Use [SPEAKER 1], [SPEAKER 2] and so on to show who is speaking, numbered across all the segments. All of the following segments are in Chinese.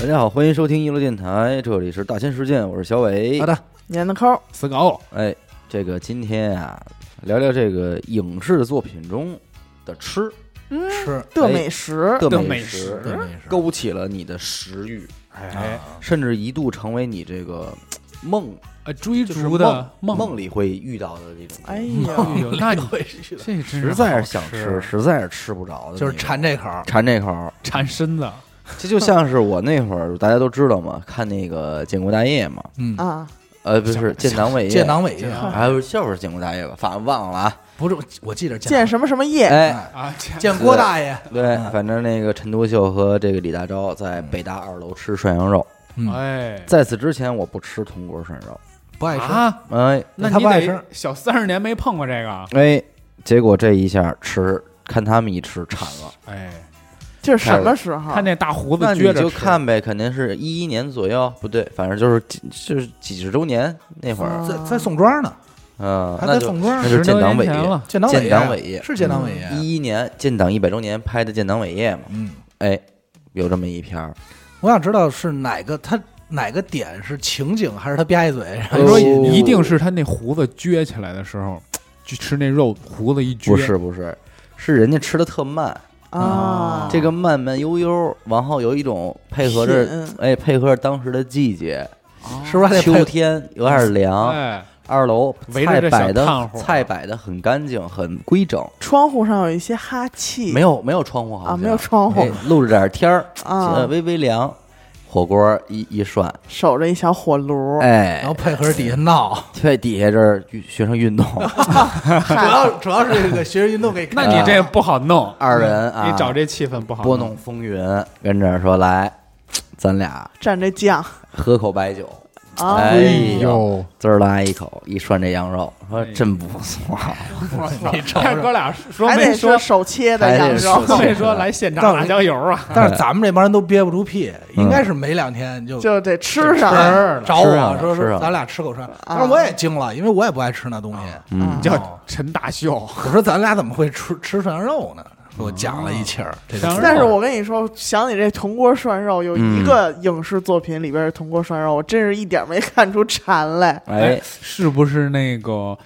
[SPEAKER 1] 大家好，欢迎收听一路电台，这里是大千世界，我是小伟。
[SPEAKER 2] 好的，
[SPEAKER 3] 年的抠，
[SPEAKER 2] 死狗，
[SPEAKER 1] 哎，这个今天啊，聊聊这个影视作品中的吃
[SPEAKER 3] 嗯，
[SPEAKER 2] 吃
[SPEAKER 3] 的美食，
[SPEAKER 1] 的
[SPEAKER 2] 美
[SPEAKER 1] 食，
[SPEAKER 2] 食美食
[SPEAKER 1] 勾起了你的食欲，啊
[SPEAKER 2] 哎，
[SPEAKER 1] 甚至一度成为你这个嘖梦
[SPEAKER 2] 呃，追
[SPEAKER 1] 就是
[SPEAKER 2] 逐的
[SPEAKER 1] 梦
[SPEAKER 2] 梦，
[SPEAKER 1] 里会遇到的那种。
[SPEAKER 3] 哎
[SPEAKER 2] 哎
[SPEAKER 1] 嗯
[SPEAKER 3] 呀，
[SPEAKER 2] 呦，那你这真
[SPEAKER 1] 实在
[SPEAKER 2] 是
[SPEAKER 1] 是想
[SPEAKER 2] 好
[SPEAKER 1] 吃，，实在是吃不着的那种，
[SPEAKER 4] 就是馋这口儿，
[SPEAKER 1] 馋这口儿。
[SPEAKER 2] 馋身子，
[SPEAKER 1] 这就像是我那会儿，大家都知道嘛，看那个《建国大业》嘛，
[SPEAKER 4] 嗯，
[SPEAKER 3] 啊，
[SPEAKER 1] 呃，不是《建党伟业》，
[SPEAKER 4] 建党伟业
[SPEAKER 2] 建党
[SPEAKER 1] 还有就是《建国大业》吧，反正忘了啊。
[SPEAKER 4] 不是，我记着
[SPEAKER 3] 见
[SPEAKER 4] 建
[SPEAKER 3] 什么什么业，
[SPEAKER 1] 哎，
[SPEAKER 2] 啊，这
[SPEAKER 4] 建郭大爷，
[SPEAKER 1] 对，反正那个陈独秀和这个李大钊在北大二楼吃涮羊肉。
[SPEAKER 4] 嗯，
[SPEAKER 2] 哎，
[SPEAKER 1] 在此之前，我不吃铜锅涮肉。
[SPEAKER 4] 不爱吃，
[SPEAKER 2] 啊，
[SPEAKER 1] 哎
[SPEAKER 2] 那
[SPEAKER 4] 他
[SPEAKER 2] 你
[SPEAKER 4] 不爱吃
[SPEAKER 2] 得小三十年没碰过这个，
[SPEAKER 1] 哎，结果这一下吃，看他们一吃馋了。
[SPEAKER 2] 哎，
[SPEAKER 3] 这是什么时候？
[SPEAKER 2] 看那大胡子
[SPEAKER 1] 啊那你
[SPEAKER 2] 撅着
[SPEAKER 1] 就
[SPEAKER 2] 吃
[SPEAKER 1] 看呗，肯定是一一年左右，不对，反正就是几就是几十周年那会儿，
[SPEAKER 3] 啊
[SPEAKER 4] 在在宋庄呢，
[SPEAKER 1] 嗯，
[SPEAKER 4] 还
[SPEAKER 1] 那
[SPEAKER 4] 在
[SPEAKER 1] 就
[SPEAKER 4] 宋庄
[SPEAKER 1] 那
[SPEAKER 4] 呢，
[SPEAKER 1] 就是
[SPEAKER 2] 十
[SPEAKER 1] 建
[SPEAKER 2] 多
[SPEAKER 1] 党
[SPEAKER 2] 年
[SPEAKER 1] 伟
[SPEAKER 2] 前
[SPEAKER 1] 业，
[SPEAKER 2] 了，
[SPEAKER 4] 建党
[SPEAKER 1] 建
[SPEAKER 4] 伟
[SPEAKER 1] 党
[SPEAKER 4] 业
[SPEAKER 1] 伟业嗯
[SPEAKER 4] 是建党伟业，啊
[SPEAKER 1] 一一年建党一百周年拍的建党伟业嘛，
[SPEAKER 4] 嗯，
[SPEAKER 1] 哎，有这么一篇儿，
[SPEAKER 4] 我想知道是哪个他哪个点是情景还是他吧唧嘴，然后
[SPEAKER 2] 你说
[SPEAKER 1] 哦
[SPEAKER 2] 一定是他那胡子撅起来的时候，就吃那肉胡子一撅，
[SPEAKER 1] 不是不是，是人家吃的特慢，
[SPEAKER 3] 啊，
[SPEAKER 1] 这个慢慢悠悠，然后有一种配合着
[SPEAKER 3] 品，哦
[SPEAKER 1] 哎，配合着当时的季节，
[SPEAKER 4] 是不是还得
[SPEAKER 1] 秋
[SPEAKER 4] 配
[SPEAKER 1] 天有点凉，
[SPEAKER 2] 哎，
[SPEAKER 1] 二楼
[SPEAKER 2] 围
[SPEAKER 1] 菜
[SPEAKER 2] 着这小
[SPEAKER 1] 摆的
[SPEAKER 2] 炭火
[SPEAKER 1] 菜摆的很干净，很规整，
[SPEAKER 3] 窗户上有一些哈气，
[SPEAKER 1] 没有没有窗户好
[SPEAKER 3] 嗯啊，
[SPEAKER 1] 像
[SPEAKER 3] 没有窗户
[SPEAKER 1] 哎露着点天儿，呃
[SPEAKER 3] 啊，
[SPEAKER 1] 微微凉，火锅一一涮，
[SPEAKER 3] 守着一小火炉，
[SPEAKER 4] 然
[SPEAKER 1] 哎
[SPEAKER 4] 后，配合底下闹，
[SPEAKER 1] 在底下这儿学生 运动，
[SPEAKER 4] 主要主要是这个学生运动 给
[SPEAKER 2] 那
[SPEAKER 4] 看，
[SPEAKER 2] 你这不好弄，
[SPEAKER 1] 二人啊，
[SPEAKER 2] 你找这气氛不好
[SPEAKER 1] 拨弄风云，跟这儿说来，咱俩
[SPEAKER 3] 蘸着酱
[SPEAKER 1] 喝口白酒，
[SPEAKER 3] 啊，
[SPEAKER 1] 哎
[SPEAKER 2] 呦，
[SPEAKER 1] 滋儿拉一口，一涮这羊肉，说
[SPEAKER 2] 哎呦
[SPEAKER 1] 真不错，
[SPEAKER 2] 你这哥俩说
[SPEAKER 3] 还
[SPEAKER 2] 没
[SPEAKER 3] 得
[SPEAKER 2] 说
[SPEAKER 3] 是手切的
[SPEAKER 1] 还
[SPEAKER 3] 羊
[SPEAKER 1] 得
[SPEAKER 3] 肉
[SPEAKER 1] 是，手
[SPEAKER 2] 没说来现炸
[SPEAKER 4] 到底
[SPEAKER 2] 辣椒油啊，
[SPEAKER 4] 但是咱们这帮人都憋不住屁，应该是没两天就
[SPEAKER 3] 就得吃上
[SPEAKER 2] 吃
[SPEAKER 4] 哎
[SPEAKER 2] 了
[SPEAKER 4] 找
[SPEAKER 1] 嗯吃上
[SPEAKER 4] 我
[SPEAKER 1] 了
[SPEAKER 4] 说
[SPEAKER 1] 吃上
[SPEAKER 4] 说
[SPEAKER 1] 了
[SPEAKER 4] 咱俩吃口串，但是我也惊了，因为我也不爱吃那东西。
[SPEAKER 1] 嗯
[SPEAKER 3] 啊
[SPEAKER 2] 你叫陈大秀，
[SPEAKER 4] 我说咱俩怎么会吃吃涮羊肉呢？给我讲了一气儿，这就
[SPEAKER 2] 涮羊肉
[SPEAKER 3] 但是我跟你说，想起这铜锅涮肉，有
[SPEAKER 1] 嗯
[SPEAKER 3] 一个影视作品里边的铜锅涮肉，我真是一点没看出馋来。
[SPEAKER 1] 哎，
[SPEAKER 2] 是不是那个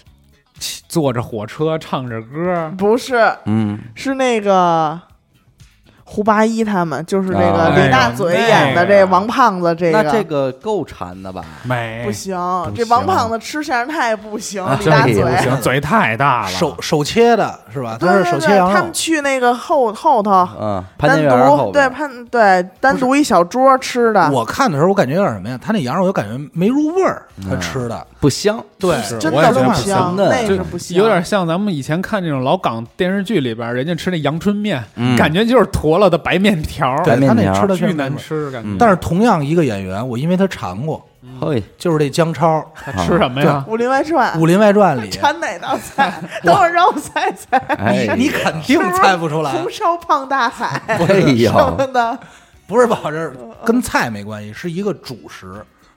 [SPEAKER 2] 骑坐着火车唱着歌？
[SPEAKER 3] 不是，
[SPEAKER 1] 嗯，
[SPEAKER 3] 是那个胡八一他们，就是那个
[SPEAKER 1] 啊
[SPEAKER 3] 李大嘴演的这王胖子这
[SPEAKER 1] 那这
[SPEAKER 3] 个。
[SPEAKER 1] 个够馋的吧？
[SPEAKER 2] 没
[SPEAKER 3] 不行，
[SPEAKER 2] 哎不
[SPEAKER 3] 这
[SPEAKER 2] 行
[SPEAKER 3] 王胖子吃相太不行，
[SPEAKER 1] 啊
[SPEAKER 3] 李大
[SPEAKER 1] 这
[SPEAKER 3] 嘴
[SPEAKER 1] 也不
[SPEAKER 2] 不行，嘴太大了，
[SPEAKER 4] 手手切的是吧？
[SPEAKER 3] 对
[SPEAKER 4] 都
[SPEAKER 3] 对
[SPEAKER 4] 是手
[SPEAKER 3] 对，
[SPEAKER 4] 切羊
[SPEAKER 3] 他
[SPEAKER 4] 肉
[SPEAKER 3] 们，去那个后后头
[SPEAKER 1] 嗯，潘家
[SPEAKER 3] 单
[SPEAKER 1] 园儿后
[SPEAKER 3] 独对
[SPEAKER 1] 边，
[SPEAKER 3] 潘对单独一小桌吃的，
[SPEAKER 4] 我看的时候我感觉有点什么呀？他那羊肉我感觉没入味儿，他吃的
[SPEAKER 1] 不香，
[SPEAKER 4] 对
[SPEAKER 2] 嗯是
[SPEAKER 3] 真
[SPEAKER 2] 我也
[SPEAKER 3] 的
[SPEAKER 2] 觉得
[SPEAKER 3] 不
[SPEAKER 2] 不
[SPEAKER 3] 香，
[SPEAKER 1] 嫩
[SPEAKER 3] 那
[SPEAKER 2] 就是
[SPEAKER 3] 不香，
[SPEAKER 2] 有点像咱们以前看那种老港电视剧里边，人家吃那阳春面，
[SPEAKER 1] 嗯
[SPEAKER 2] 感觉就是坨了的白面条儿，
[SPEAKER 1] 白
[SPEAKER 4] 对
[SPEAKER 1] 面
[SPEAKER 4] 他
[SPEAKER 1] 条
[SPEAKER 4] 那吃的
[SPEAKER 2] 巨
[SPEAKER 4] 确
[SPEAKER 2] 难。吃，感
[SPEAKER 1] 嗯
[SPEAKER 2] 觉。
[SPEAKER 4] 但是同样一个演员，我因为他馋过，
[SPEAKER 1] 嘿，
[SPEAKER 4] 就是这姜超
[SPEAKER 2] 他吃什么呀？
[SPEAKER 3] 《武林外
[SPEAKER 4] 《
[SPEAKER 3] 传》
[SPEAKER 4] 武林外传》里，
[SPEAKER 3] 馋哪道菜？等会儿让我猜猜，
[SPEAKER 1] 哎，
[SPEAKER 4] 你你肯定猜不出来
[SPEAKER 3] 红，烧胖大海
[SPEAKER 1] 哎
[SPEAKER 3] 什
[SPEAKER 1] 呦
[SPEAKER 3] 么，的
[SPEAKER 4] 不是跑这
[SPEAKER 3] 嗯
[SPEAKER 4] 儿跟菜没关系，是一个主食。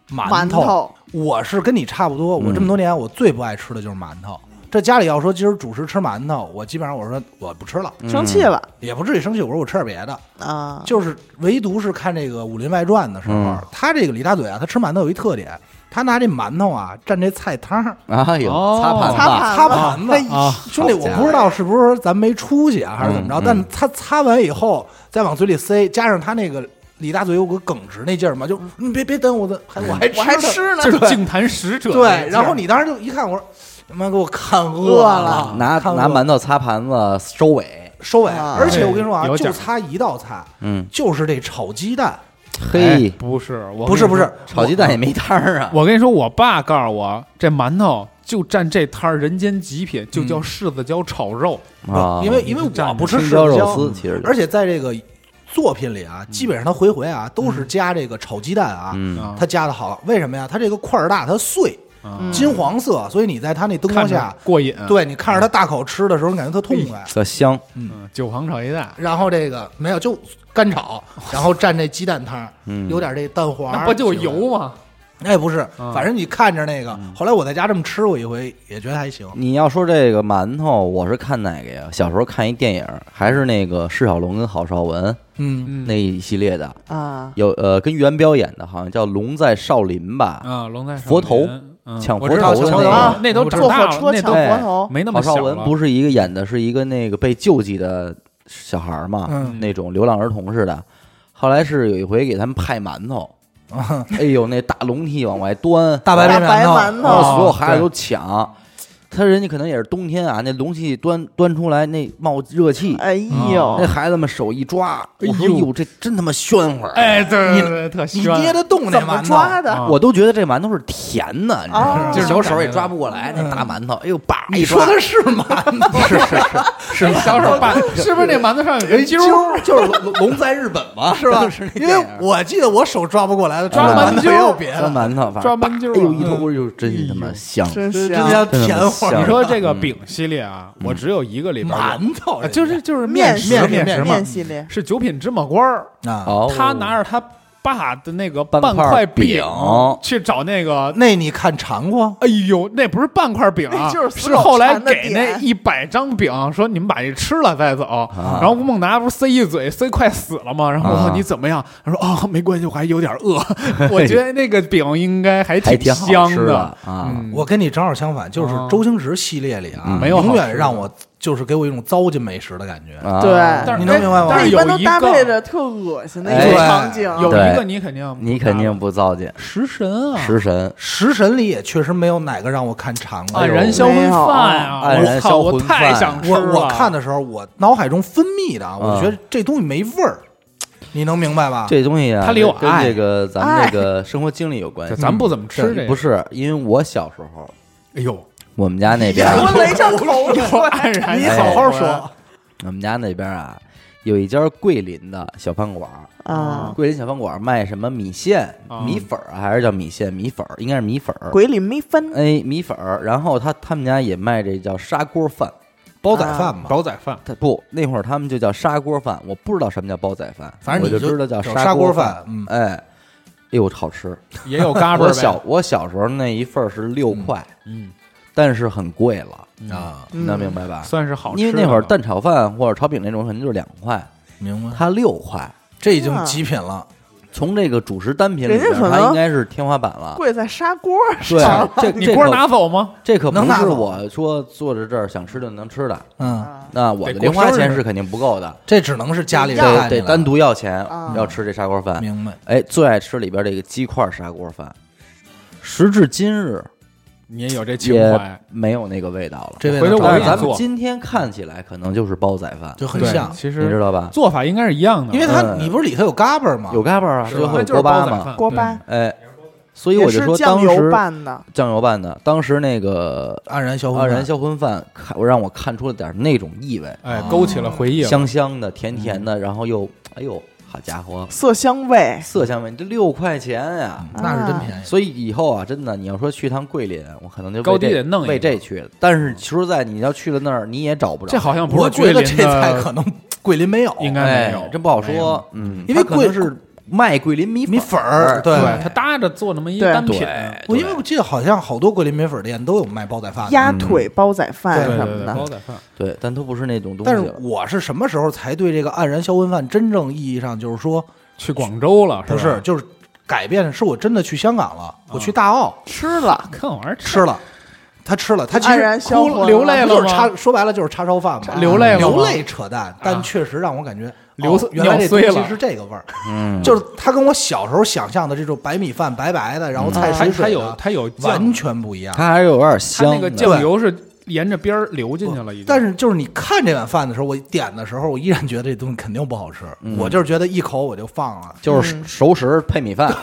[SPEAKER 3] 馒
[SPEAKER 4] 馒
[SPEAKER 3] 头，
[SPEAKER 4] 我是跟你差不多，我这么
[SPEAKER 2] 嗯
[SPEAKER 4] 多年我最不爱吃的就是馒头。这家里要说今儿主食吃馒头，我基本上我说我不吃了，
[SPEAKER 3] 生气了
[SPEAKER 4] 也不至于生气。我说我吃点别的，
[SPEAKER 3] 啊！
[SPEAKER 4] 就是唯独是看这个《武林外传》的时候，
[SPEAKER 1] 嗯
[SPEAKER 4] 他这个李大嘴啊，他吃馒头有一特点，他拿这馒头啊蘸这菜汤儿。
[SPEAKER 1] 哎呦，
[SPEAKER 2] 哦
[SPEAKER 1] 擦盘
[SPEAKER 3] 擦
[SPEAKER 1] 吧，
[SPEAKER 3] 盘
[SPEAKER 4] 擦
[SPEAKER 3] 子
[SPEAKER 4] 盘子
[SPEAKER 3] 哎
[SPEAKER 2] 啊，
[SPEAKER 4] 兄弟，
[SPEAKER 1] 好
[SPEAKER 4] 我
[SPEAKER 1] 家伙
[SPEAKER 4] 不知道是不是咱没出息啊，还是怎么着？
[SPEAKER 1] 嗯嗯
[SPEAKER 4] 但他擦完以后再往嘴里塞，加上他那个李大嘴有个耿直那劲儿嘛，就你别别耽误我的，还我还
[SPEAKER 3] 我还
[SPEAKER 4] 呢
[SPEAKER 3] 哎吃呢，
[SPEAKER 2] 就是净坛使者那劲儿。
[SPEAKER 4] 对，然后你当时就一看，我说他妈给我看
[SPEAKER 3] 饿
[SPEAKER 4] 饿
[SPEAKER 3] 了
[SPEAKER 1] 拿
[SPEAKER 4] 看饿
[SPEAKER 1] 嗯拿馒头擦盘子收尾，
[SPEAKER 4] 收尾
[SPEAKER 3] 啊。
[SPEAKER 4] 而且我跟你说啊，
[SPEAKER 2] 有
[SPEAKER 4] 就
[SPEAKER 2] 讲
[SPEAKER 4] 擦一道菜，
[SPEAKER 1] 嗯，
[SPEAKER 4] 就是这炒鸡蛋，
[SPEAKER 1] 嘿
[SPEAKER 2] 哎，不是，我
[SPEAKER 4] 不是
[SPEAKER 2] 跟
[SPEAKER 4] 不
[SPEAKER 2] 你说
[SPEAKER 4] 是，
[SPEAKER 1] 炒鸡蛋也没汤儿啊，
[SPEAKER 2] 我跟你说，我爸告诉我，这馒头就蘸这摊儿人间极品，就叫柿子椒炒肉。
[SPEAKER 1] 啊，
[SPEAKER 4] 因为因为
[SPEAKER 2] 蘸
[SPEAKER 4] 我
[SPEAKER 2] 着
[SPEAKER 4] 不吃
[SPEAKER 1] 青
[SPEAKER 4] 柿
[SPEAKER 1] 椒
[SPEAKER 4] 子
[SPEAKER 1] 肉丝
[SPEAKER 4] 椒，
[SPEAKER 1] 其实就，
[SPEAKER 4] 而且在这个作品里
[SPEAKER 2] 嗯
[SPEAKER 4] 啊，基本上他回回啊都是加这个炒鸡蛋啊，
[SPEAKER 1] 嗯
[SPEAKER 2] 啊
[SPEAKER 4] 他加的好，为什么呀？他这个块儿大，它碎，
[SPEAKER 2] 啊
[SPEAKER 4] 金黄色，所以你在他那灯光
[SPEAKER 2] 看
[SPEAKER 4] 下
[SPEAKER 2] 着，嗯过瘾。，
[SPEAKER 4] 对你看着他大口吃的时候，你感觉特痛快。
[SPEAKER 1] 特香，
[SPEAKER 2] 嗯，九行炒鸡蛋，
[SPEAKER 4] 然后这个没有就干炒，然后蘸这鸡蛋汤，
[SPEAKER 1] 嗯
[SPEAKER 4] 有点这蛋黄，
[SPEAKER 2] 那不就油吗？
[SPEAKER 4] 那也哎不是，
[SPEAKER 2] 嗯
[SPEAKER 4] 反正你看着那个。后来我在家这么吃过一回，也觉得还行。
[SPEAKER 1] 你要说这个馒头，我是看哪个呀？小时候看一电影，还是那个释小龙跟郝邵文
[SPEAKER 4] 嗯，
[SPEAKER 2] 嗯
[SPEAKER 1] 那一系列的，
[SPEAKER 3] 啊，
[SPEAKER 1] 有呃跟袁彪演的，好像叫《龙在少林》吧？
[SPEAKER 2] 啊，龙在少
[SPEAKER 1] 佛头
[SPEAKER 2] 林，嗯
[SPEAKER 1] 抢
[SPEAKER 2] 我
[SPEAKER 1] 佛
[SPEAKER 2] 知道
[SPEAKER 1] 头的
[SPEAKER 2] 抢
[SPEAKER 1] 那
[SPEAKER 2] 佛头啊
[SPEAKER 3] 个
[SPEAKER 2] 那都
[SPEAKER 4] 我知
[SPEAKER 2] 长
[SPEAKER 4] 道
[SPEAKER 3] 坐
[SPEAKER 2] 大了，
[SPEAKER 3] 火车
[SPEAKER 2] 那
[SPEAKER 3] 抢
[SPEAKER 2] 都嗯
[SPEAKER 1] 哎
[SPEAKER 3] 佛头，
[SPEAKER 2] 没那么
[SPEAKER 1] 郝
[SPEAKER 2] 小
[SPEAKER 1] 邵
[SPEAKER 2] 了
[SPEAKER 1] 文不是一个演的是一个那个被救济的小孩儿嘛，
[SPEAKER 4] 嗯
[SPEAKER 1] 那种流浪儿童似的。后来是有一回给他们派馒头，
[SPEAKER 2] 啊
[SPEAKER 1] 哎呦，那大笼屉往外端，
[SPEAKER 4] 大白面
[SPEAKER 3] 大白
[SPEAKER 4] 馒
[SPEAKER 3] 馒
[SPEAKER 1] 然后
[SPEAKER 3] 头
[SPEAKER 2] 哦
[SPEAKER 1] 所有孩子都抢。他人家可能也是冬天啊，那笼屉端端出来那冒热气，
[SPEAKER 3] 哎
[SPEAKER 1] 那
[SPEAKER 3] 呦，
[SPEAKER 1] 孩子们手一抓，
[SPEAKER 2] 哎
[SPEAKER 1] 我说
[SPEAKER 2] 呦
[SPEAKER 1] 哟，这真他妈炫乎！，
[SPEAKER 2] 哎，对
[SPEAKER 4] 你
[SPEAKER 2] 对对，特
[SPEAKER 4] 你
[SPEAKER 2] 炫，
[SPEAKER 4] 捏得动那
[SPEAKER 3] 怎么
[SPEAKER 4] 馒
[SPEAKER 3] 抓
[SPEAKER 4] 头？
[SPEAKER 2] 啊
[SPEAKER 3] 的？
[SPEAKER 1] 我都觉得这馒头是甜的，你知道吗？
[SPEAKER 3] 哦
[SPEAKER 1] 就是小手也抓不过来，
[SPEAKER 2] 嗯
[SPEAKER 1] 那大馒头，哎呦，叭一
[SPEAKER 4] 你说
[SPEAKER 1] 抓，
[SPEAKER 4] 的是馒头？
[SPEAKER 1] 是是是
[SPEAKER 2] 是小手把，是不是那馒头上有根揪儿？
[SPEAKER 1] 是，就是龙龙在日本 嘛，是吧？是那
[SPEAKER 4] 因
[SPEAKER 1] 电
[SPEAKER 4] 为
[SPEAKER 1] 影
[SPEAKER 4] 我记得我手抓不过来的，
[SPEAKER 2] 抓
[SPEAKER 4] 了
[SPEAKER 2] 馒
[SPEAKER 4] 馒
[SPEAKER 2] 头
[SPEAKER 4] 头也有别
[SPEAKER 1] 抓
[SPEAKER 4] 的，
[SPEAKER 1] 馒头，反
[SPEAKER 2] 抓
[SPEAKER 1] 正
[SPEAKER 2] 馒头
[SPEAKER 1] 哎呦，
[SPEAKER 2] 啊
[SPEAKER 1] 一头就真他妈香，
[SPEAKER 3] 真啊
[SPEAKER 4] 真
[SPEAKER 3] 香
[SPEAKER 4] 叫甜
[SPEAKER 1] 真的
[SPEAKER 4] 乎儿。
[SPEAKER 2] 你
[SPEAKER 1] 是
[SPEAKER 2] 说这个饼系列啊，我只有一个里边有
[SPEAKER 4] 馒头
[SPEAKER 2] 啊，就是就是
[SPEAKER 3] 面
[SPEAKER 2] 食
[SPEAKER 3] 食
[SPEAKER 2] 面食嘛，嗯
[SPEAKER 3] 面系列，
[SPEAKER 2] 是九品芝麻官儿，
[SPEAKER 4] 啊，
[SPEAKER 1] 哦，
[SPEAKER 2] 他拿着他爸的那个
[SPEAKER 1] 半
[SPEAKER 2] 半
[SPEAKER 1] 块
[SPEAKER 2] 块
[SPEAKER 1] 饼
[SPEAKER 2] 去找那个。
[SPEAKER 4] 那你看尝过？
[SPEAKER 2] 哎呦，那不是半块饼啊，
[SPEAKER 3] 那就是死
[SPEAKER 2] 是
[SPEAKER 3] 老
[SPEAKER 2] 后来
[SPEAKER 3] 馋的
[SPEAKER 2] 给那
[SPEAKER 3] 点
[SPEAKER 2] 一百张饼，说你们把这吃了再走。然后吴孟达不是塞一嘴，塞快死了吗？然后我
[SPEAKER 1] 啊
[SPEAKER 2] 说你怎么样？他说哦，没关系，我还有点饿。我觉得那个饼应该还
[SPEAKER 1] 还挺好
[SPEAKER 2] 香
[SPEAKER 1] 吃
[SPEAKER 2] 的。
[SPEAKER 1] 啊。
[SPEAKER 2] 嗯，
[SPEAKER 4] 我跟你正好相反，就是
[SPEAKER 2] 啊
[SPEAKER 4] 周星驰系列里啊，
[SPEAKER 1] 嗯
[SPEAKER 2] 没有好
[SPEAKER 4] 永
[SPEAKER 2] 吃的嗯
[SPEAKER 4] 远让我就是给我一种糟践美食的感觉。
[SPEAKER 1] 啊
[SPEAKER 3] 对
[SPEAKER 2] 但是
[SPEAKER 4] 你能明白吗
[SPEAKER 2] 但
[SPEAKER 3] 那
[SPEAKER 2] 是
[SPEAKER 3] 一
[SPEAKER 2] 有
[SPEAKER 3] 般都
[SPEAKER 2] 一
[SPEAKER 3] 搭
[SPEAKER 2] 个
[SPEAKER 3] 配着特恶心的
[SPEAKER 1] 哎
[SPEAKER 3] 一个场景，
[SPEAKER 2] 有
[SPEAKER 1] 对
[SPEAKER 2] 一个你肯定不
[SPEAKER 1] 你
[SPEAKER 2] 知
[SPEAKER 1] 肯
[SPEAKER 2] 道
[SPEAKER 1] 定不糟践，
[SPEAKER 2] 食神啊，
[SPEAKER 1] 食神
[SPEAKER 4] 食神里也确实没有哪个让我看尝过
[SPEAKER 2] 啊，。燃烧
[SPEAKER 3] 没
[SPEAKER 2] 魂
[SPEAKER 3] 有
[SPEAKER 2] 饭啊，
[SPEAKER 1] 黯然
[SPEAKER 2] 我操，
[SPEAKER 1] 销魂
[SPEAKER 2] 我太
[SPEAKER 1] 饭
[SPEAKER 2] 想吃啊嗯
[SPEAKER 4] 我
[SPEAKER 2] 了。
[SPEAKER 4] 我看的时候，我脑海中分泌的啊，我觉得这东西没味儿，你能明白吧？
[SPEAKER 1] 这东西啊，
[SPEAKER 2] 它里有
[SPEAKER 1] 跟
[SPEAKER 2] 爱
[SPEAKER 1] 这个咱们这个生活经历有关
[SPEAKER 2] 就
[SPEAKER 1] 系。嗯
[SPEAKER 2] 咱不怎么吃这个，
[SPEAKER 1] 不是， 因为我小时候，
[SPEAKER 2] 哎呦，
[SPEAKER 1] 我们家那边啊，
[SPEAKER 3] 我雷上口
[SPEAKER 2] 我
[SPEAKER 3] 水，
[SPEAKER 2] 黯然
[SPEAKER 4] 你
[SPEAKER 2] 销
[SPEAKER 4] 好好
[SPEAKER 2] 魂
[SPEAKER 4] 说，
[SPEAKER 1] 我们家那边啊，有一家桂林的小饭馆儿，
[SPEAKER 3] 啊，
[SPEAKER 1] 桂林小饭馆儿卖什么米线、
[SPEAKER 2] 啊
[SPEAKER 1] 米粉儿，还是叫米线、米粉儿？应该是米粉儿。
[SPEAKER 3] 鬼里没翻
[SPEAKER 1] 哎，米粉儿。然后他他们家也卖这叫砂锅饭，
[SPEAKER 4] 煲仔饭嘛，
[SPEAKER 2] 煲仔饭，
[SPEAKER 1] 他不那会儿他们就叫砂锅饭，我不知道什么叫煲仔饭，
[SPEAKER 4] 反正
[SPEAKER 1] 我
[SPEAKER 4] 你
[SPEAKER 1] 就知道
[SPEAKER 4] 叫
[SPEAKER 1] 砂
[SPEAKER 4] 锅
[SPEAKER 1] 饭。
[SPEAKER 4] 嗯，
[SPEAKER 1] 哎，哎呦，好吃！
[SPEAKER 2] 也有嘎巴
[SPEAKER 1] 我
[SPEAKER 2] 儿
[SPEAKER 1] 小
[SPEAKER 2] 呗。
[SPEAKER 1] 我小时候那一份儿是六块，
[SPEAKER 2] 嗯，
[SPEAKER 1] 但是很贵了，
[SPEAKER 4] 啊，
[SPEAKER 1] 你能明白吧？
[SPEAKER 2] 算是好吃啊
[SPEAKER 1] 因
[SPEAKER 2] 的
[SPEAKER 1] 为
[SPEAKER 2] 吧。
[SPEAKER 1] 那会儿蛋炒饭或者炒饼那种可能就是两块，
[SPEAKER 4] 明白，
[SPEAKER 1] 它六块。
[SPEAKER 4] 这已经极品了。
[SPEAKER 1] 从这个主食单品里
[SPEAKER 3] 人家
[SPEAKER 1] 边，
[SPEAKER 3] 可能
[SPEAKER 1] 它应该是天花板了。
[SPEAKER 3] 跪在砂锅
[SPEAKER 1] 对啊
[SPEAKER 3] 上，，
[SPEAKER 1] 这
[SPEAKER 2] 你
[SPEAKER 1] 这
[SPEAKER 2] 锅
[SPEAKER 1] 可
[SPEAKER 2] 拿走吗？
[SPEAKER 1] 这可不
[SPEAKER 4] 能拿
[SPEAKER 1] 是
[SPEAKER 4] 走
[SPEAKER 1] 我说坐着这儿想吃就能吃的。
[SPEAKER 4] 嗯，
[SPEAKER 3] 啊
[SPEAKER 1] 那我的
[SPEAKER 2] 得
[SPEAKER 1] 零
[SPEAKER 2] 过
[SPEAKER 1] 花
[SPEAKER 2] 生
[SPEAKER 1] 钱
[SPEAKER 2] 日
[SPEAKER 1] 是肯定不够的，
[SPEAKER 4] 这只能是家里人
[SPEAKER 3] 得
[SPEAKER 4] 带
[SPEAKER 1] 得
[SPEAKER 4] 你
[SPEAKER 1] 得
[SPEAKER 4] 来
[SPEAKER 1] 单独要钱
[SPEAKER 3] 啊
[SPEAKER 1] 要吃这砂锅饭。
[SPEAKER 4] 明白。
[SPEAKER 1] 哎，最爱吃里边这个鸡块砂锅饭，时至今日
[SPEAKER 2] 你也有这情
[SPEAKER 1] 也
[SPEAKER 2] 怀，
[SPEAKER 1] 没有那个味道了。
[SPEAKER 4] 这位
[SPEAKER 2] 回头
[SPEAKER 4] 能
[SPEAKER 2] 我
[SPEAKER 1] 但是
[SPEAKER 2] 给你
[SPEAKER 4] 找
[SPEAKER 1] 咱
[SPEAKER 4] 到
[SPEAKER 1] 们
[SPEAKER 2] 做
[SPEAKER 1] 今天看起来可能就是煲仔饭，
[SPEAKER 4] 就很
[SPEAKER 2] 对，
[SPEAKER 4] 像，
[SPEAKER 2] 其
[SPEAKER 1] 你知
[SPEAKER 2] 实
[SPEAKER 1] 道吧？
[SPEAKER 2] 做法应该是一样的，
[SPEAKER 4] 因为它
[SPEAKER 1] 嗯
[SPEAKER 4] 你不是里头有嘎巴儿吗？
[SPEAKER 1] 有嘎巴儿啊，
[SPEAKER 2] 是
[SPEAKER 1] 最
[SPEAKER 2] 吧
[SPEAKER 1] 后
[SPEAKER 2] 那
[SPEAKER 1] 有
[SPEAKER 2] 就是
[SPEAKER 1] 锅
[SPEAKER 2] 煲
[SPEAKER 1] 巴
[SPEAKER 2] 仔
[SPEAKER 1] 嘛
[SPEAKER 2] 饭，
[SPEAKER 3] 锅巴，
[SPEAKER 1] 哎，所以我就
[SPEAKER 3] 也
[SPEAKER 1] 说
[SPEAKER 3] 是酱
[SPEAKER 1] 当
[SPEAKER 3] 油
[SPEAKER 1] 时
[SPEAKER 3] 拌的，
[SPEAKER 1] 酱油拌的，当时那个
[SPEAKER 4] 黯然
[SPEAKER 2] 哦
[SPEAKER 4] 销魂
[SPEAKER 1] 黯
[SPEAKER 4] 饭，
[SPEAKER 1] 然销魂饭，看我让我看出了点那种意味，
[SPEAKER 2] 哎，勾起了回忆了。
[SPEAKER 1] 香香的、甜甜的，然后又哎呦，好家伙，
[SPEAKER 3] 色香味，
[SPEAKER 1] 色香味，这六块钱呀！
[SPEAKER 4] 那是
[SPEAKER 3] 嗯
[SPEAKER 4] 真便宜。
[SPEAKER 1] 所以以后啊，真的，你要说去趟桂林，我可能就为
[SPEAKER 2] 高低
[SPEAKER 1] 这
[SPEAKER 2] 得弄一
[SPEAKER 1] 为
[SPEAKER 2] 个
[SPEAKER 1] 这去了。但是说实在，你要去了那儿，你也找不着。
[SPEAKER 2] 这好像不
[SPEAKER 4] 我
[SPEAKER 2] 是
[SPEAKER 4] 觉
[SPEAKER 2] 桂
[SPEAKER 4] 得
[SPEAKER 2] 林
[SPEAKER 4] 这菜可
[SPEAKER 2] 的，
[SPEAKER 4] 能桂林没有，
[SPEAKER 2] 应该没
[SPEAKER 1] 哎
[SPEAKER 2] 有，
[SPEAKER 1] 真不好
[SPEAKER 4] 没有
[SPEAKER 1] 说。嗯，
[SPEAKER 4] 因
[SPEAKER 1] 它
[SPEAKER 4] 为
[SPEAKER 1] 可能
[SPEAKER 4] 桂
[SPEAKER 1] 是卖桂林米
[SPEAKER 4] 米
[SPEAKER 1] 粉
[SPEAKER 4] 粉儿，
[SPEAKER 1] 对
[SPEAKER 4] 对
[SPEAKER 2] 对，他搭着做那么一
[SPEAKER 3] 对
[SPEAKER 2] 单品，
[SPEAKER 1] 对
[SPEAKER 4] 我因为我记得好像好多桂林米粉店都有卖煲仔饭的，
[SPEAKER 3] 鸭腿煲仔
[SPEAKER 2] 对
[SPEAKER 3] 饭
[SPEAKER 2] 对
[SPEAKER 3] 什
[SPEAKER 2] 对，
[SPEAKER 3] 么
[SPEAKER 2] 对煲
[SPEAKER 3] 的，
[SPEAKER 2] 仔饭，
[SPEAKER 1] 对，但它不是那种东
[SPEAKER 4] 但
[SPEAKER 1] 西
[SPEAKER 4] 是
[SPEAKER 1] 了。
[SPEAKER 4] 我是什么时候才对这个黯然销魂饭真正意义上就是说
[SPEAKER 2] 去广州了，
[SPEAKER 4] 不
[SPEAKER 2] 是
[SPEAKER 4] 是就是改变，是我真的去香港了，我去大澳
[SPEAKER 3] 吃了
[SPEAKER 2] 吧？看玩意儿吃
[SPEAKER 4] 吃了，他吃了，他其
[SPEAKER 3] 黯
[SPEAKER 4] 实
[SPEAKER 3] 然销
[SPEAKER 2] 哭
[SPEAKER 3] 魂，
[SPEAKER 2] 流泪了
[SPEAKER 4] 就
[SPEAKER 2] 吗
[SPEAKER 4] 是叉，说白了就是叉烧饭嘛，
[SPEAKER 2] 流泪了吗
[SPEAKER 4] 流泪扯淡，但
[SPEAKER 2] 啊
[SPEAKER 4] 确实让我感觉
[SPEAKER 2] 流
[SPEAKER 4] 哦原来这
[SPEAKER 2] 尿碎
[SPEAKER 4] 东
[SPEAKER 2] 了
[SPEAKER 4] 西是这个味儿，
[SPEAKER 1] 嗯，
[SPEAKER 4] 就是它跟我小时候想象的这种白米饭白白的，然后菜
[SPEAKER 2] 它
[SPEAKER 4] 水
[SPEAKER 2] 它
[SPEAKER 4] 水
[SPEAKER 2] 有
[SPEAKER 4] 的，
[SPEAKER 2] 它有酱
[SPEAKER 4] 完全不一样。
[SPEAKER 1] 它还是有点
[SPEAKER 2] 它那
[SPEAKER 1] 香
[SPEAKER 2] 个
[SPEAKER 1] 的。
[SPEAKER 2] 酱油是沿着边儿流进去了，已经。
[SPEAKER 4] 但是就是你看这碗饭的时候，我点的时候，我依然觉得这东西肯定不好吃。
[SPEAKER 1] 嗯
[SPEAKER 4] 我就是觉得一口我就放了。
[SPEAKER 1] 就是熟食配米饭，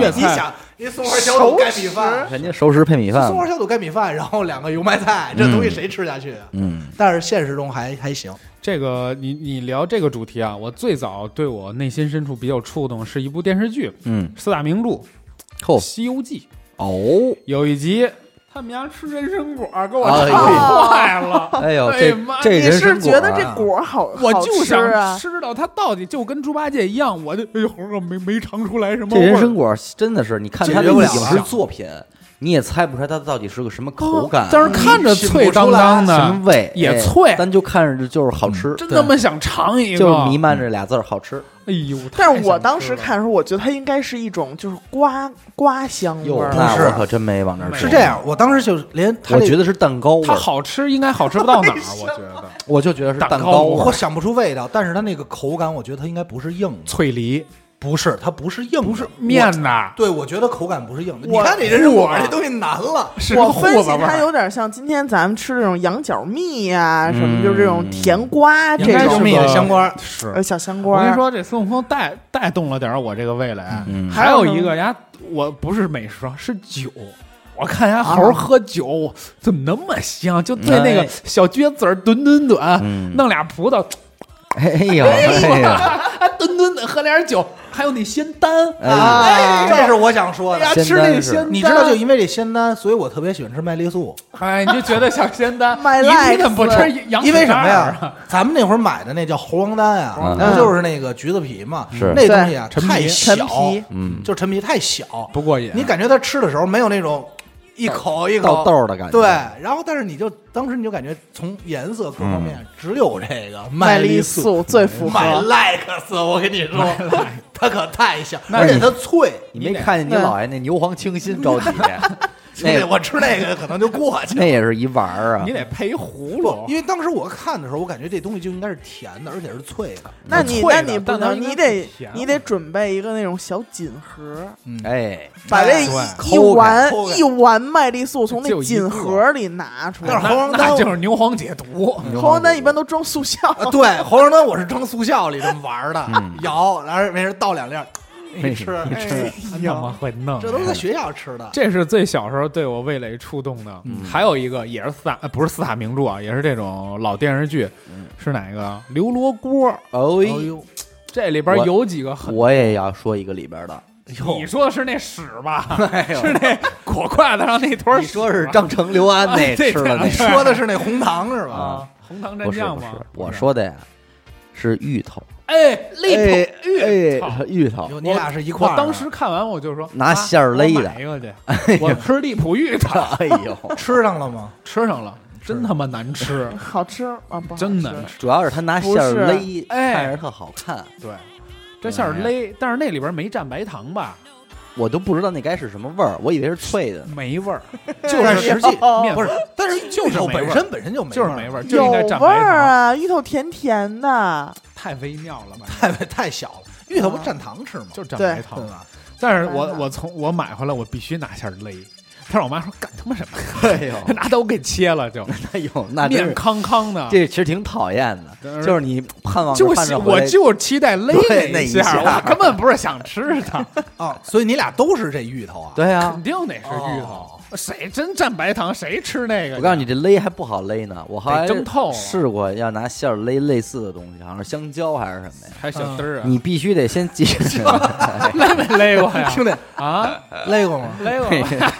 [SPEAKER 2] 粤
[SPEAKER 4] 你
[SPEAKER 2] 菜
[SPEAKER 4] 想，一松花小肚盖米饭，
[SPEAKER 1] 人家熟食配米饭
[SPEAKER 4] 松
[SPEAKER 1] 嘛
[SPEAKER 4] 花。小肚盖米饭，然后两个油麦菜，这东西谁吃下去啊？
[SPEAKER 1] 嗯
[SPEAKER 4] 但是现实中还还行，
[SPEAKER 2] 这个，你你聊这个主题啊，我最早对我内心深处比较触动是一部电视剧《
[SPEAKER 1] 嗯，
[SPEAKER 2] 四大名著：
[SPEAKER 1] 扣
[SPEAKER 2] 西游记》，
[SPEAKER 1] 哦，
[SPEAKER 2] 有一集他们家吃人参果儿给我
[SPEAKER 1] 哎
[SPEAKER 2] 馋
[SPEAKER 1] 呦
[SPEAKER 2] 坏 了，
[SPEAKER 3] 啊
[SPEAKER 1] 哎呦，
[SPEAKER 2] 哎
[SPEAKER 1] 这
[SPEAKER 2] 妈
[SPEAKER 1] 这
[SPEAKER 3] 你
[SPEAKER 1] 人参
[SPEAKER 3] 是
[SPEAKER 1] 果
[SPEAKER 3] 觉得
[SPEAKER 1] 啊
[SPEAKER 3] 这果儿好，
[SPEAKER 2] 我
[SPEAKER 3] 好
[SPEAKER 2] 就
[SPEAKER 3] 吃
[SPEAKER 2] 想
[SPEAKER 3] 啊？
[SPEAKER 2] 知道它到底就跟猪八戒一样，我就哎呦，猴儿没没尝出来什么
[SPEAKER 1] 这
[SPEAKER 2] 味
[SPEAKER 1] 人
[SPEAKER 2] 儿
[SPEAKER 1] 参。果真的是，你看
[SPEAKER 4] 解
[SPEAKER 1] 它的
[SPEAKER 4] 决不了
[SPEAKER 1] 影视
[SPEAKER 4] 了
[SPEAKER 1] 作品，你也猜不出来它到底是个什么口感，啊
[SPEAKER 2] 但是看着脆当当的，
[SPEAKER 1] 什么味
[SPEAKER 2] 也
[SPEAKER 1] 哎
[SPEAKER 2] 脆
[SPEAKER 1] 咱就看着就是好吃，
[SPEAKER 2] 真
[SPEAKER 1] 对
[SPEAKER 2] 他妈想尝一个，
[SPEAKER 1] 就是弥漫着俩字儿好吃。
[SPEAKER 2] 哎呦！
[SPEAKER 3] 但是我
[SPEAKER 2] 太想吃
[SPEAKER 3] 当时
[SPEAKER 2] 了
[SPEAKER 3] 看的时候，我觉得它应该是一种就是瓜瓜香味
[SPEAKER 1] 哟，
[SPEAKER 3] 儿，
[SPEAKER 1] 那
[SPEAKER 4] 不是
[SPEAKER 1] 我可真没往那儿
[SPEAKER 2] 没
[SPEAKER 1] 瞅
[SPEAKER 4] 是这，样，我当时就连他
[SPEAKER 1] 我觉
[SPEAKER 4] 这，
[SPEAKER 1] 得是蛋糕味
[SPEAKER 2] 它
[SPEAKER 1] 儿，
[SPEAKER 2] 好吃，应该好吃不到哪儿，啊我觉 得。
[SPEAKER 1] 我就觉得是
[SPEAKER 2] 蛋
[SPEAKER 1] 蛋
[SPEAKER 2] 糕
[SPEAKER 1] 糕味
[SPEAKER 4] 我
[SPEAKER 1] 儿。
[SPEAKER 4] 想不出味道，但是它那个口感，我觉得它应该不是硬的，
[SPEAKER 2] 脆梨
[SPEAKER 4] 不是，它不是硬的，
[SPEAKER 2] 不是面
[SPEAKER 4] 我。
[SPEAKER 2] 呐，
[SPEAKER 4] 对，我觉得口感不是硬的。你
[SPEAKER 3] 我
[SPEAKER 4] 看你人参果
[SPEAKER 2] 哇
[SPEAKER 4] 这东西难了，
[SPEAKER 2] 是
[SPEAKER 3] 我
[SPEAKER 2] 个
[SPEAKER 3] 分
[SPEAKER 2] 货
[SPEAKER 3] 析
[SPEAKER 2] 吧味
[SPEAKER 3] 它
[SPEAKER 2] 儿。
[SPEAKER 3] 有点像今天咱们吃这种羊角蜜呀、什么，
[SPEAKER 1] 嗯
[SPEAKER 3] 就是这种甜瓜
[SPEAKER 2] 应
[SPEAKER 3] 这
[SPEAKER 2] 该是
[SPEAKER 4] 是
[SPEAKER 3] 种
[SPEAKER 4] 蜜的香瓜儿，
[SPEAKER 2] 是
[SPEAKER 3] 呃小香
[SPEAKER 2] 我
[SPEAKER 3] 瓜。
[SPEAKER 2] 跟你，说，这孙悟空带带动了点儿我这个味蕾。
[SPEAKER 1] 嗯，
[SPEAKER 2] 还有一个人家，我不是美食，是酒。我看人家猴儿
[SPEAKER 3] 啊
[SPEAKER 2] 喝酒、怎么那么香，就对那个
[SPEAKER 1] 哎
[SPEAKER 2] 小撅嘴儿吨吨吨，
[SPEAKER 1] 嗯
[SPEAKER 2] 弄俩葡萄，
[SPEAKER 1] 哎呦，哎呀，
[SPEAKER 2] 还吨吨的喝点酒，还有那仙丹，
[SPEAKER 1] 哎呀
[SPEAKER 4] 哎，这是我想说
[SPEAKER 2] 哎
[SPEAKER 4] 的
[SPEAKER 2] 呀，。
[SPEAKER 1] 仙
[SPEAKER 2] 吃那
[SPEAKER 1] 丹是
[SPEAKER 2] 仙丹，
[SPEAKER 4] 你知道，就因为这仙丹，所以我特别喜欢吃麦丽素。
[SPEAKER 2] 哎，你就觉得像仙丹
[SPEAKER 3] My，
[SPEAKER 2] 你你怎么不吃
[SPEAKER 3] legs
[SPEAKER 2] 羊？
[SPEAKER 4] 因为什么
[SPEAKER 2] 啊
[SPEAKER 4] 呀？？咱们那会儿买的那叫猴王丹啊，
[SPEAKER 1] 嗯
[SPEAKER 4] 那就是那个橘子皮嘛，
[SPEAKER 1] 是
[SPEAKER 4] 那东西啊，
[SPEAKER 2] 陈皮
[SPEAKER 4] 太小
[SPEAKER 3] 陈，皮
[SPEAKER 1] 嗯，
[SPEAKER 4] 就陈皮太小，
[SPEAKER 2] 不过瘾，
[SPEAKER 4] 你感觉它吃的时候没有那种一口一
[SPEAKER 1] 倒
[SPEAKER 4] 口
[SPEAKER 1] 豆儿的感觉。
[SPEAKER 4] 对，然后但是你就当时你就感觉从颜色各方面只有这个麦
[SPEAKER 3] 丽
[SPEAKER 4] 素。
[SPEAKER 3] 素最符合。
[SPEAKER 4] 买 Lex，我跟你说，它可太香，
[SPEAKER 1] 那
[SPEAKER 4] 而且
[SPEAKER 1] 你
[SPEAKER 4] 它脆。
[SPEAKER 1] 你没看见你姥爷那牛黄清心着急，
[SPEAKER 4] 兄弟，
[SPEAKER 1] 那
[SPEAKER 4] 我吃那个可能就过 去
[SPEAKER 1] 那
[SPEAKER 4] 了。
[SPEAKER 1] 也是一玩儿啊
[SPEAKER 2] 你。得配一葫
[SPEAKER 4] 不，
[SPEAKER 2] 芦
[SPEAKER 4] 因。为当时我看的时候，我感觉这东西就应该是甜的，而且是脆的。
[SPEAKER 3] 那你
[SPEAKER 2] 脆
[SPEAKER 3] 那
[SPEAKER 2] 的
[SPEAKER 3] 你不
[SPEAKER 2] 但它
[SPEAKER 3] 能，
[SPEAKER 2] 应该
[SPEAKER 3] 你得
[SPEAKER 2] 不甜
[SPEAKER 3] 你得准备一个那种小锦盒，
[SPEAKER 4] 嗯，
[SPEAKER 1] 哎，
[SPEAKER 3] 把这
[SPEAKER 4] 对
[SPEAKER 3] 一一
[SPEAKER 1] 抠开
[SPEAKER 3] 丸
[SPEAKER 4] 抠开
[SPEAKER 3] 一丸麦丽素从
[SPEAKER 2] 就
[SPEAKER 3] 那
[SPEAKER 2] 一
[SPEAKER 3] 锦
[SPEAKER 2] 个
[SPEAKER 3] 盒里拿出
[SPEAKER 4] 但
[SPEAKER 3] 来
[SPEAKER 4] 是。猴王
[SPEAKER 2] 那
[SPEAKER 4] 丹
[SPEAKER 2] 那就是牛黄解毒，
[SPEAKER 1] 牛
[SPEAKER 3] 红
[SPEAKER 1] 黄
[SPEAKER 3] 丹
[SPEAKER 1] 酒
[SPEAKER 3] 一般都装速效，
[SPEAKER 4] 啊，对，猴王丹我是装速效里这么玩儿的，摇，然后没事倒两粒儿，一吃，哎
[SPEAKER 2] 你怎么会弄哎
[SPEAKER 4] 这？都是在学校吃的。
[SPEAKER 2] 这是最小时候对我味蕾触动的。还有一个也是四大，呃不是四大名著啊，也是这种老电视剧，是哪个？刘罗锅。
[SPEAKER 1] 哦
[SPEAKER 4] 哎呦，
[SPEAKER 2] 这里边
[SPEAKER 1] 我
[SPEAKER 2] 有几个很。
[SPEAKER 1] 我也要说一个里边儿的。
[SPEAKER 2] 你说的是那屎吧？
[SPEAKER 1] 哎呦
[SPEAKER 2] 是那果筷子上那坨屎吧。
[SPEAKER 1] 你说是张成刘安 那
[SPEAKER 2] 啊对
[SPEAKER 1] 吃了那
[SPEAKER 2] 对
[SPEAKER 1] 个？
[SPEAKER 4] 说的是那红糖是吧？
[SPEAKER 2] 啊，红糖蘸
[SPEAKER 1] 不是
[SPEAKER 2] 酱
[SPEAKER 1] 不是
[SPEAKER 2] 吗？，
[SPEAKER 1] 我说的呀是芋头，
[SPEAKER 2] 哎，栗
[SPEAKER 1] 哎
[SPEAKER 2] 头芋头
[SPEAKER 1] 哎，芋头，
[SPEAKER 4] 有你俩是一块儿
[SPEAKER 2] 我
[SPEAKER 4] 的。
[SPEAKER 2] 当时看完我就说，
[SPEAKER 1] 拿馅儿勒的
[SPEAKER 2] 啊我买一个 去，我吃荔浦芋头，
[SPEAKER 1] 哎呦，
[SPEAKER 4] 吃上了吗？
[SPEAKER 2] 吃上 了，真他妈难 吃，
[SPEAKER 3] 好吃啊！不好
[SPEAKER 2] 真
[SPEAKER 3] 吃
[SPEAKER 2] 难吃。
[SPEAKER 1] 主要是他拿馅儿勒，
[SPEAKER 2] 是哎
[SPEAKER 1] 看着特好看，
[SPEAKER 2] 对，这馅儿勒，但是那里边没蘸白糖吧？
[SPEAKER 1] 我都不知道那该是什么味儿，我以为是脆的呢。
[SPEAKER 2] 没 味儿，
[SPEAKER 4] 就
[SPEAKER 2] 但
[SPEAKER 4] 是
[SPEAKER 2] 是
[SPEAKER 4] 实际
[SPEAKER 2] 面
[SPEAKER 4] 不是， 但是
[SPEAKER 2] 就是
[SPEAKER 4] 芋头
[SPEAKER 2] 没味儿
[SPEAKER 4] 本身本身就没
[SPEAKER 2] 就是
[SPEAKER 4] 没
[SPEAKER 2] 没味儿，，就
[SPEAKER 3] 有
[SPEAKER 2] 应该
[SPEAKER 3] 味
[SPEAKER 2] 蘸白
[SPEAKER 3] 儿
[SPEAKER 2] 糖，
[SPEAKER 3] 啊！芋头甜甜 的，
[SPEAKER 2] 太微妙了吧？
[SPEAKER 4] 太太小了。芋头不蘸糖吃吗？
[SPEAKER 2] 啊就是蘸
[SPEAKER 3] 对
[SPEAKER 2] 白糖
[SPEAKER 1] 嗯
[SPEAKER 4] 对。吧？
[SPEAKER 2] 但是我
[SPEAKER 3] 白糖
[SPEAKER 2] 我从我买回来，我必须拿馅儿勒。但是我妈说干他妈什么呀？
[SPEAKER 1] 哎呦，
[SPEAKER 2] 拿刀给切了就，
[SPEAKER 1] 哎呦， 那真
[SPEAKER 2] 面
[SPEAKER 1] 是
[SPEAKER 2] 康康的。
[SPEAKER 1] 这其实挺讨厌的，就是你盼望着
[SPEAKER 2] 就
[SPEAKER 1] 盼
[SPEAKER 2] 喜
[SPEAKER 1] 着
[SPEAKER 2] 我
[SPEAKER 1] 回来
[SPEAKER 2] 就期待勒
[SPEAKER 1] 对那一
[SPEAKER 2] 下儿，
[SPEAKER 1] 下
[SPEAKER 2] 我根本不是想吃它，
[SPEAKER 4] 啊，所以你俩都是这芋头啊？哦
[SPEAKER 1] 对 啊哦
[SPEAKER 2] 肯。定得是芋头。谁真蘸白糖，谁吃那个？
[SPEAKER 1] 我告诉你，，这勒还不好勒呢，我还
[SPEAKER 2] 得蒸透了啊
[SPEAKER 1] 试过要拿馅儿勒类似的东西，好像是香蕉还是什么呀？
[SPEAKER 2] 还小嘚儿啊，
[SPEAKER 1] 你必须得先记 着，
[SPEAKER 2] 勒没勒 过呀？
[SPEAKER 4] 兄 弟，
[SPEAKER 2] 啊，
[SPEAKER 4] 勒过吗？
[SPEAKER 2] 勒过吗，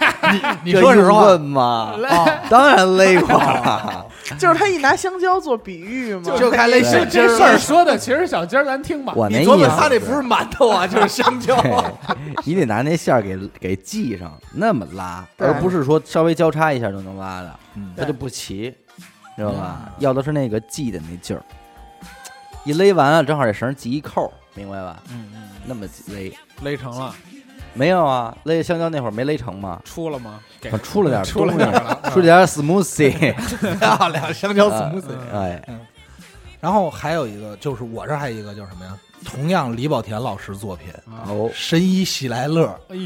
[SPEAKER 4] 你说实
[SPEAKER 1] 这
[SPEAKER 4] 话
[SPEAKER 1] 用问嘛，
[SPEAKER 2] 勒
[SPEAKER 1] 啊当然勒过了。
[SPEAKER 3] 就是他一拿香蕉做比喻嘛，
[SPEAKER 4] 就看勒
[SPEAKER 2] 这
[SPEAKER 4] 小鸡
[SPEAKER 2] 这
[SPEAKER 4] 儿
[SPEAKER 2] 事儿说的其实小鸡儿，咱听吧。
[SPEAKER 1] 我那
[SPEAKER 4] 你
[SPEAKER 1] 意
[SPEAKER 4] 琢
[SPEAKER 1] 思
[SPEAKER 4] 磨他那不是馒头啊，就是香蕉啊。
[SPEAKER 1] 对， 你得拿那馅儿给给系上，那么拉，
[SPEAKER 3] 对
[SPEAKER 1] 而不是说稍微交叉一下就能拉的，
[SPEAKER 4] 嗯
[SPEAKER 1] 它就不齐，知道
[SPEAKER 2] 嗯
[SPEAKER 1] 吧？要的是那个系的那劲儿，一勒完了，正好这绳儿系一扣，明白吧？
[SPEAKER 2] 嗯嗯，
[SPEAKER 1] 那么勒，
[SPEAKER 2] 勒成了，
[SPEAKER 1] 没有啊？勒香蕉那会儿没勒成吗？
[SPEAKER 2] 出了吗？给
[SPEAKER 1] 啊出了点
[SPEAKER 2] 出了
[SPEAKER 1] 东西
[SPEAKER 2] 点儿了，
[SPEAKER 1] 出了点儿 smoothie，
[SPEAKER 4] 漂亮，香蕉
[SPEAKER 1] 啊
[SPEAKER 4] smoothie。
[SPEAKER 1] 哎，
[SPEAKER 4] 然后还有一个就是我这儿还有一个就是什么呀？同样李保田老师作品
[SPEAKER 2] 啊。
[SPEAKER 1] 哦
[SPEAKER 4] 《神医喜来乐
[SPEAKER 2] 哎呦，》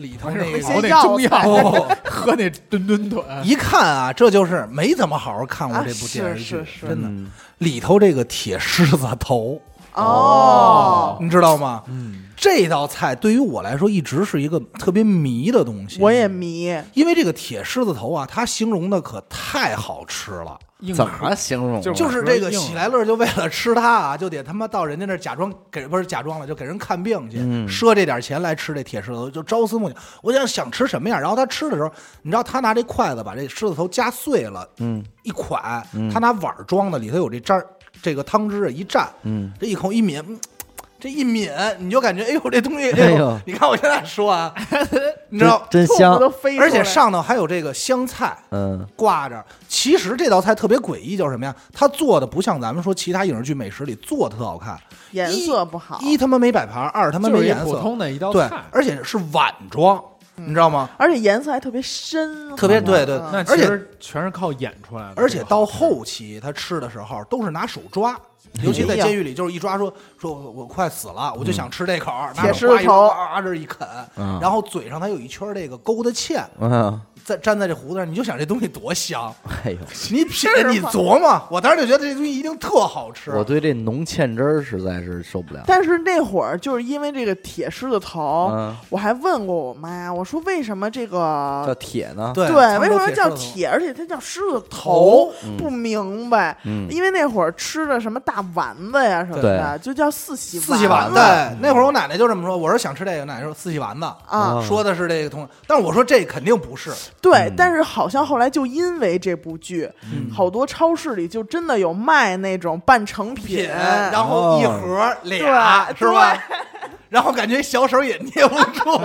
[SPEAKER 4] 里头
[SPEAKER 2] 还是
[SPEAKER 4] 那
[SPEAKER 3] 回
[SPEAKER 4] 个
[SPEAKER 3] 去
[SPEAKER 2] 熬那中药， 喝那墩墩腿，
[SPEAKER 4] 一看啊，这就是没怎么好好看过
[SPEAKER 3] 啊
[SPEAKER 4] 这部电视剧，
[SPEAKER 3] 是是是
[SPEAKER 4] 真的。
[SPEAKER 1] 嗯
[SPEAKER 4] 里头这个铁狮子头，
[SPEAKER 3] 哦，
[SPEAKER 4] 你知道吗？
[SPEAKER 2] 嗯，
[SPEAKER 4] 这道菜对于我来说一直是一个特别迷的东西。
[SPEAKER 3] 我也迷，
[SPEAKER 4] 因为这个铁狮子头啊，它形容的可太好吃了，
[SPEAKER 2] 硬
[SPEAKER 1] 怎么形容啊？
[SPEAKER 2] 就是
[SPEAKER 4] 就是这个
[SPEAKER 2] 硬
[SPEAKER 4] 喜来乐就为了吃它啊，就得他妈到人家那儿假装给不是假装了，就给人看病去，
[SPEAKER 1] 嗯
[SPEAKER 4] 赊这点钱来吃这铁狮子头，就朝思暮想。我想想吃什么样，然后他吃的时候，你知道他拿这筷子把这狮子头夹碎了，
[SPEAKER 1] 嗯
[SPEAKER 4] 一蒯，他拿碗装的，里头有这汁儿，这个汤汁啊一蘸，
[SPEAKER 1] 嗯，
[SPEAKER 4] 这一口一抿，嗯这一抿你就感觉，哎呦，这东西，
[SPEAKER 1] 哎呦
[SPEAKER 4] 你看我现在说 啊，你知道，
[SPEAKER 1] 真
[SPEAKER 3] 唾沫
[SPEAKER 1] 香，
[SPEAKER 3] 都飞出来，
[SPEAKER 4] 而且上头还有这个香菜
[SPEAKER 1] 嗯
[SPEAKER 4] 挂着。其实这道菜特别诡异，就是什么呀？它做的不像咱们说其他影视剧美食里做的特好看，
[SPEAKER 3] 颜色不好，
[SPEAKER 4] 一他妈没摆盘，二他妈
[SPEAKER 2] 就
[SPEAKER 4] 没
[SPEAKER 2] 是一
[SPEAKER 4] 颜
[SPEAKER 2] 普
[SPEAKER 4] 色，
[SPEAKER 2] 通的一道
[SPEAKER 4] 对
[SPEAKER 2] 菜，，
[SPEAKER 4] 而且是碗装，
[SPEAKER 3] 嗯
[SPEAKER 4] 你知道吗？
[SPEAKER 3] 而且颜色还特别深，
[SPEAKER 4] 特别
[SPEAKER 3] 好
[SPEAKER 4] 对对
[SPEAKER 3] 嗯
[SPEAKER 2] 那
[SPEAKER 4] 而
[SPEAKER 2] 其
[SPEAKER 4] 且
[SPEAKER 2] 实全是靠演出来的，
[SPEAKER 4] 而且到后期他吃的时候都是拿手抓，
[SPEAKER 3] 哎
[SPEAKER 4] 尤其在监狱里，就是一抓说说我我快死了，我就想吃这口，拿
[SPEAKER 3] 嗯铁
[SPEAKER 4] 手抓
[SPEAKER 3] 狮
[SPEAKER 4] 一
[SPEAKER 3] 子头
[SPEAKER 4] 啊这一啃，
[SPEAKER 1] 嗯
[SPEAKER 4] 然后嘴上它有一圈这个勾的芡，
[SPEAKER 1] 嗯，
[SPEAKER 4] 在粘在这胡子上，你就想这东西多香，
[SPEAKER 1] 哎呦，
[SPEAKER 4] 你品
[SPEAKER 3] 是吗
[SPEAKER 4] 你琢磨，我当时就觉得这东西一定特好吃。
[SPEAKER 1] 我对这浓芡汁儿实在是受不了。
[SPEAKER 3] 但是那会儿就是因为这个铁狮子头，
[SPEAKER 1] 嗯，
[SPEAKER 3] 我还问过我妈，我说为什么这
[SPEAKER 1] 叫
[SPEAKER 3] 个
[SPEAKER 1] 铁呢？
[SPEAKER 4] 对，
[SPEAKER 3] 对为什
[SPEAKER 4] 沧州
[SPEAKER 3] 么叫
[SPEAKER 4] 狮子头？
[SPEAKER 3] 铁，而且它叫狮子
[SPEAKER 4] 头
[SPEAKER 3] 头，不明白。
[SPEAKER 1] 嗯，
[SPEAKER 3] 因为那会儿吃的什么大丸子呀什么的，就叫四喜
[SPEAKER 4] 四喜
[SPEAKER 3] 丸
[SPEAKER 4] 丸子，那会儿我奶奶就这么说，我说想吃这个，奶奶说四喜丸子，
[SPEAKER 3] 啊
[SPEAKER 1] 嗯。
[SPEAKER 4] 说的是这个同，但是我说这肯定不是，
[SPEAKER 3] 对
[SPEAKER 1] 嗯，
[SPEAKER 3] 但是好像后来就因为这部剧，
[SPEAKER 4] 嗯
[SPEAKER 3] 好多超市里就真的有卖那种半成
[SPEAKER 4] 品，
[SPEAKER 3] 品，哦
[SPEAKER 4] 然后一盒俩，
[SPEAKER 3] 对
[SPEAKER 4] 是吧？ 然后感觉小手也捏不 住，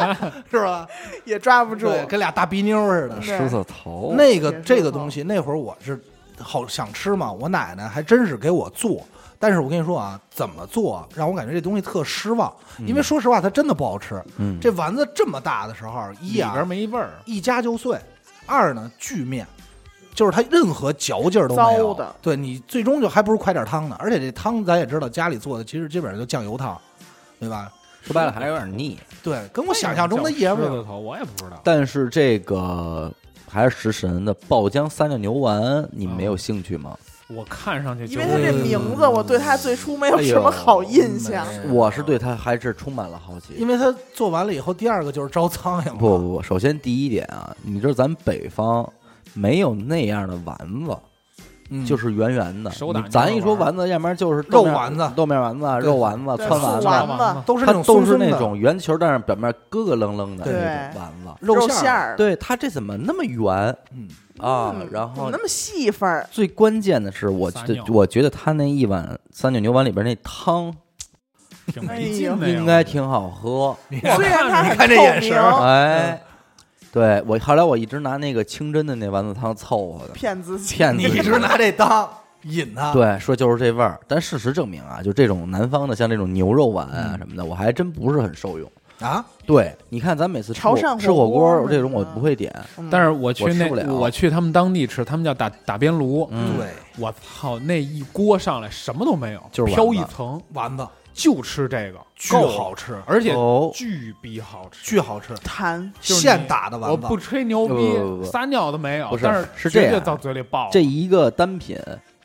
[SPEAKER 4] 是吧？
[SPEAKER 3] 也抓不住。
[SPEAKER 4] 对，跟俩大逼妞似的。
[SPEAKER 3] 对
[SPEAKER 1] 狮子头，
[SPEAKER 4] 那个
[SPEAKER 3] 也是
[SPEAKER 4] 这个东西，那会儿我是好想吃嘛，我奶奶还真是给我做。但是我跟你说啊，怎么做让我感觉这东西特失望，
[SPEAKER 3] 嗯
[SPEAKER 4] 因为说实话，它真的不好吃。
[SPEAKER 1] 嗯
[SPEAKER 4] 这丸子这么大的时候，一
[SPEAKER 2] 里
[SPEAKER 4] 啊
[SPEAKER 2] 边没味儿，
[SPEAKER 4] 一夹就碎，二呢巨面，就是它任何嚼劲儿都没
[SPEAKER 3] 糟
[SPEAKER 4] 有
[SPEAKER 3] 的
[SPEAKER 4] 对你最终就还不如快点汤呢。而且这汤咱也知道，家里做的其实基本上就酱油汤，对吧？
[SPEAKER 1] 说白了还是有点腻。啊
[SPEAKER 4] 对，跟我想象中的
[SPEAKER 3] 哎
[SPEAKER 4] 嗯
[SPEAKER 2] 那
[SPEAKER 4] 爷
[SPEAKER 2] 哎叫
[SPEAKER 4] 们
[SPEAKER 2] 狮
[SPEAKER 4] 儿
[SPEAKER 2] 子头，我也不知道。
[SPEAKER 1] 但是这个还是食神的爆浆三料牛丸，你
[SPEAKER 2] 嗯
[SPEAKER 1] 没有兴趣吗？
[SPEAKER 2] 我看上去就
[SPEAKER 3] 因为它这名字，我对它最初没有
[SPEAKER 1] 哎呦
[SPEAKER 3] 什么好印象。
[SPEAKER 4] 没
[SPEAKER 1] 我是对它还是充满了好奇。
[SPEAKER 4] 因为他做完了以后，第二个就是招苍蝇嘛。
[SPEAKER 1] 不不不，首先第一点啊，你知道咱北方没有那样的丸子，
[SPEAKER 4] 嗯
[SPEAKER 1] 就是圆圆的。
[SPEAKER 2] 手打
[SPEAKER 1] 你咱一说
[SPEAKER 2] 牛肉丸
[SPEAKER 1] 丸子，要不然就是
[SPEAKER 4] 肉
[SPEAKER 1] 豆面
[SPEAKER 4] 丸子
[SPEAKER 1] 豆面丸子、啊肉丸子、
[SPEAKER 3] 对
[SPEAKER 1] 汆
[SPEAKER 3] 素
[SPEAKER 1] 丸
[SPEAKER 3] 丸
[SPEAKER 1] 子，
[SPEAKER 3] 子
[SPEAKER 4] 都是
[SPEAKER 1] 它
[SPEAKER 4] 种
[SPEAKER 1] 都
[SPEAKER 4] 松
[SPEAKER 1] 是
[SPEAKER 4] 松的
[SPEAKER 1] 那种圆球，但是表面咯咯楞楞的
[SPEAKER 4] 对
[SPEAKER 1] 那种丸子。
[SPEAKER 4] 肉
[SPEAKER 3] 馅
[SPEAKER 4] 儿。
[SPEAKER 3] 儿，
[SPEAKER 1] 对它这怎么那么圆
[SPEAKER 4] 嗯，
[SPEAKER 1] 啊
[SPEAKER 3] 嗯？
[SPEAKER 1] 然
[SPEAKER 3] 怎么
[SPEAKER 1] 后
[SPEAKER 3] 那么细份儿？
[SPEAKER 1] 最关键的是，我
[SPEAKER 2] 撒
[SPEAKER 1] 觉
[SPEAKER 2] 尿
[SPEAKER 1] 我觉得他那一碗三九牛丸里边那汤
[SPEAKER 2] 挺没劲的呀，
[SPEAKER 1] 应该挺好喝。
[SPEAKER 3] 虽然 它
[SPEAKER 4] 你
[SPEAKER 3] 很
[SPEAKER 4] 看这眼神儿
[SPEAKER 3] 透
[SPEAKER 2] 嗯
[SPEAKER 3] 明，
[SPEAKER 1] 哎，对我后来我一直拿那个清真的那丸子汤凑合的，
[SPEAKER 3] 骗自己。
[SPEAKER 1] 骗
[SPEAKER 4] 你
[SPEAKER 1] 自己
[SPEAKER 4] 一直拿这当引
[SPEAKER 2] 啊
[SPEAKER 4] 他。，
[SPEAKER 1] 对，说就是这味儿，但事实证明啊，就这种南方的，像这种牛肉丸
[SPEAKER 3] 嗯
[SPEAKER 1] 啊什么的，我还真不是很受用。
[SPEAKER 4] 啊，
[SPEAKER 1] 对，你看咱每次吃
[SPEAKER 3] 潮
[SPEAKER 1] 火
[SPEAKER 3] 汕
[SPEAKER 1] 吃火
[SPEAKER 3] 火锅
[SPEAKER 1] 锅
[SPEAKER 3] 儿
[SPEAKER 1] 这种，我
[SPEAKER 3] 什么的
[SPEAKER 1] 不会点。
[SPEAKER 3] 嗯
[SPEAKER 2] 但是我去
[SPEAKER 1] 我吃
[SPEAKER 2] 那
[SPEAKER 1] 不了
[SPEAKER 2] 我去他们当地吃，他们叫打打边炉，
[SPEAKER 1] 嗯，
[SPEAKER 4] 对，
[SPEAKER 2] 我操，那一锅上来什么都没有，
[SPEAKER 1] 就是
[SPEAKER 2] 飘
[SPEAKER 1] 丸
[SPEAKER 2] 一
[SPEAKER 1] 子
[SPEAKER 2] 层，
[SPEAKER 4] 丸子
[SPEAKER 2] 就吃这个，
[SPEAKER 4] 巨
[SPEAKER 2] 够
[SPEAKER 4] 好
[SPEAKER 2] 了，
[SPEAKER 4] 吃，
[SPEAKER 2] 而且
[SPEAKER 1] 哦
[SPEAKER 2] 巨逼好吃。
[SPEAKER 4] 巨好吃，
[SPEAKER 3] 嗯弹
[SPEAKER 2] 就是你
[SPEAKER 4] 现打的
[SPEAKER 2] 我
[SPEAKER 4] 丸子
[SPEAKER 2] 不。吹牛
[SPEAKER 1] 不不不不
[SPEAKER 2] 逼，撒尿都没有，
[SPEAKER 1] 不是
[SPEAKER 2] 但
[SPEAKER 1] 是这
[SPEAKER 2] 绝对
[SPEAKER 1] 样
[SPEAKER 2] 到嘴里爆。
[SPEAKER 1] 这一个单品，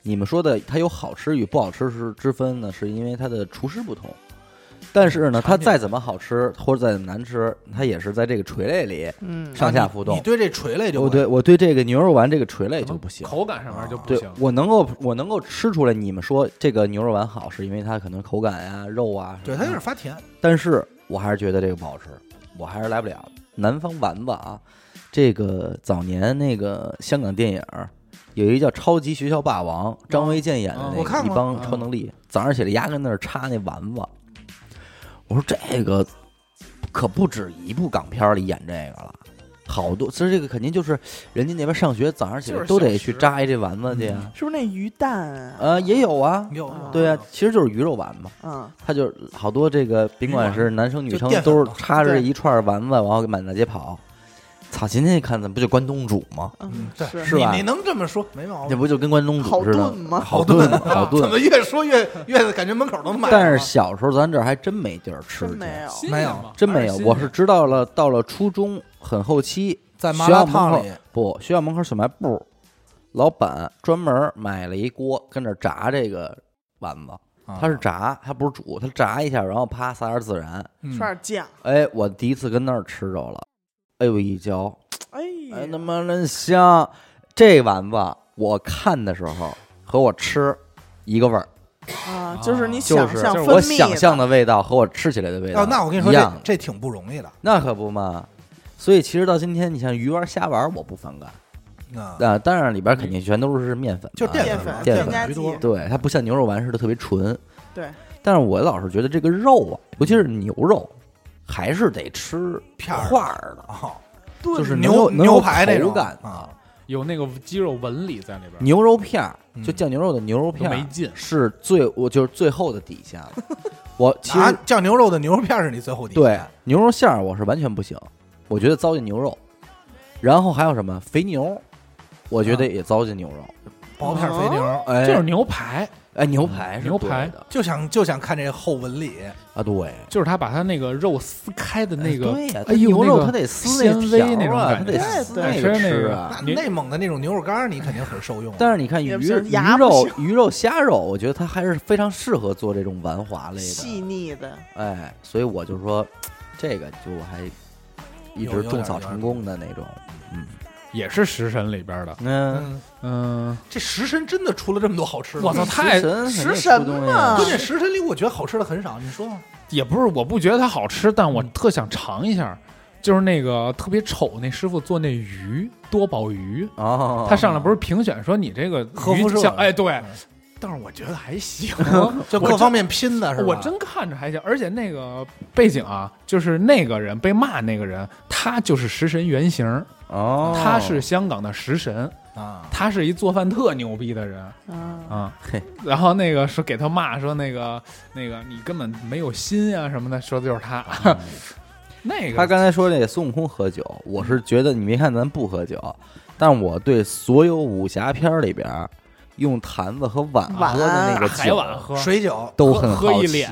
[SPEAKER 1] 你们说的它有好吃与不好吃之之分呢，是因为它的厨师不同。但是呢，它再怎么好吃或者再怎么难吃，它也是在这个垂类里
[SPEAKER 3] 嗯，
[SPEAKER 1] 上下浮
[SPEAKER 4] 你
[SPEAKER 1] 动。
[SPEAKER 4] 对这垂类就
[SPEAKER 1] 我
[SPEAKER 4] 不
[SPEAKER 1] 对我对这个牛肉丸这个垂类就不行。
[SPEAKER 2] 口感上面就不
[SPEAKER 1] 对
[SPEAKER 2] 行。
[SPEAKER 1] 我能够我能够吃出来，你们说这个牛肉丸好，是因为它可能口感呀、肉啊什
[SPEAKER 4] 对
[SPEAKER 1] 么的。
[SPEAKER 4] 它有点发甜，
[SPEAKER 1] 但是我还是觉得这个不好吃，我还是来不了。南方丸子啊，这个早年那个香港电影儿有一个叫《超级学校霸王》，张卫健演的
[SPEAKER 2] 嗯
[SPEAKER 1] 那
[SPEAKER 4] 我
[SPEAKER 1] 个
[SPEAKER 4] 看
[SPEAKER 1] 一
[SPEAKER 4] 过
[SPEAKER 1] 帮超能力，早上起来压根那儿插那丸子。我说这个可不止一部港片儿里演这个了。好多，其实这个肯定就是人家那边上学，早上起来
[SPEAKER 2] 就是
[SPEAKER 1] 都得
[SPEAKER 2] 小
[SPEAKER 1] 去
[SPEAKER 2] 吃
[SPEAKER 1] 扎一这丸子去呀。
[SPEAKER 3] 是不是那鱼蛋啊？
[SPEAKER 1] 呃，也有啊，
[SPEAKER 4] 有
[SPEAKER 3] 啊
[SPEAKER 1] 对啊，其实就是鱼肉丸嘛。
[SPEAKER 3] 嗯，
[SPEAKER 1] 他就好多这个，甭管是男生女生
[SPEAKER 4] 就淀，粉
[SPEAKER 1] 都
[SPEAKER 4] 嘛
[SPEAKER 1] 是插着
[SPEAKER 3] 对
[SPEAKER 1] 一串丸子，然后满大街跑。操，今天一看怎么不就关东煮吗？
[SPEAKER 3] 嗯，
[SPEAKER 4] 对，
[SPEAKER 3] 是
[SPEAKER 1] 是吧
[SPEAKER 4] 你你能这么说没毛
[SPEAKER 1] 那
[SPEAKER 4] 病？
[SPEAKER 1] 不就跟关东煮
[SPEAKER 3] 好
[SPEAKER 1] 似的
[SPEAKER 3] 炖？吗？
[SPEAKER 1] 好炖，好
[SPEAKER 4] 怎
[SPEAKER 1] 炖。
[SPEAKER 4] 么越说越越感觉门口都卖了？
[SPEAKER 1] 但是小时候咱这儿还真没地儿吃去，
[SPEAKER 3] 真没有。啊
[SPEAKER 2] 新
[SPEAKER 4] 没
[SPEAKER 2] 鲜
[SPEAKER 4] 有
[SPEAKER 2] 嘛
[SPEAKER 1] 真没有。
[SPEAKER 2] 还
[SPEAKER 1] 我是
[SPEAKER 2] 新
[SPEAKER 1] 知道了，到了初中很后期，
[SPEAKER 4] 在麻
[SPEAKER 1] 学
[SPEAKER 4] 辣
[SPEAKER 1] 校门口
[SPEAKER 4] 烫里，
[SPEAKER 1] 不，学校门口小卖部老板专门买了一锅，跟那儿炸这个丸子，
[SPEAKER 4] 啊
[SPEAKER 1] 它是炸，它不是煮，它炸一下，然后啪撒点孜然。
[SPEAKER 3] 吃点酱，
[SPEAKER 1] 哎，我第一次跟那儿吃着了，哎呦一嚼，
[SPEAKER 3] 哎呀，
[SPEAKER 1] 哎他妈真香！这丸子我看的时候和我吃一个味儿，
[SPEAKER 3] 啊，就是你
[SPEAKER 1] 就
[SPEAKER 3] 想
[SPEAKER 1] 是
[SPEAKER 3] 象
[SPEAKER 2] 就是
[SPEAKER 3] 分
[SPEAKER 1] 我
[SPEAKER 3] 泌
[SPEAKER 1] 想象
[SPEAKER 3] 的
[SPEAKER 1] 的味道和我吃起来的味道。
[SPEAKER 4] 哦，那我跟你说，
[SPEAKER 1] 一样
[SPEAKER 4] 这这挺不容易的。
[SPEAKER 1] 那可不嘛。所以其实到今天，你像鱼丸、虾丸，我不反感
[SPEAKER 4] 啊，
[SPEAKER 1] 啊，当然里边肯定全都是面粉嘛，
[SPEAKER 4] 就是淀
[SPEAKER 3] 淀粉
[SPEAKER 1] 淀
[SPEAKER 4] 淀
[SPEAKER 1] 粉
[SPEAKER 3] 加
[SPEAKER 4] 居
[SPEAKER 3] 剂
[SPEAKER 4] 多。
[SPEAKER 1] 对，它不像牛肉丸似的特别纯。
[SPEAKER 3] 对，
[SPEAKER 1] 但是我老是觉得这个肉啊，尤其是牛肉，还是得吃
[SPEAKER 4] 片儿
[SPEAKER 1] 块儿的，
[SPEAKER 4] 哦，
[SPEAKER 3] 炖
[SPEAKER 1] 就是
[SPEAKER 4] 牛
[SPEAKER 1] 能有能有
[SPEAKER 4] 牛排那种
[SPEAKER 1] 口感
[SPEAKER 4] 啊。
[SPEAKER 2] 有那个鸡肉纹理在里边，
[SPEAKER 1] 牛肉片儿，
[SPEAKER 4] 嗯
[SPEAKER 1] 就酱牛肉的牛肉
[SPEAKER 2] 都
[SPEAKER 1] 片
[SPEAKER 2] 没
[SPEAKER 1] 儿，
[SPEAKER 2] 劲。
[SPEAKER 1] 是最我就是最后的底 线了。我其
[SPEAKER 4] 拿
[SPEAKER 1] 实
[SPEAKER 4] 酱牛肉的牛肉片是你最后底
[SPEAKER 1] 对
[SPEAKER 4] 线
[SPEAKER 1] 牛肉馅儿我是完全不行，我觉得糟践牛肉。然后还有什么肥牛，我觉得
[SPEAKER 4] 啊
[SPEAKER 1] 也糟践牛肉。
[SPEAKER 4] 薄片肥牛，
[SPEAKER 1] 哎，
[SPEAKER 2] 就是牛排，
[SPEAKER 1] 哎牛排是
[SPEAKER 2] 嗯牛
[SPEAKER 1] 对
[SPEAKER 2] 排
[SPEAKER 1] 的
[SPEAKER 4] 就想就想看这后纹理，
[SPEAKER 1] 啊，对。
[SPEAKER 2] 就是他把他那个肉撕开的那个，
[SPEAKER 1] 对呀，
[SPEAKER 2] 哎
[SPEAKER 1] 它
[SPEAKER 2] 呦，
[SPEAKER 1] 牛
[SPEAKER 2] 那
[SPEAKER 1] 肉
[SPEAKER 2] 个
[SPEAKER 1] 它得撕
[SPEAKER 2] 纤
[SPEAKER 1] 那
[SPEAKER 2] 维那
[SPEAKER 1] 条
[SPEAKER 2] 种
[SPEAKER 1] 啊，它
[SPEAKER 2] 感
[SPEAKER 1] 得
[SPEAKER 2] 觉
[SPEAKER 1] 撕
[SPEAKER 3] 对
[SPEAKER 1] 那
[SPEAKER 2] 对
[SPEAKER 1] 个
[SPEAKER 2] 吃那
[SPEAKER 1] 吃
[SPEAKER 2] 个
[SPEAKER 1] 啊。
[SPEAKER 4] 那
[SPEAKER 2] 你
[SPEAKER 4] 内蒙的那种牛肉干儿你肯定很受用啊。
[SPEAKER 1] 但是你看鱼
[SPEAKER 3] 也不行
[SPEAKER 1] 鱼
[SPEAKER 3] 牙不
[SPEAKER 1] 肉
[SPEAKER 3] 行
[SPEAKER 1] 鱼肉虾肉，我觉得它还是非常适合做这种丸滑类
[SPEAKER 3] 细
[SPEAKER 1] 的，
[SPEAKER 3] 腻的，
[SPEAKER 1] 哎，所以我就说这个就我还一
[SPEAKER 4] 有
[SPEAKER 1] 直
[SPEAKER 4] 有点
[SPEAKER 1] 种
[SPEAKER 4] 儿
[SPEAKER 1] 草
[SPEAKER 4] 有点儿
[SPEAKER 1] 成功的那种，
[SPEAKER 2] 也是食神里边的。
[SPEAKER 1] 嗯，
[SPEAKER 4] 嗯，
[SPEAKER 2] 嗯，
[SPEAKER 4] 这食神真的出了这么多好吃的。
[SPEAKER 2] 我操，太
[SPEAKER 1] 神
[SPEAKER 3] 食
[SPEAKER 1] 肯定出
[SPEAKER 3] 神
[SPEAKER 1] 东西
[SPEAKER 3] 嘛
[SPEAKER 1] 啊
[SPEAKER 4] 关键食神里我觉得好吃的很少，你说吧。
[SPEAKER 2] 也不是，我不觉得它好吃，但
[SPEAKER 1] 嗯
[SPEAKER 2] 我特想尝一下。就是那个特别丑那师傅做那鱼多宝鱼，
[SPEAKER 1] 哦，
[SPEAKER 2] 他上来不是评选说你这个
[SPEAKER 4] 核
[SPEAKER 2] 鱼
[SPEAKER 4] 辐射
[SPEAKER 2] 像哎对
[SPEAKER 4] 嗯，
[SPEAKER 2] 但是我觉得 还行，
[SPEAKER 4] 就
[SPEAKER 2] 我
[SPEAKER 4] 各
[SPEAKER 2] 真
[SPEAKER 4] 方面拼的是吧？
[SPEAKER 2] 我真看着还行，而且那个背景啊，就是那个人被骂那个人，他就是食神原型，
[SPEAKER 1] 哦，
[SPEAKER 2] 他是香港的食神，
[SPEAKER 4] 啊，
[SPEAKER 2] 他是一做饭特牛逼的人
[SPEAKER 3] 啊，
[SPEAKER 2] 啊。
[SPEAKER 1] 嘿
[SPEAKER 2] 然后那个说给他骂说那个那个你根本没有心啊什么的，说的就是他。啊那个
[SPEAKER 1] 嗯他刚才说那孙悟空喝酒，我是觉得你别看咱不喝酒，但我对所有武侠片儿里边儿用坛子和碗
[SPEAKER 3] 碗
[SPEAKER 1] 喝的那个
[SPEAKER 2] 海
[SPEAKER 1] 酒
[SPEAKER 2] 碗喝
[SPEAKER 4] 水酒
[SPEAKER 1] 都
[SPEAKER 2] 喝
[SPEAKER 1] 很
[SPEAKER 2] 喝
[SPEAKER 1] 好
[SPEAKER 2] 一
[SPEAKER 1] 奇
[SPEAKER 2] 脸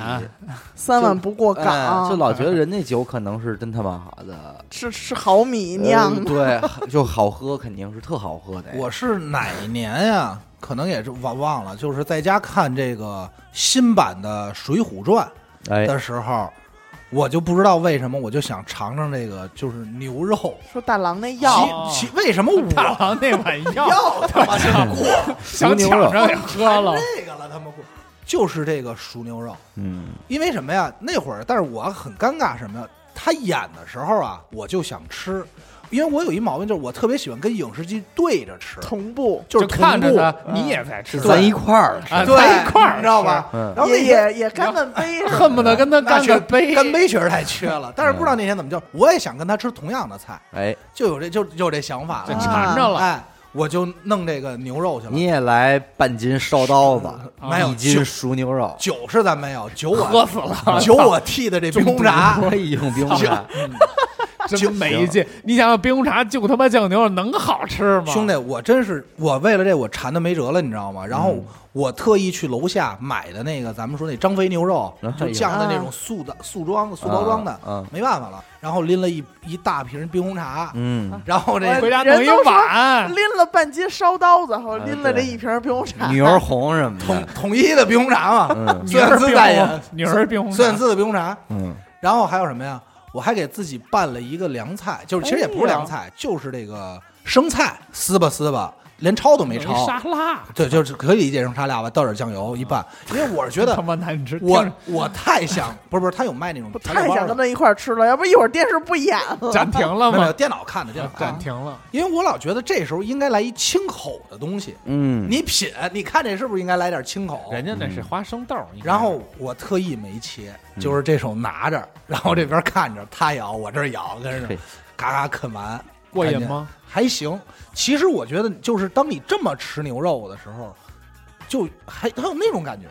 [SPEAKER 3] 三碗不啊过
[SPEAKER 1] 哎，
[SPEAKER 3] 岗，
[SPEAKER 1] 就老觉得人那酒可能是真他妈好的，
[SPEAKER 3] 是是毫米酿
[SPEAKER 1] 呃
[SPEAKER 3] 的，
[SPEAKER 1] 对，就好喝，肯定是特好喝的。
[SPEAKER 4] 我是哪一年呀、可能也是忘忘了，就是在家看这个新版的《水浒传》
[SPEAKER 1] 哎，
[SPEAKER 4] 的时候，我就不知道为什么，我就想尝尝这个就是牛肉。
[SPEAKER 3] 说大郎那药，
[SPEAKER 2] 哦
[SPEAKER 4] 其其为什么我
[SPEAKER 2] 大郎那 碗药，
[SPEAKER 4] 要他妈这过
[SPEAKER 1] 熟
[SPEAKER 2] 想
[SPEAKER 1] 牛
[SPEAKER 2] 抢
[SPEAKER 1] 肉，
[SPEAKER 2] 着给喝了。
[SPEAKER 4] 这个了？他妈过就是这个熟牛肉，
[SPEAKER 1] 嗯，
[SPEAKER 4] 因为什么呀？那会儿，但是我很尴尬，什么呀？他演的时候啊，我就想吃，因为我有一毛病，就是我特别喜欢跟影视剧对着吃，
[SPEAKER 3] 同步，
[SPEAKER 4] 就
[SPEAKER 2] 就是看着
[SPEAKER 4] 同步嗯
[SPEAKER 2] 他，你也在吃，
[SPEAKER 1] 咱一块儿吃，
[SPEAKER 2] 啊，
[SPEAKER 4] 对
[SPEAKER 2] 在一块儿，
[SPEAKER 4] 你知道吧？
[SPEAKER 1] 嗯
[SPEAKER 4] 然后那
[SPEAKER 3] 也
[SPEAKER 4] 天
[SPEAKER 3] 也也干干杯
[SPEAKER 2] 是？，恨不得跟他
[SPEAKER 4] 那
[SPEAKER 2] 干
[SPEAKER 4] 确
[SPEAKER 2] 个杯，嗯
[SPEAKER 4] 干杯确实太缺了，但是不知道那天怎么就，我也想跟他吃同样的菜，
[SPEAKER 1] 哎，
[SPEAKER 4] 就有这就就有这想法
[SPEAKER 2] 就
[SPEAKER 4] 了，
[SPEAKER 2] 馋着了。
[SPEAKER 4] 哎，我就弄这个牛肉去了。
[SPEAKER 1] 你也来半斤烧刀子，
[SPEAKER 4] 没有
[SPEAKER 1] 一斤
[SPEAKER 4] 酒
[SPEAKER 1] 熟牛肉，
[SPEAKER 4] 酒是咱没有，酒
[SPEAKER 2] 喝
[SPEAKER 4] 我
[SPEAKER 2] 死了，
[SPEAKER 4] 哎酒我替的这冰红茶，
[SPEAKER 1] 可以用冰茶，
[SPEAKER 2] 真没劲！你想想，冰红茶就他妈酱牛肉能好吃吗？
[SPEAKER 4] 兄弟，我真是我为了这我馋的没辙了，你知道吗？然后
[SPEAKER 1] 嗯
[SPEAKER 4] 我特意去楼下买的那个咱们说那张肥牛肉
[SPEAKER 2] 啊
[SPEAKER 1] 哎呦，
[SPEAKER 4] 就酱的那种速的速装速包装的，
[SPEAKER 1] 嗯
[SPEAKER 4] 没办法了。然后拎了一一大瓶冰红茶，
[SPEAKER 1] 嗯，
[SPEAKER 4] 然后这
[SPEAKER 2] 回家弄一碗，
[SPEAKER 3] 拎了半斤烧刀子，后
[SPEAKER 1] 嗯
[SPEAKER 3] 拎了这
[SPEAKER 1] 对
[SPEAKER 3] 一瓶冰红茶，
[SPEAKER 1] 牛儿红什么
[SPEAKER 4] 统
[SPEAKER 1] 的，
[SPEAKER 4] 统一的冰红茶嘛，
[SPEAKER 1] 嗯
[SPEAKER 2] 女
[SPEAKER 4] 孙
[SPEAKER 2] 儿
[SPEAKER 4] 燕姿代
[SPEAKER 2] 冰
[SPEAKER 4] 言
[SPEAKER 2] 红，，女儿冰红 茶
[SPEAKER 4] 孙燕姿的冰红茶。
[SPEAKER 1] 嗯，
[SPEAKER 4] 然后还有什么呀？我还给自己拌了一个凉菜，就是
[SPEAKER 2] 哎
[SPEAKER 4] 其实也不是凉菜，就是这个生菜撕吧撕吧，连焯都没
[SPEAKER 2] 有一
[SPEAKER 4] 焯。
[SPEAKER 2] 沙拉，
[SPEAKER 4] 对，就是可以理解成沙拉吧，倒点酱油一 拌，因为我是觉
[SPEAKER 2] 真
[SPEAKER 4] 得
[SPEAKER 2] 他妈难吃。
[SPEAKER 4] 我
[SPEAKER 2] 听着
[SPEAKER 4] 我太想， 不是不是，他有卖那种
[SPEAKER 3] 我
[SPEAKER 4] 调料
[SPEAKER 3] 太
[SPEAKER 4] 包
[SPEAKER 3] 想
[SPEAKER 4] 的
[SPEAKER 3] 跟他一块儿吃了，要不一会儿电视不演了。
[SPEAKER 2] 暂停了
[SPEAKER 4] 没有没有
[SPEAKER 2] 吗？啊
[SPEAKER 4] 电脑看的电脑看
[SPEAKER 2] 暂
[SPEAKER 4] 的，
[SPEAKER 2] 停了，
[SPEAKER 4] 因为我老觉得这时候应该来一清口的东西，
[SPEAKER 1] 嗯，
[SPEAKER 4] 你品，你看这是不是应该来点清口？
[SPEAKER 2] 人家那是花生豆。应该
[SPEAKER 4] 哦嗯然后我特意没切，就是这手拿着，然后这边看着他咬，我这儿咬，跟着
[SPEAKER 1] 嘿
[SPEAKER 4] 嘎嘎啃完，
[SPEAKER 2] 过瘾
[SPEAKER 4] 感觉
[SPEAKER 2] 吗？
[SPEAKER 4] 还行。其实我觉得，就是当你这么吃牛肉的时候，就还它有那种感觉，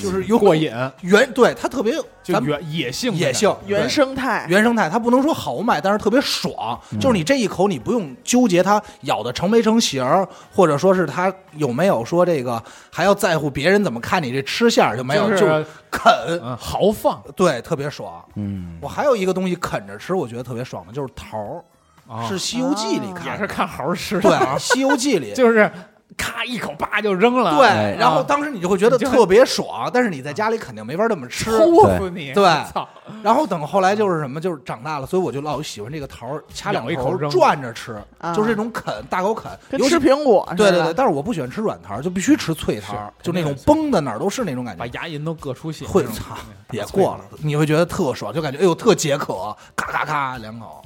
[SPEAKER 4] 就是有
[SPEAKER 2] 过瘾，
[SPEAKER 4] 原对它特别
[SPEAKER 2] 就
[SPEAKER 4] 咱们
[SPEAKER 2] 原野性的
[SPEAKER 4] 野
[SPEAKER 2] 感觉
[SPEAKER 4] 性对
[SPEAKER 3] 原生态，
[SPEAKER 4] 原生态，它不能说豪迈，但是特别爽。就是你这一口，你不用纠结它咬的成没成形儿，或者说是它有没有说这个，还要在乎别人怎么看你这吃相儿，就没有
[SPEAKER 2] 就啊
[SPEAKER 4] 就是啃，
[SPEAKER 2] 嗯豪放
[SPEAKER 4] 对，特别爽。
[SPEAKER 1] 嗯，
[SPEAKER 4] 我还有一个东西啃着吃，我觉得特别爽的，就是桃儿，
[SPEAKER 2] 啊
[SPEAKER 4] 是《西游记》里
[SPEAKER 3] 啊
[SPEAKER 4] 看
[SPEAKER 2] 也
[SPEAKER 4] 的，
[SPEAKER 2] 是看猴吃
[SPEAKER 4] 对，
[SPEAKER 2] 的啊
[SPEAKER 4] 《西游记》里
[SPEAKER 2] 就是咔一口叭就扔了，
[SPEAKER 1] 哎
[SPEAKER 4] 对，然后当时你就会觉得
[SPEAKER 2] 你就
[SPEAKER 4] 特别爽，但是你在家里肯定没法这 么吃。
[SPEAKER 3] 啊
[SPEAKER 2] 抽死你！
[SPEAKER 4] 对
[SPEAKER 2] 操，
[SPEAKER 4] 然后等后来就是什么，就是长大了，所以我就老喜欢这个桃儿，掐两
[SPEAKER 2] 咬一口
[SPEAKER 4] 头
[SPEAKER 2] 扔
[SPEAKER 4] 转着吃，
[SPEAKER 3] 啊
[SPEAKER 4] 就是这种啃，大口啃，
[SPEAKER 3] 跟
[SPEAKER 4] 尤其
[SPEAKER 3] 吃苹果似
[SPEAKER 4] 对
[SPEAKER 3] 的。
[SPEAKER 4] 对对，但是我不喜欢吃软桃儿，就必须吃脆桃儿，
[SPEAKER 2] 是
[SPEAKER 4] 就那种
[SPEAKER 2] 肯定是
[SPEAKER 4] 崩的哪儿都是那种感
[SPEAKER 2] 把
[SPEAKER 4] 觉，
[SPEAKER 2] 牙龈都硌出血，
[SPEAKER 4] 哎会
[SPEAKER 2] 那种
[SPEAKER 4] 操
[SPEAKER 2] 感觉
[SPEAKER 4] 也过了，，你会觉得特爽，就感觉哎呦特解渴，咔咔咔两口，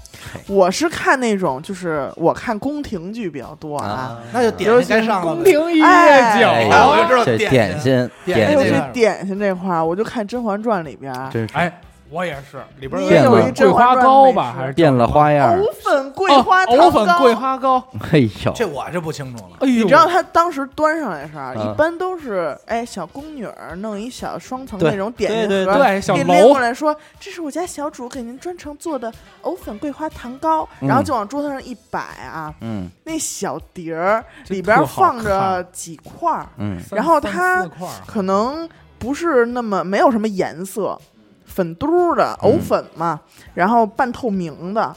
[SPEAKER 3] 我是看那种，就是我看宫廷剧比较多啊。
[SPEAKER 1] 啊，
[SPEAKER 4] 那就点心该上了
[SPEAKER 2] 宫
[SPEAKER 4] 呗。
[SPEAKER 2] 廷一
[SPEAKER 3] 哎
[SPEAKER 2] 夜酒
[SPEAKER 1] 哎
[SPEAKER 4] 呀
[SPEAKER 2] 啊，
[SPEAKER 4] 我就知道
[SPEAKER 1] 这
[SPEAKER 4] 点
[SPEAKER 1] 点心
[SPEAKER 4] 点
[SPEAKER 1] 点
[SPEAKER 3] 哎呦，
[SPEAKER 4] 心
[SPEAKER 1] 心
[SPEAKER 4] 这
[SPEAKER 3] 这点心这块儿，我就看《甄嬛传》里边儿
[SPEAKER 1] 真是
[SPEAKER 2] 哎，我也是，里边
[SPEAKER 3] 你
[SPEAKER 1] 也有
[SPEAKER 2] 有
[SPEAKER 1] 一
[SPEAKER 2] 桂
[SPEAKER 3] 甄
[SPEAKER 2] 花
[SPEAKER 3] 嬛传
[SPEAKER 2] 糕
[SPEAKER 3] 美
[SPEAKER 2] 吧，
[SPEAKER 3] 食
[SPEAKER 2] 还是
[SPEAKER 1] 变了花样儿
[SPEAKER 3] 藕，粉桂
[SPEAKER 2] 哦
[SPEAKER 3] 花糖糕。
[SPEAKER 2] 藕粉桂花糕，
[SPEAKER 1] 哎呦，
[SPEAKER 4] 这我就不清楚了。
[SPEAKER 2] 哎呦，
[SPEAKER 3] 你知道他当时端上来的时候，啊
[SPEAKER 1] 嗯
[SPEAKER 3] 一般都是哎小宫女儿弄一小双层
[SPEAKER 1] 对
[SPEAKER 3] 那种点
[SPEAKER 1] 对
[SPEAKER 3] 心
[SPEAKER 1] 对
[SPEAKER 3] 盒，
[SPEAKER 2] 对小
[SPEAKER 3] 给拎
[SPEAKER 2] 楼
[SPEAKER 3] 过来说：“这是我家小主给您专程做的藕粉桂花糖糕。”
[SPEAKER 1] 嗯
[SPEAKER 3] 然后就往桌子上一摆啊，
[SPEAKER 1] 嗯
[SPEAKER 3] 那小碟儿
[SPEAKER 2] 这
[SPEAKER 3] 里边
[SPEAKER 2] 特好
[SPEAKER 3] 放着几块儿，
[SPEAKER 1] 嗯，
[SPEAKER 2] 三
[SPEAKER 3] 然后
[SPEAKER 2] 三
[SPEAKER 3] 它
[SPEAKER 2] 四块儿
[SPEAKER 3] 可能不是那么没有什么颜色，粉嘟儿
[SPEAKER 1] 嗯
[SPEAKER 3] 的藕粉嘛，然后半透明的。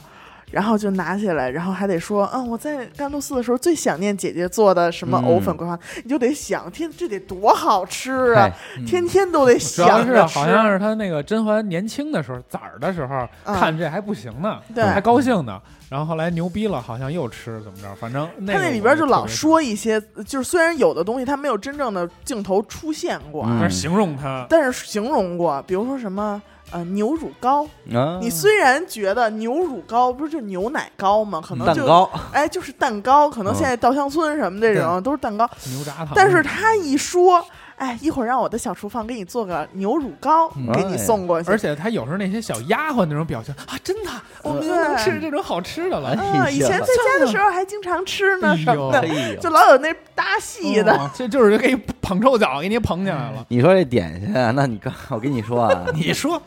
[SPEAKER 3] 然后就拿起来，然后还得说，嗯，我在甘露寺的时候最想念姐姐做的什么藕粉
[SPEAKER 1] 嗯
[SPEAKER 3] 桂花，你就得想，天，这得多好吃啊！
[SPEAKER 1] 哎
[SPEAKER 4] 嗯
[SPEAKER 3] 天天都得
[SPEAKER 2] 主要
[SPEAKER 3] 想
[SPEAKER 2] 是
[SPEAKER 3] 着
[SPEAKER 2] 好像
[SPEAKER 3] 吃。
[SPEAKER 2] 是他那个甄嬛年轻的时候，崽儿的时候
[SPEAKER 3] 嗯
[SPEAKER 2] 看这还不行呢，
[SPEAKER 3] 对
[SPEAKER 2] 还高兴呢。然后后来牛逼了，好像又吃怎么着，反正那
[SPEAKER 3] 他
[SPEAKER 2] 个
[SPEAKER 3] 那里边
[SPEAKER 2] 我
[SPEAKER 3] 就
[SPEAKER 2] 特别
[SPEAKER 3] 老说，一些，就是虽然有的东西他没有真正的镜头出现过，
[SPEAKER 1] 嗯
[SPEAKER 2] 但是形容他
[SPEAKER 3] 但是形容过，比如说什么呃牛乳糕，
[SPEAKER 1] 啊
[SPEAKER 3] 你虽然觉得牛乳糕不是就牛奶糕吗？可能
[SPEAKER 1] 嗯蛋
[SPEAKER 3] 就
[SPEAKER 1] 糕，
[SPEAKER 3] 哎，就是蛋糕，可能
[SPEAKER 1] 嗯
[SPEAKER 3] 现在稻香村什么这种、都是蛋糕，
[SPEAKER 2] 牛轧糖，
[SPEAKER 3] 但是他一说，哎，一会儿让我的小厨房给你做个牛乳糕，
[SPEAKER 4] 嗯，
[SPEAKER 3] 给你送过去，
[SPEAKER 2] 哎而且他有时候那些小丫鬟那种表情啊，真的，我们
[SPEAKER 3] 对
[SPEAKER 2] 又能 吃这种好吃的 了。
[SPEAKER 3] 啊，以前在家的时候还经常吃呢什么
[SPEAKER 2] 哎
[SPEAKER 3] 的，
[SPEAKER 1] 哎呦
[SPEAKER 3] 就老有那搭戏的，
[SPEAKER 2] 哦这就是给捧臭脚，给你捧起来了。
[SPEAKER 1] 你说这点心啊， 那你刚我跟你说啊
[SPEAKER 4] 你说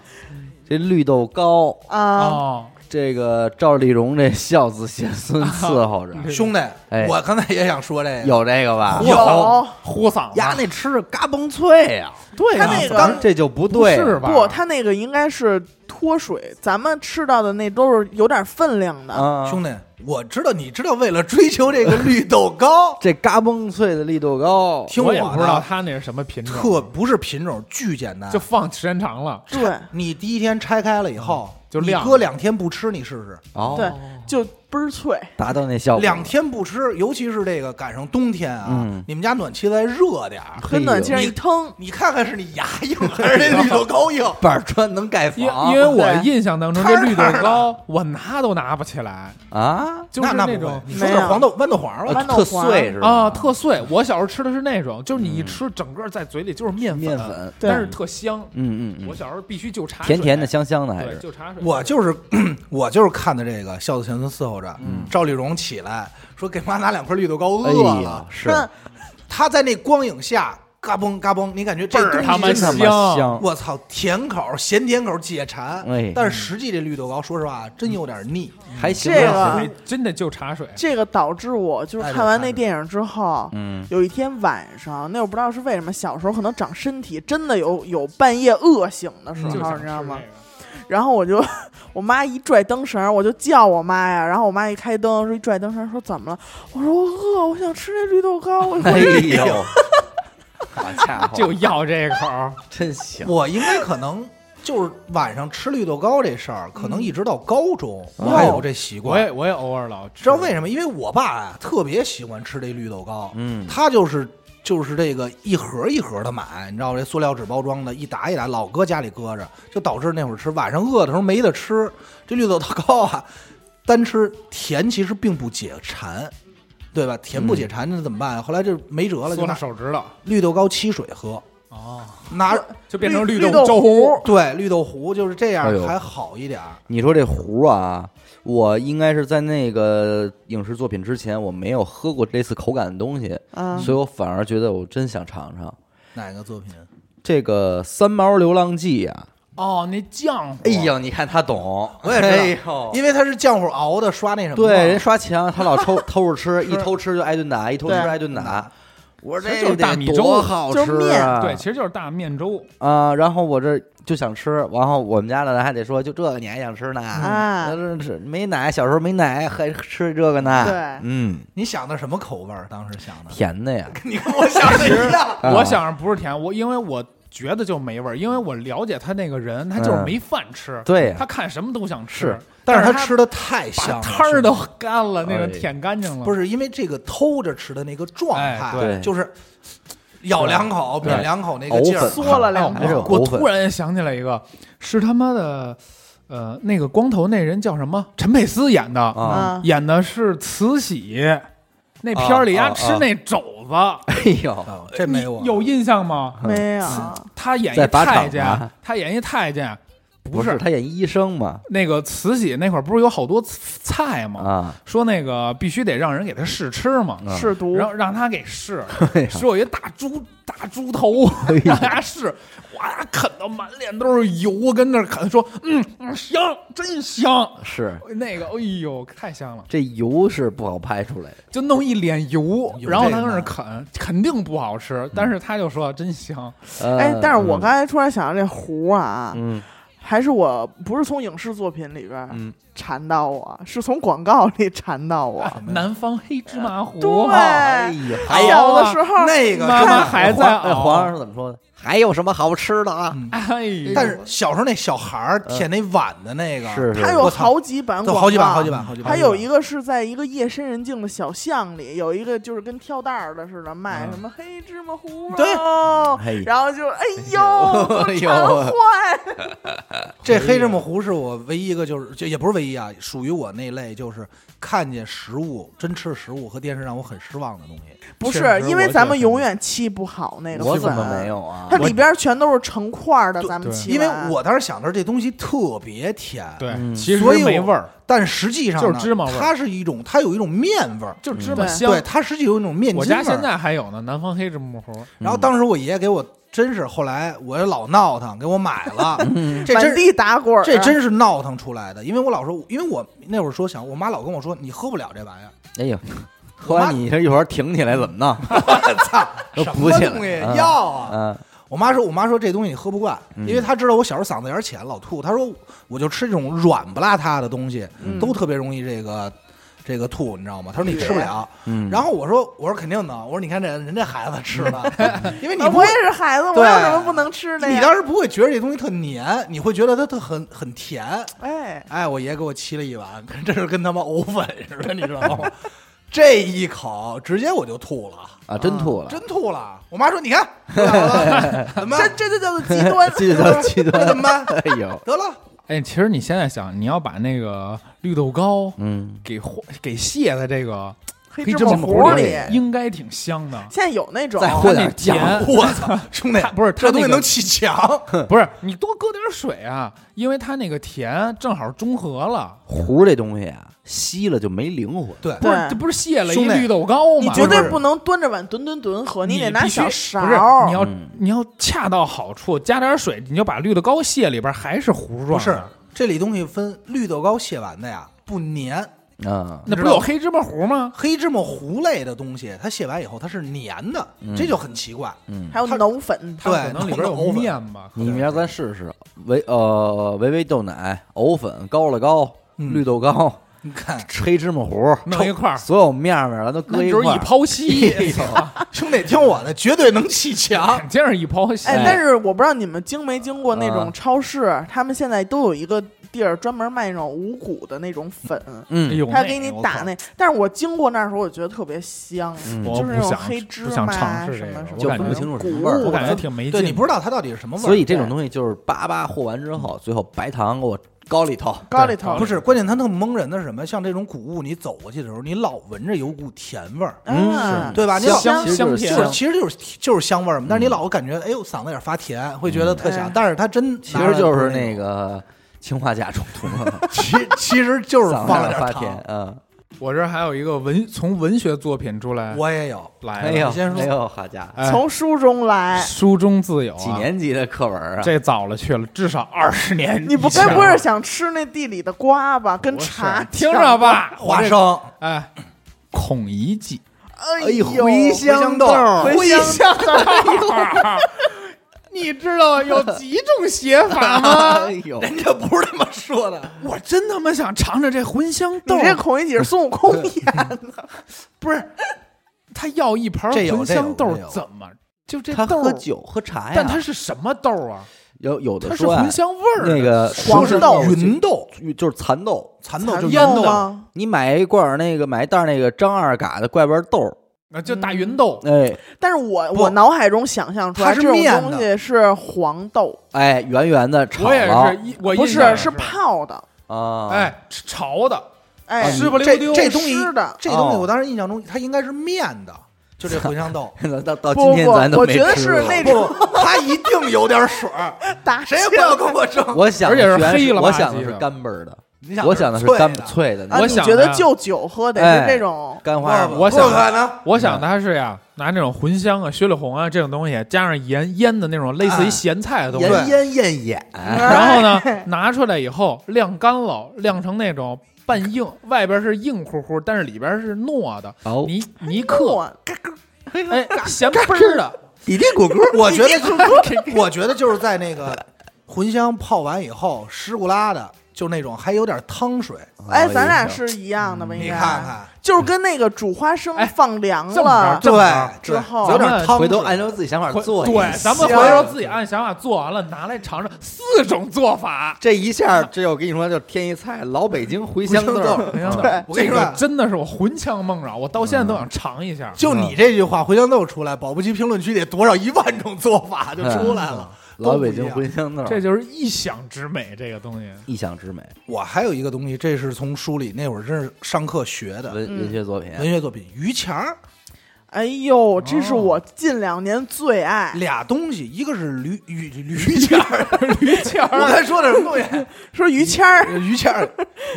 [SPEAKER 1] 这绿豆糕，
[SPEAKER 3] 啊，
[SPEAKER 2] 哦，
[SPEAKER 1] 这个赵丽蓉这孝子贤孙伺候着，
[SPEAKER 4] 兄弟
[SPEAKER 1] 哎，
[SPEAKER 4] 我刚才也想说这个，
[SPEAKER 1] 有这个吧？
[SPEAKER 4] 有
[SPEAKER 2] 呼嗓
[SPEAKER 1] 呀，
[SPEAKER 2] 子，
[SPEAKER 1] 那吃着嘎嘣脆啊哎呀，
[SPEAKER 2] 对
[SPEAKER 3] 他
[SPEAKER 2] 呀，
[SPEAKER 3] 那个
[SPEAKER 1] 当这就不
[SPEAKER 2] 不
[SPEAKER 1] 对，
[SPEAKER 2] 是吧？
[SPEAKER 3] 不，他那个应该是脱水，咱们吃到的那都是有点分量的，
[SPEAKER 1] 啊，，
[SPEAKER 4] 兄弟，我知道你知道，为了追求这个绿豆糕
[SPEAKER 1] 这嘎嘣脆的绿豆糕，
[SPEAKER 4] 听
[SPEAKER 2] 我
[SPEAKER 4] 我
[SPEAKER 2] 也不知道
[SPEAKER 4] 的，
[SPEAKER 2] 他那是什么品种，
[SPEAKER 4] 特不是品种，巨简单
[SPEAKER 2] 就。放时间长了，
[SPEAKER 3] 对，
[SPEAKER 4] 你第一天拆开了以后，
[SPEAKER 2] 就
[SPEAKER 4] 你
[SPEAKER 2] 晾
[SPEAKER 4] 搁两天不吃，你试试。
[SPEAKER 1] 哦，
[SPEAKER 3] 对，就倍儿脆，
[SPEAKER 1] 达到那效果，
[SPEAKER 4] 两天不吃，尤其是这个赶上冬天啊
[SPEAKER 1] 嗯，
[SPEAKER 4] 你们家暖气再热点 儿，
[SPEAKER 1] 嘿
[SPEAKER 3] 跟暖气上一
[SPEAKER 4] 你
[SPEAKER 3] 腾，
[SPEAKER 4] 你看看是你牙硬还是这绿豆糕硬？
[SPEAKER 1] 板砖能盖
[SPEAKER 2] 因
[SPEAKER 1] 房，
[SPEAKER 2] 因为我
[SPEAKER 3] 对
[SPEAKER 2] 印象当中，这绿豆糕我拿都拿不起来，
[SPEAKER 1] 啊，
[SPEAKER 2] 就是
[SPEAKER 4] 那那不
[SPEAKER 2] 种
[SPEAKER 4] 会你说
[SPEAKER 3] 没
[SPEAKER 4] 点
[SPEAKER 3] 有
[SPEAKER 4] 黄豆豌豆黄了，
[SPEAKER 3] 豌豆
[SPEAKER 1] 特
[SPEAKER 3] 黄
[SPEAKER 1] 碎是吧？
[SPEAKER 2] 啊特碎。我小时候吃的是那种，就是你一吃，整个在嘴里就是面
[SPEAKER 1] 面粉，
[SPEAKER 3] 对
[SPEAKER 2] 但是特香。
[SPEAKER 1] 嗯嗯
[SPEAKER 2] 我
[SPEAKER 1] 嗯，
[SPEAKER 2] 小时候必须就茶水，
[SPEAKER 1] 甜甜的，香香的，还
[SPEAKER 2] 对，
[SPEAKER 1] 是
[SPEAKER 2] 就茶水。
[SPEAKER 4] 我就是 我就是看的这个《孝子贤孙伺候着》，
[SPEAKER 2] 嗯
[SPEAKER 4] 赵丽蓉起来说给妈拿两块绿豆糕，
[SPEAKER 1] 哎
[SPEAKER 4] 饿
[SPEAKER 1] 呀
[SPEAKER 4] 了，。
[SPEAKER 1] 是
[SPEAKER 3] 那
[SPEAKER 4] 她在那光影下嘎嘣嘎嘣，你感觉这
[SPEAKER 2] 倍儿
[SPEAKER 4] 东
[SPEAKER 2] 他妈
[SPEAKER 4] 西真
[SPEAKER 1] 真他
[SPEAKER 4] 的
[SPEAKER 1] 妈
[SPEAKER 2] 香
[SPEAKER 1] 香，
[SPEAKER 4] 我操，甜口咸甜口解馋，
[SPEAKER 1] 哎
[SPEAKER 4] 但是实际这绿豆糕，说实话真有点腻。
[SPEAKER 1] 还行
[SPEAKER 3] 这
[SPEAKER 1] 吧，
[SPEAKER 3] 个
[SPEAKER 2] 哎真的就茶水，
[SPEAKER 3] 这个导致我就是看完那电影之后，
[SPEAKER 1] 嗯，
[SPEAKER 3] 有一天晚上，那我不知道是为什么，小时候可能长身体，真的有有半夜饿醒的时
[SPEAKER 2] 嗯就
[SPEAKER 3] 候，
[SPEAKER 2] 想
[SPEAKER 3] 嗯你
[SPEAKER 2] 吃
[SPEAKER 3] 知道
[SPEAKER 2] 这
[SPEAKER 3] 吗
[SPEAKER 2] 个？。
[SPEAKER 3] 然后我就我妈一拽灯绳，我就叫我妈呀。然后我妈一开灯，说一拽灯绳，说怎么了？我说我饿，我想吃那绿豆糕。我
[SPEAKER 1] 哎
[SPEAKER 3] 我
[SPEAKER 1] 呦，好家伙，
[SPEAKER 2] 就要这口儿，
[SPEAKER 1] 真行，
[SPEAKER 4] 我应该可能就是晚上吃绿豆糕这事儿，可能一直到高中
[SPEAKER 1] 嗯
[SPEAKER 4] 我还有这习
[SPEAKER 2] 哦我
[SPEAKER 4] 惯。
[SPEAKER 2] 也我也偶尔老吃，
[SPEAKER 4] 知道为什么？因为我爸啊特别喜欢吃这绿豆糕，
[SPEAKER 1] 嗯
[SPEAKER 4] 他就是就是这个一盒一盒的买，你知道这塑料纸包装的，一打一打，老搁家里搁着，就导致那会儿吃晚上饿的时候没得吃。这绿豆糕啊，单吃甜其实并不解馋，对吧？甜不解馋，那怎么办啊？后来就没辙了，就
[SPEAKER 2] 缩了
[SPEAKER 4] 拿
[SPEAKER 2] 手指头，
[SPEAKER 4] 绿豆糕沏水喝，
[SPEAKER 2] 哦，
[SPEAKER 4] 拿
[SPEAKER 2] 就变成
[SPEAKER 3] 绿
[SPEAKER 2] 豆
[SPEAKER 3] 绿豆
[SPEAKER 2] 粥
[SPEAKER 3] 糊
[SPEAKER 4] 对绿豆糊就是这
[SPEAKER 1] 哎
[SPEAKER 4] 样
[SPEAKER 1] 呦
[SPEAKER 4] 还好一点儿。
[SPEAKER 1] 你说这壶啊，我应该是在那个影视作品之前，我没有喝过类似口感的东西，
[SPEAKER 3] 啊，
[SPEAKER 1] 所以我反而觉得我真想尝尝
[SPEAKER 4] 哪个作品？
[SPEAKER 1] 这个《三毛流浪记》呀。
[SPEAKER 2] 哦，那浆糊，
[SPEAKER 1] 哎，呦，你看他懂，
[SPEAKER 4] 我也
[SPEAKER 1] 哎
[SPEAKER 4] 知道
[SPEAKER 1] 呦，，
[SPEAKER 4] 因为它是浆糊熬的，刷那什么嘛。
[SPEAKER 1] 对，人刷墙，他老偷偷着吃，一偷吃就挨顿打，一偷吃
[SPEAKER 3] 对
[SPEAKER 1] 挨顿打。我说
[SPEAKER 2] 其
[SPEAKER 1] 这
[SPEAKER 2] 实就是
[SPEAKER 1] 得
[SPEAKER 2] 大米粥
[SPEAKER 1] 多好
[SPEAKER 3] 就是
[SPEAKER 1] 吃啊！
[SPEAKER 3] 面
[SPEAKER 2] 对，其实就是大面粥，
[SPEAKER 1] 啊，然后我这就想吃，然后我们家的人还得说，就这个你还想吃呢？
[SPEAKER 3] 啊
[SPEAKER 1] 那真是没奶，小时候没奶还吃这个呢？
[SPEAKER 3] 对
[SPEAKER 1] 嗯，
[SPEAKER 4] 你想的什么口味儿？当时想 的，
[SPEAKER 1] 甜的呀，
[SPEAKER 4] 你跟我想的一样。
[SPEAKER 1] 啊
[SPEAKER 2] 我想着不是甜，我因为我觉得就没味儿，因为我了解他那个人，他就是
[SPEAKER 1] 嗯
[SPEAKER 2] 没饭吃，
[SPEAKER 1] 对呀
[SPEAKER 2] 他看什么都想吃
[SPEAKER 1] 是，
[SPEAKER 4] 但是
[SPEAKER 2] 是
[SPEAKER 4] 他吃的太香
[SPEAKER 2] 把
[SPEAKER 4] 了，
[SPEAKER 2] 摊儿都干了，那
[SPEAKER 1] 哎
[SPEAKER 2] 个舔干净了，
[SPEAKER 4] 不
[SPEAKER 2] 是
[SPEAKER 4] 是因为这个偷着吃的那个状态，
[SPEAKER 2] 哎对
[SPEAKER 4] 就是咬两口、
[SPEAKER 1] 对
[SPEAKER 4] 抿两口那个劲
[SPEAKER 1] 藕
[SPEAKER 4] 儿
[SPEAKER 1] 粉，
[SPEAKER 3] 嗦了两
[SPEAKER 1] 还是有
[SPEAKER 3] 口，
[SPEAKER 2] 哎我
[SPEAKER 1] 藕粉
[SPEAKER 2] 突然想起来一个，是他妈的，呃，那个光头那人叫什么？陈佩斯演的，
[SPEAKER 1] 啊！
[SPEAKER 3] 嗯，
[SPEAKER 2] 演的是慈禧那片儿里
[SPEAKER 1] 啊
[SPEAKER 2] 丫
[SPEAKER 1] 啊
[SPEAKER 2] 吃那肘子，
[SPEAKER 1] 哎呦，
[SPEAKER 4] 啊这没我
[SPEAKER 2] 你有印象
[SPEAKER 1] 嗯
[SPEAKER 2] 吗？
[SPEAKER 3] 没有，
[SPEAKER 2] 他演
[SPEAKER 1] 在
[SPEAKER 2] 一
[SPEAKER 1] 靶场
[SPEAKER 2] 太监
[SPEAKER 1] 吗，
[SPEAKER 2] 他演一太监，不
[SPEAKER 1] 不
[SPEAKER 2] 是
[SPEAKER 1] 他演医生嘛？
[SPEAKER 2] 那个慈禧那会儿不是有好多菜吗？
[SPEAKER 1] 啊，
[SPEAKER 2] 说那个必须得让人给他试吃嘛，
[SPEAKER 1] 嗯
[SPEAKER 3] 试毒
[SPEAKER 2] 然后让他给试，
[SPEAKER 1] 哎呀
[SPEAKER 2] 是我一大猪大 猪头，让他试，哇，啃到满脸都是油，跟那儿啃，说，嗯，嗯香，真香，
[SPEAKER 1] 是
[SPEAKER 2] 那个，哎呦，太香了，
[SPEAKER 1] 这油是不好拍出来的。
[SPEAKER 2] 就弄一脸油，
[SPEAKER 4] 有
[SPEAKER 2] 然后
[SPEAKER 4] 这
[SPEAKER 2] 他
[SPEAKER 4] 个
[SPEAKER 2] 跟那儿
[SPEAKER 4] 呢
[SPEAKER 2] 啃，肯定不好吃，但是他就说真香，
[SPEAKER 1] 呃
[SPEAKER 3] 哎，但是我刚才突然想到这壶啊，
[SPEAKER 1] 嗯
[SPEAKER 3] 还是我不是从影视作品里边
[SPEAKER 1] 嗯
[SPEAKER 3] 馋到我，是从广告里馋到我。
[SPEAKER 2] 哎
[SPEAKER 4] 哎
[SPEAKER 2] 南方黑芝麻糊，
[SPEAKER 3] 对
[SPEAKER 1] 哎呀，还有
[SPEAKER 3] 小的时候，
[SPEAKER 4] 啊那个
[SPEAKER 2] 妈
[SPEAKER 4] 真
[SPEAKER 2] 妈
[SPEAKER 4] 的
[SPEAKER 2] 还在啊
[SPEAKER 1] 皇那
[SPEAKER 2] 熬
[SPEAKER 1] 皇上是怎么说的？还有什么好吃的啊？
[SPEAKER 2] 哎呦，
[SPEAKER 4] 但是小时候那小孩儿舔那碗的那个，
[SPEAKER 1] 是是，
[SPEAKER 3] 它有
[SPEAKER 4] 我操
[SPEAKER 3] 好几版
[SPEAKER 4] 都
[SPEAKER 3] 广告，
[SPEAKER 4] 好几版、好几版、好几版。
[SPEAKER 3] 还有一个是在一个夜深人静的小巷里，有一个就是跟挑担儿的似的，卖
[SPEAKER 4] 嗯
[SPEAKER 3] 什么黑芝麻糊、
[SPEAKER 4] 对
[SPEAKER 3] 啊，
[SPEAKER 1] 哎
[SPEAKER 3] 然后就哎呦，
[SPEAKER 1] 哎
[SPEAKER 3] 我
[SPEAKER 1] 呦
[SPEAKER 3] 馋坏，
[SPEAKER 4] 这黑芝麻糊是我唯一一个，就是就也不是唯一啊，属于我那类，就是看见食物真吃食物和电视让我很失望的东西。
[SPEAKER 3] 不
[SPEAKER 2] 确
[SPEAKER 3] 是
[SPEAKER 2] 实
[SPEAKER 3] 因为
[SPEAKER 2] 我
[SPEAKER 3] 咱
[SPEAKER 2] 觉得
[SPEAKER 3] 们永远沏不好那个
[SPEAKER 1] 我
[SPEAKER 3] 粉，
[SPEAKER 1] 怎么没？有啊
[SPEAKER 3] 它？里边全都是成块儿的，
[SPEAKER 4] 对
[SPEAKER 3] 咱们
[SPEAKER 2] 对
[SPEAKER 3] 沏完，
[SPEAKER 4] 因为我当时想的是这东西特别甜，
[SPEAKER 2] 对
[SPEAKER 1] 嗯，
[SPEAKER 2] 其实
[SPEAKER 4] 所以
[SPEAKER 2] 没
[SPEAKER 4] 我
[SPEAKER 2] 味儿，
[SPEAKER 4] 但实际上呢
[SPEAKER 2] 就是芝麻味儿
[SPEAKER 4] 它是一种它有一种面味儿，
[SPEAKER 2] 就芝麻
[SPEAKER 3] 对
[SPEAKER 2] 香
[SPEAKER 4] 对，，它实际有一种面筋
[SPEAKER 2] 我
[SPEAKER 4] 味
[SPEAKER 2] 家现
[SPEAKER 4] 儿。
[SPEAKER 2] 在嗯还有呢，南方黑芝麻糊，
[SPEAKER 4] 然后当时我爷爷给我，真是后来我也老闹腾，给我买了，
[SPEAKER 2] 嗯
[SPEAKER 4] 这
[SPEAKER 3] 满
[SPEAKER 4] 真
[SPEAKER 3] 地打滚儿，
[SPEAKER 4] 这真是闹腾出来的，因为我老说，因为我那会儿说想，我妈老跟我说你喝不了这玩 意儿，
[SPEAKER 1] 哎呦，喝完你这一会儿挺起来怎么弄？
[SPEAKER 4] 我操，
[SPEAKER 1] 都
[SPEAKER 4] 什
[SPEAKER 1] 补
[SPEAKER 4] 么
[SPEAKER 1] 起来
[SPEAKER 4] 东西
[SPEAKER 1] 嗯
[SPEAKER 4] 药啊？
[SPEAKER 1] 嗯
[SPEAKER 4] 我妈说，我妈说这东西你喝不惯，
[SPEAKER 2] 嗯
[SPEAKER 4] 因为她知道我小时候嗓子眼儿浅，老吐。她说我就吃这种软不拉塌的东西，
[SPEAKER 3] 嗯
[SPEAKER 4] 都特别容易这个这个吐，你知道吗？她说你吃不了。
[SPEAKER 1] 嗯，
[SPEAKER 4] 然
[SPEAKER 1] 后
[SPEAKER 4] 后我说我说肯定能，我说你看这人家孩子吃 的，因为你
[SPEAKER 3] 啊
[SPEAKER 4] 不
[SPEAKER 3] 我
[SPEAKER 4] 会
[SPEAKER 3] 也是孩子，我
[SPEAKER 4] 对
[SPEAKER 3] 有什么不能吃的呀？
[SPEAKER 4] 你当时不会觉得这东西特黏，你会觉得它特很很甜。
[SPEAKER 3] 哎，
[SPEAKER 4] 哎，我爷给我沏了一碗， 这是跟他妈藕粉似的，你知道 吗？这一口直接我就吐了，
[SPEAKER 1] 啊，真吐了，
[SPEAKER 4] 真吐了。我妈说：“你看， 不了了怎么
[SPEAKER 3] 这
[SPEAKER 4] 办？
[SPEAKER 3] 这就叫做极端，
[SPEAKER 1] 记得记得，
[SPEAKER 4] 这怎么办？
[SPEAKER 1] 哎呦，
[SPEAKER 4] 得了，
[SPEAKER 2] 哎，其实你现在想，你要把那个绿豆糕
[SPEAKER 1] 嗯，
[SPEAKER 2] 给化给卸在这个，
[SPEAKER 3] 黑
[SPEAKER 2] 黑
[SPEAKER 3] 芝
[SPEAKER 2] 芝
[SPEAKER 3] 麻
[SPEAKER 2] 麻
[SPEAKER 1] 糊
[SPEAKER 3] 糊
[SPEAKER 1] 里
[SPEAKER 3] 里，
[SPEAKER 2] 应该挺香的。
[SPEAKER 3] 现在有那种
[SPEAKER 1] 再
[SPEAKER 2] 它
[SPEAKER 1] 和
[SPEAKER 2] 那
[SPEAKER 1] 点酱
[SPEAKER 2] 甜，
[SPEAKER 4] 我操， 兄弟
[SPEAKER 2] 它，嗯不是它
[SPEAKER 4] 这东西
[SPEAKER 2] 那个
[SPEAKER 4] 能砌墙，
[SPEAKER 2] 不是你多搁点水啊，因为它那个甜正好中和了，
[SPEAKER 1] 糊这东西啊，吸了就没灵魂。
[SPEAKER 4] 对，
[SPEAKER 2] 不是
[SPEAKER 3] 对
[SPEAKER 2] 这不是卸了一
[SPEAKER 4] 兄弟
[SPEAKER 2] 绿豆糕吗？
[SPEAKER 3] 绝
[SPEAKER 4] 不
[SPEAKER 3] 对
[SPEAKER 4] 是
[SPEAKER 3] 不能端着碗吨吨吨喝，
[SPEAKER 2] 你
[SPEAKER 3] 得拿
[SPEAKER 2] 必须
[SPEAKER 3] 小
[SPEAKER 2] 不
[SPEAKER 3] 勺
[SPEAKER 2] 是
[SPEAKER 3] 儿。
[SPEAKER 2] 你要
[SPEAKER 1] 嗯
[SPEAKER 2] 你要恰到好处，加点水，你就把绿豆糕卸里边还是糊状的，
[SPEAKER 4] 不是这里东西分绿豆糕卸完的呀，不粘。
[SPEAKER 1] 嗯，
[SPEAKER 2] 那不是有黑芝麻糊吗？
[SPEAKER 4] 黑芝麻糊类的东西，它卸完以后它是粘的，这就很奇怪。
[SPEAKER 1] 嗯，
[SPEAKER 3] 还有藕粉，
[SPEAKER 2] 它
[SPEAKER 4] 对
[SPEAKER 2] 可能里边
[SPEAKER 4] 弄得藕
[SPEAKER 2] 有
[SPEAKER 4] 粉
[SPEAKER 2] 面吧。
[SPEAKER 1] 你明儿咱试试维呃维维豆奶、藕粉、高乐高、
[SPEAKER 4] 嗯
[SPEAKER 1] 绿豆糕、
[SPEAKER 4] 你看，
[SPEAKER 1] 黑芝麻糊，
[SPEAKER 2] 弄一块儿
[SPEAKER 1] 所有面面咱都
[SPEAKER 2] 那
[SPEAKER 1] 搁
[SPEAKER 2] 就是
[SPEAKER 1] 块
[SPEAKER 2] 一
[SPEAKER 1] 儿。
[SPEAKER 2] 泡稀，
[SPEAKER 1] 嗯
[SPEAKER 4] 兄弟，听我的，绝对能砌 墙。
[SPEAKER 2] 肯定是一泡稀。
[SPEAKER 3] 哎，但是我不知道你们经没经过那
[SPEAKER 1] 啊
[SPEAKER 2] 嗯
[SPEAKER 3] 种超市，他们现在都有一个地儿专门卖那种无骨的那种粉，
[SPEAKER 2] 哎
[SPEAKER 1] 嗯，
[SPEAKER 2] 呦，
[SPEAKER 3] 他
[SPEAKER 2] 那
[SPEAKER 3] 给你
[SPEAKER 2] 个我
[SPEAKER 3] 打
[SPEAKER 2] 靠
[SPEAKER 3] 那。但是我经过那儿的时候，我觉得特别香，
[SPEAKER 1] 嗯
[SPEAKER 2] 我
[SPEAKER 3] 就是那
[SPEAKER 2] 不
[SPEAKER 3] 种
[SPEAKER 2] 想
[SPEAKER 3] 黑
[SPEAKER 2] 不
[SPEAKER 3] 芝
[SPEAKER 2] 想
[SPEAKER 3] 麻
[SPEAKER 2] 尝试
[SPEAKER 3] 什
[SPEAKER 2] 这个我
[SPEAKER 3] 么什么，
[SPEAKER 2] 感觉
[SPEAKER 1] 分不清楚
[SPEAKER 3] 谷
[SPEAKER 1] 什么味儿
[SPEAKER 2] 我感觉
[SPEAKER 3] 物，
[SPEAKER 2] 挺没劲。
[SPEAKER 4] 对你不知道它到底是什么味儿，
[SPEAKER 1] 所以这种东西就是叭叭和完之后，最后白糖给我搞里头。
[SPEAKER 3] 高里头
[SPEAKER 4] 不是，关键它那个蒙人的是什么？像这种谷物，你走过去的时候，你老闻着有股甜味儿，
[SPEAKER 3] 嗯，
[SPEAKER 4] 对吧？你
[SPEAKER 1] 香
[SPEAKER 2] 香
[SPEAKER 4] 老
[SPEAKER 1] 其实就是
[SPEAKER 2] 香
[SPEAKER 4] 就
[SPEAKER 2] 甜
[SPEAKER 4] 是其实就是就是香味儿嘛，但是
[SPEAKER 1] 嗯
[SPEAKER 4] 你老感觉哎呦嗓子有点发甜，会觉得特想，但是它 真
[SPEAKER 1] 其实就是
[SPEAKER 4] 那
[SPEAKER 1] 那个氰化钾中毒了，
[SPEAKER 4] 其其实就是
[SPEAKER 1] 嗓子
[SPEAKER 4] 放
[SPEAKER 1] 眼
[SPEAKER 4] 了点
[SPEAKER 1] 发
[SPEAKER 4] 糖
[SPEAKER 1] 甜。嗯，
[SPEAKER 2] 我这儿还有一个文从文学作品出来，
[SPEAKER 4] 我也有，
[SPEAKER 2] 来
[SPEAKER 1] 没
[SPEAKER 2] 了
[SPEAKER 1] 有
[SPEAKER 4] 你先说
[SPEAKER 1] 没有好家伙，
[SPEAKER 2] 哎
[SPEAKER 3] 哎从书中来。
[SPEAKER 2] 书中自有啊
[SPEAKER 1] 几年级的课文啊？
[SPEAKER 2] 这早了去了，至少二十年以前了。啊
[SPEAKER 3] 你不该不会是想吃那地里的瓜吧？跟
[SPEAKER 2] 不是
[SPEAKER 3] 茶
[SPEAKER 2] 听着，吧，
[SPEAKER 4] 花
[SPEAKER 2] 我这
[SPEAKER 4] 生
[SPEAKER 2] 哎，孔乙己
[SPEAKER 3] 哎
[SPEAKER 4] 哎呦
[SPEAKER 3] 呦，
[SPEAKER 4] 茴香豆儿
[SPEAKER 3] 茴
[SPEAKER 2] 回
[SPEAKER 3] 香
[SPEAKER 2] 想到一会儿，你知 道有几种写法吗？
[SPEAKER 1] 哎呦
[SPEAKER 4] 人家不是这么说的，
[SPEAKER 2] 我真他妈想尝尝这茴香豆
[SPEAKER 3] 你，这孔乙己是孙悟空演的，
[SPEAKER 2] 不是他要一盘
[SPEAKER 4] 这
[SPEAKER 2] 茴
[SPEAKER 4] 有
[SPEAKER 2] 香
[SPEAKER 4] 这
[SPEAKER 2] 豆
[SPEAKER 4] 有这有
[SPEAKER 2] 怎么就这
[SPEAKER 1] 他
[SPEAKER 2] 豆
[SPEAKER 1] 喝
[SPEAKER 2] 儿？
[SPEAKER 1] 酒喝茶呀，
[SPEAKER 2] 但它是什么豆啊？
[SPEAKER 1] 有有
[SPEAKER 2] 它
[SPEAKER 1] 的
[SPEAKER 2] 是
[SPEAKER 1] 说呀啊
[SPEAKER 2] 茴香味儿啊的。
[SPEAKER 1] 那个
[SPEAKER 3] 黄
[SPEAKER 1] 是
[SPEAKER 3] 豆
[SPEAKER 4] 芸豆、
[SPEAKER 1] 就是蚕豆，
[SPEAKER 4] 蚕豆
[SPEAKER 3] 蚕
[SPEAKER 4] 就是豌豆啊，
[SPEAKER 3] 吗？
[SPEAKER 1] 你买一罐儿那个买一袋儿那个张二嘎的怪味儿豆儿，
[SPEAKER 2] 那就大芸豆，
[SPEAKER 1] 哎
[SPEAKER 3] 但是我
[SPEAKER 4] 不
[SPEAKER 3] 我脑海中想象出来，
[SPEAKER 4] 它
[SPEAKER 3] 这
[SPEAKER 4] 是
[SPEAKER 3] 种
[SPEAKER 4] 面的
[SPEAKER 3] 东西是黄豆，
[SPEAKER 1] 哎，圆圆的炒
[SPEAKER 2] 我也
[SPEAKER 1] 了
[SPEAKER 2] 是一，我
[SPEAKER 3] 不
[SPEAKER 2] 印象
[SPEAKER 3] 是
[SPEAKER 2] 也
[SPEAKER 3] 是泡的，
[SPEAKER 1] 啊，，
[SPEAKER 2] 哎炒的，
[SPEAKER 3] 哎，
[SPEAKER 2] 湿不溜
[SPEAKER 4] 这
[SPEAKER 2] 丢。
[SPEAKER 4] 这东西
[SPEAKER 3] 湿的，
[SPEAKER 4] 这东西
[SPEAKER 1] 哦。
[SPEAKER 4] 我当时印象中它应该是面的，就这茴香豆
[SPEAKER 1] 到到
[SPEAKER 3] 不
[SPEAKER 1] 今天
[SPEAKER 3] 不
[SPEAKER 1] 咱都
[SPEAKER 3] 我
[SPEAKER 1] 没
[SPEAKER 3] 觉得
[SPEAKER 1] 吃
[SPEAKER 3] 是
[SPEAKER 1] 过
[SPEAKER 3] 那
[SPEAKER 4] 不不，它一定有点水 儿，
[SPEAKER 3] 哎打
[SPEAKER 4] 谁也
[SPEAKER 3] 酱
[SPEAKER 4] 不要跟我争。
[SPEAKER 1] 我想的
[SPEAKER 2] 而且是
[SPEAKER 1] 居然
[SPEAKER 2] 黑了吧
[SPEAKER 1] 我想的
[SPEAKER 2] 唧
[SPEAKER 1] 是
[SPEAKER 2] 的
[SPEAKER 1] 干贝儿的，
[SPEAKER 4] 你想
[SPEAKER 1] 我想的是
[SPEAKER 4] 脆
[SPEAKER 1] 干脆的，
[SPEAKER 3] 啊，
[SPEAKER 1] 那
[SPEAKER 2] 我
[SPEAKER 1] 个
[SPEAKER 3] 你
[SPEAKER 2] 想
[SPEAKER 3] 觉
[SPEAKER 2] 的
[SPEAKER 3] 得
[SPEAKER 2] 呀
[SPEAKER 3] 就酒喝得
[SPEAKER 1] 哎
[SPEAKER 3] 是这种
[SPEAKER 1] 干花
[SPEAKER 4] 花
[SPEAKER 1] 儿
[SPEAKER 4] 吧
[SPEAKER 1] 吧
[SPEAKER 2] 我想
[SPEAKER 4] 不可能，
[SPEAKER 2] 我想它是呀，拿那种茴香啊、雪里红啊这种东西，加上盐腌的那种类似于
[SPEAKER 4] 哎
[SPEAKER 2] 咸菜的东西，
[SPEAKER 1] 盐腌艳眼，
[SPEAKER 3] 哎
[SPEAKER 2] 然后 呢，拿出来以后晾干了，晾成那种半硬，外边是硬乎乎，但是里边是糯的，
[SPEAKER 1] 哦，
[SPEAKER 2] 泥泥克，
[SPEAKER 3] 嗑，
[SPEAKER 2] 哎，咸不儿的，
[SPEAKER 1] 底地果哥，
[SPEAKER 4] 我觉得就是， 我觉得就是在那个茴香泡完以后，湿咕拉的，就那种还有点汤水，
[SPEAKER 3] 哎，咱俩是一样的吧？应
[SPEAKER 4] 你
[SPEAKER 3] 该
[SPEAKER 4] 看看，
[SPEAKER 3] 就是跟那个煮花生
[SPEAKER 2] 哎
[SPEAKER 3] 放凉
[SPEAKER 2] 这么着
[SPEAKER 3] 了，
[SPEAKER 4] 对
[SPEAKER 2] 正好，
[SPEAKER 3] 之后
[SPEAKER 4] 对有点汤
[SPEAKER 1] 回
[SPEAKER 4] 水，
[SPEAKER 1] 头按照自己想法
[SPEAKER 2] 回
[SPEAKER 1] 做一下，
[SPEAKER 2] 对，咱们回头自己按想法做完了，拿来尝尝四种做法。
[SPEAKER 1] 这一下，这我跟你说，就天一菜，老北京茴香豆儿，
[SPEAKER 2] 茴香豆
[SPEAKER 3] 对
[SPEAKER 4] 我跟
[SPEAKER 2] 这个
[SPEAKER 4] 你说，
[SPEAKER 2] 真的是我魂牵梦绕，我到现在都想尝一下。
[SPEAKER 4] 就你这句话，茴香豆出来，保不齐评论区里多少一万种做法就出来了。
[SPEAKER 1] 老北京
[SPEAKER 4] 都不一
[SPEAKER 1] 茴香豆儿，
[SPEAKER 2] 这就是异想之美，这个东西
[SPEAKER 1] 意想之美，
[SPEAKER 4] 我还有一个东西，这是从书里那会儿真是上课学的
[SPEAKER 1] 文文学作品，
[SPEAKER 4] 嗯文学作品，榆钱儿
[SPEAKER 3] 哎呦，这是我近两年最爱。
[SPEAKER 4] 俩东西，一个是驴驴驴 钱儿，
[SPEAKER 2] 于谦
[SPEAKER 4] 我
[SPEAKER 2] 儿
[SPEAKER 4] 刚才说的什么东西？
[SPEAKER 3] 说于谦儿，
[SPEAKER 4] 榆钱儿，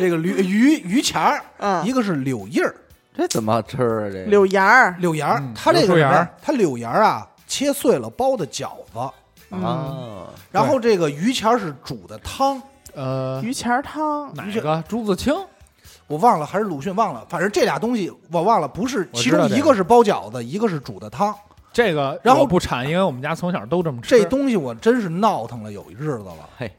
[SPEAKER 4] 那个驴榆榆钱儿，
[SPEAKER 3] 嗯
[SPEAKER 4] 一个是柳叶儿，
[SPEAKER 1] 这怎么吃啊？这
[SPEAKER 3] 柳芽儿，
[SPEAKER 4] 柳芽儿
[SPEAKER 2] 嗯，
[SPEAKER 4] 它这
[SPEAKER 2] 柳树
[SPEAKER 4] 个什
[SPEAKER 2] 芽
[SPEAKER 4] 么呀
[SPEAKER 2] 儿
[SPEAKER 4] 它柳芽儿啊，切碎了包的饺子，
[SPEAKER 1] 啊，
[SPEAKER 4] 然后这个榆钱儿是煮的汤，
[SPEAKER 2] 呃，
[SPEAKER 3] 于谦儿汤，
[SPEAKER 2] 哪个朱自清？
[SPEAKER 4] 我忘了还是鲁迅忘了，反正这俩东西我忘了，不是
[SPEAKER 2] 我
[SPEAKER 4] 其
[SPEAKER 2] 知道
[SPEAKER 4] 中
[SPEAKER 2] 这
[SPEAKER 4] 一
[SPEAKER 2] 个
[SPEAKER 4] 个是包饺子，一个是煮的汤。
[SPEAKER 2] 这个
[SPEAKER 4] 然后
[SPEAKER 2] 我不馋，因为我们家从小都这么吃。
[SPEAKER 4] 这东西我真是闹腾了有一日子了，
[SPEAKER 1] 嘿，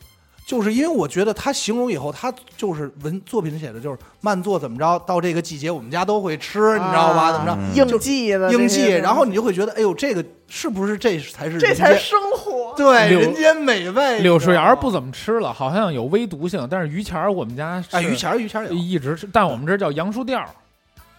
[SPEAKER 4] 就是因为我觉得他形容以后，他就是文作品写的就是慢做怎么着，到这个季节我们家都会吃，你知道吧？
[SPEAKER 3] 啊
[SPEAKER 4] 怎么着？
[SPEAKER 3] 应季的
[SPEAKER 4] 应
[SPEAKER 3] 这
[SPEAKER 4] 季，
[SPEAKER 3] 些
[SPEAKER 4] 然后你就会觉得，哎呦，这个是不是这才是
[SPEAKER 3] 这
[SPEAKER 4] 人
[SPEAKER 3] 才
[SPEAKER 4] 间
[SPEAKER 3] 是生活。
[SPEAKER 4] 对
[SPEAKER 2] 柳
[SPEAKER 4] 人间美味？
[SPEAKER 2] 柳树芽儿
[SPEAKER 4] 你知道吗
[SPEAKER 2] 不怎么吃了，好像有微毒性，但是榆钱儿我们家是
[SPEAKER 4] 哎，榆钱儿榆钱儿有，
[SPEAKER 2] 一直吃，但我们这叫杨树吊儿，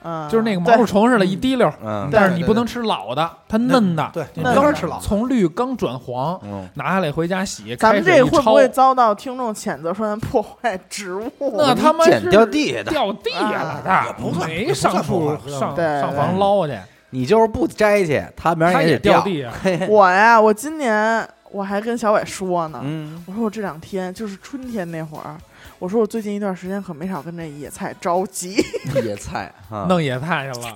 [SPEAKER 3] 嗯，
[SPEAKER 2] 就是那个毛
[SPEAKER 3] 对
[SPEAKER 2] 毛虫似的，一滴溜儿，
[SPEAKER 1] 嗯
[SPEAKER 2] 但是你
[SPEAKER 4] 对对
[SPEAKER 2] 不能吃老的，它嫩的，
[SPEAKER 4] 对，你
[SPEAKER 3] 那
[SPEAKER 4] 没法吃老的。
[SPEAKER 2] 从绿刚转黄，
[SPEAKER 1] 嗯，
[SPEAKER 2] 拿下来回家洗，
[SPEAKER 3] 咱们
[SPEAKER 2] 开
[SPEAKER 3] 这
[SPEAKER 2] 水
[SPEAKER 3] 会
[SPEAKER 2] 一
[SPEAKER 3] 不
[SPEAKER 2] 焯
[SPEAKER 3] 会遭到听众谴责，说咱破坏植物？
[SPEAKER 2] 那他妈
[SPEAKER 1] 捡
[SPEAKER 2] 是
[SPEAKER 1] 掉地的
[SPEAKER 2] 掉地了
[SPEAKER 4] 啊
[SPEAKER 2] 的，
[SPEAKER 4] 也不算也
[SPEAKER 2] 没
[SPEAKER 4] 不算
[SPEAKER 2] 上
[SPEAKER 4] 破
[SPEAKER 2] 树
[SPEAKER 4] 坏
[SPEAKER 2] 上
[SPEAKER 3] 对
[SPEAKER 2] 上房捞去，
[SPEAKER 1] 你就是不摘去，他明
[SPEAKER 2] 它
[SPEAKER 1] 儿
[SPEAKER 2] 也
[SPEAKER 1] 得掉
[SPEAKER 2] 掉，地啊，
[SPEAKER 3] 我呀，我今年我还跟小伟说呢，
[SPEAKER 1] 嗯，
[SPEAKER 3] 我说我这两天就是春天那会儿，我说我最近一段时间可没少跟这野菜着急。
[SPEAKER 1] 野菜啊，
[SPEAKER 2] 弄野菜去了，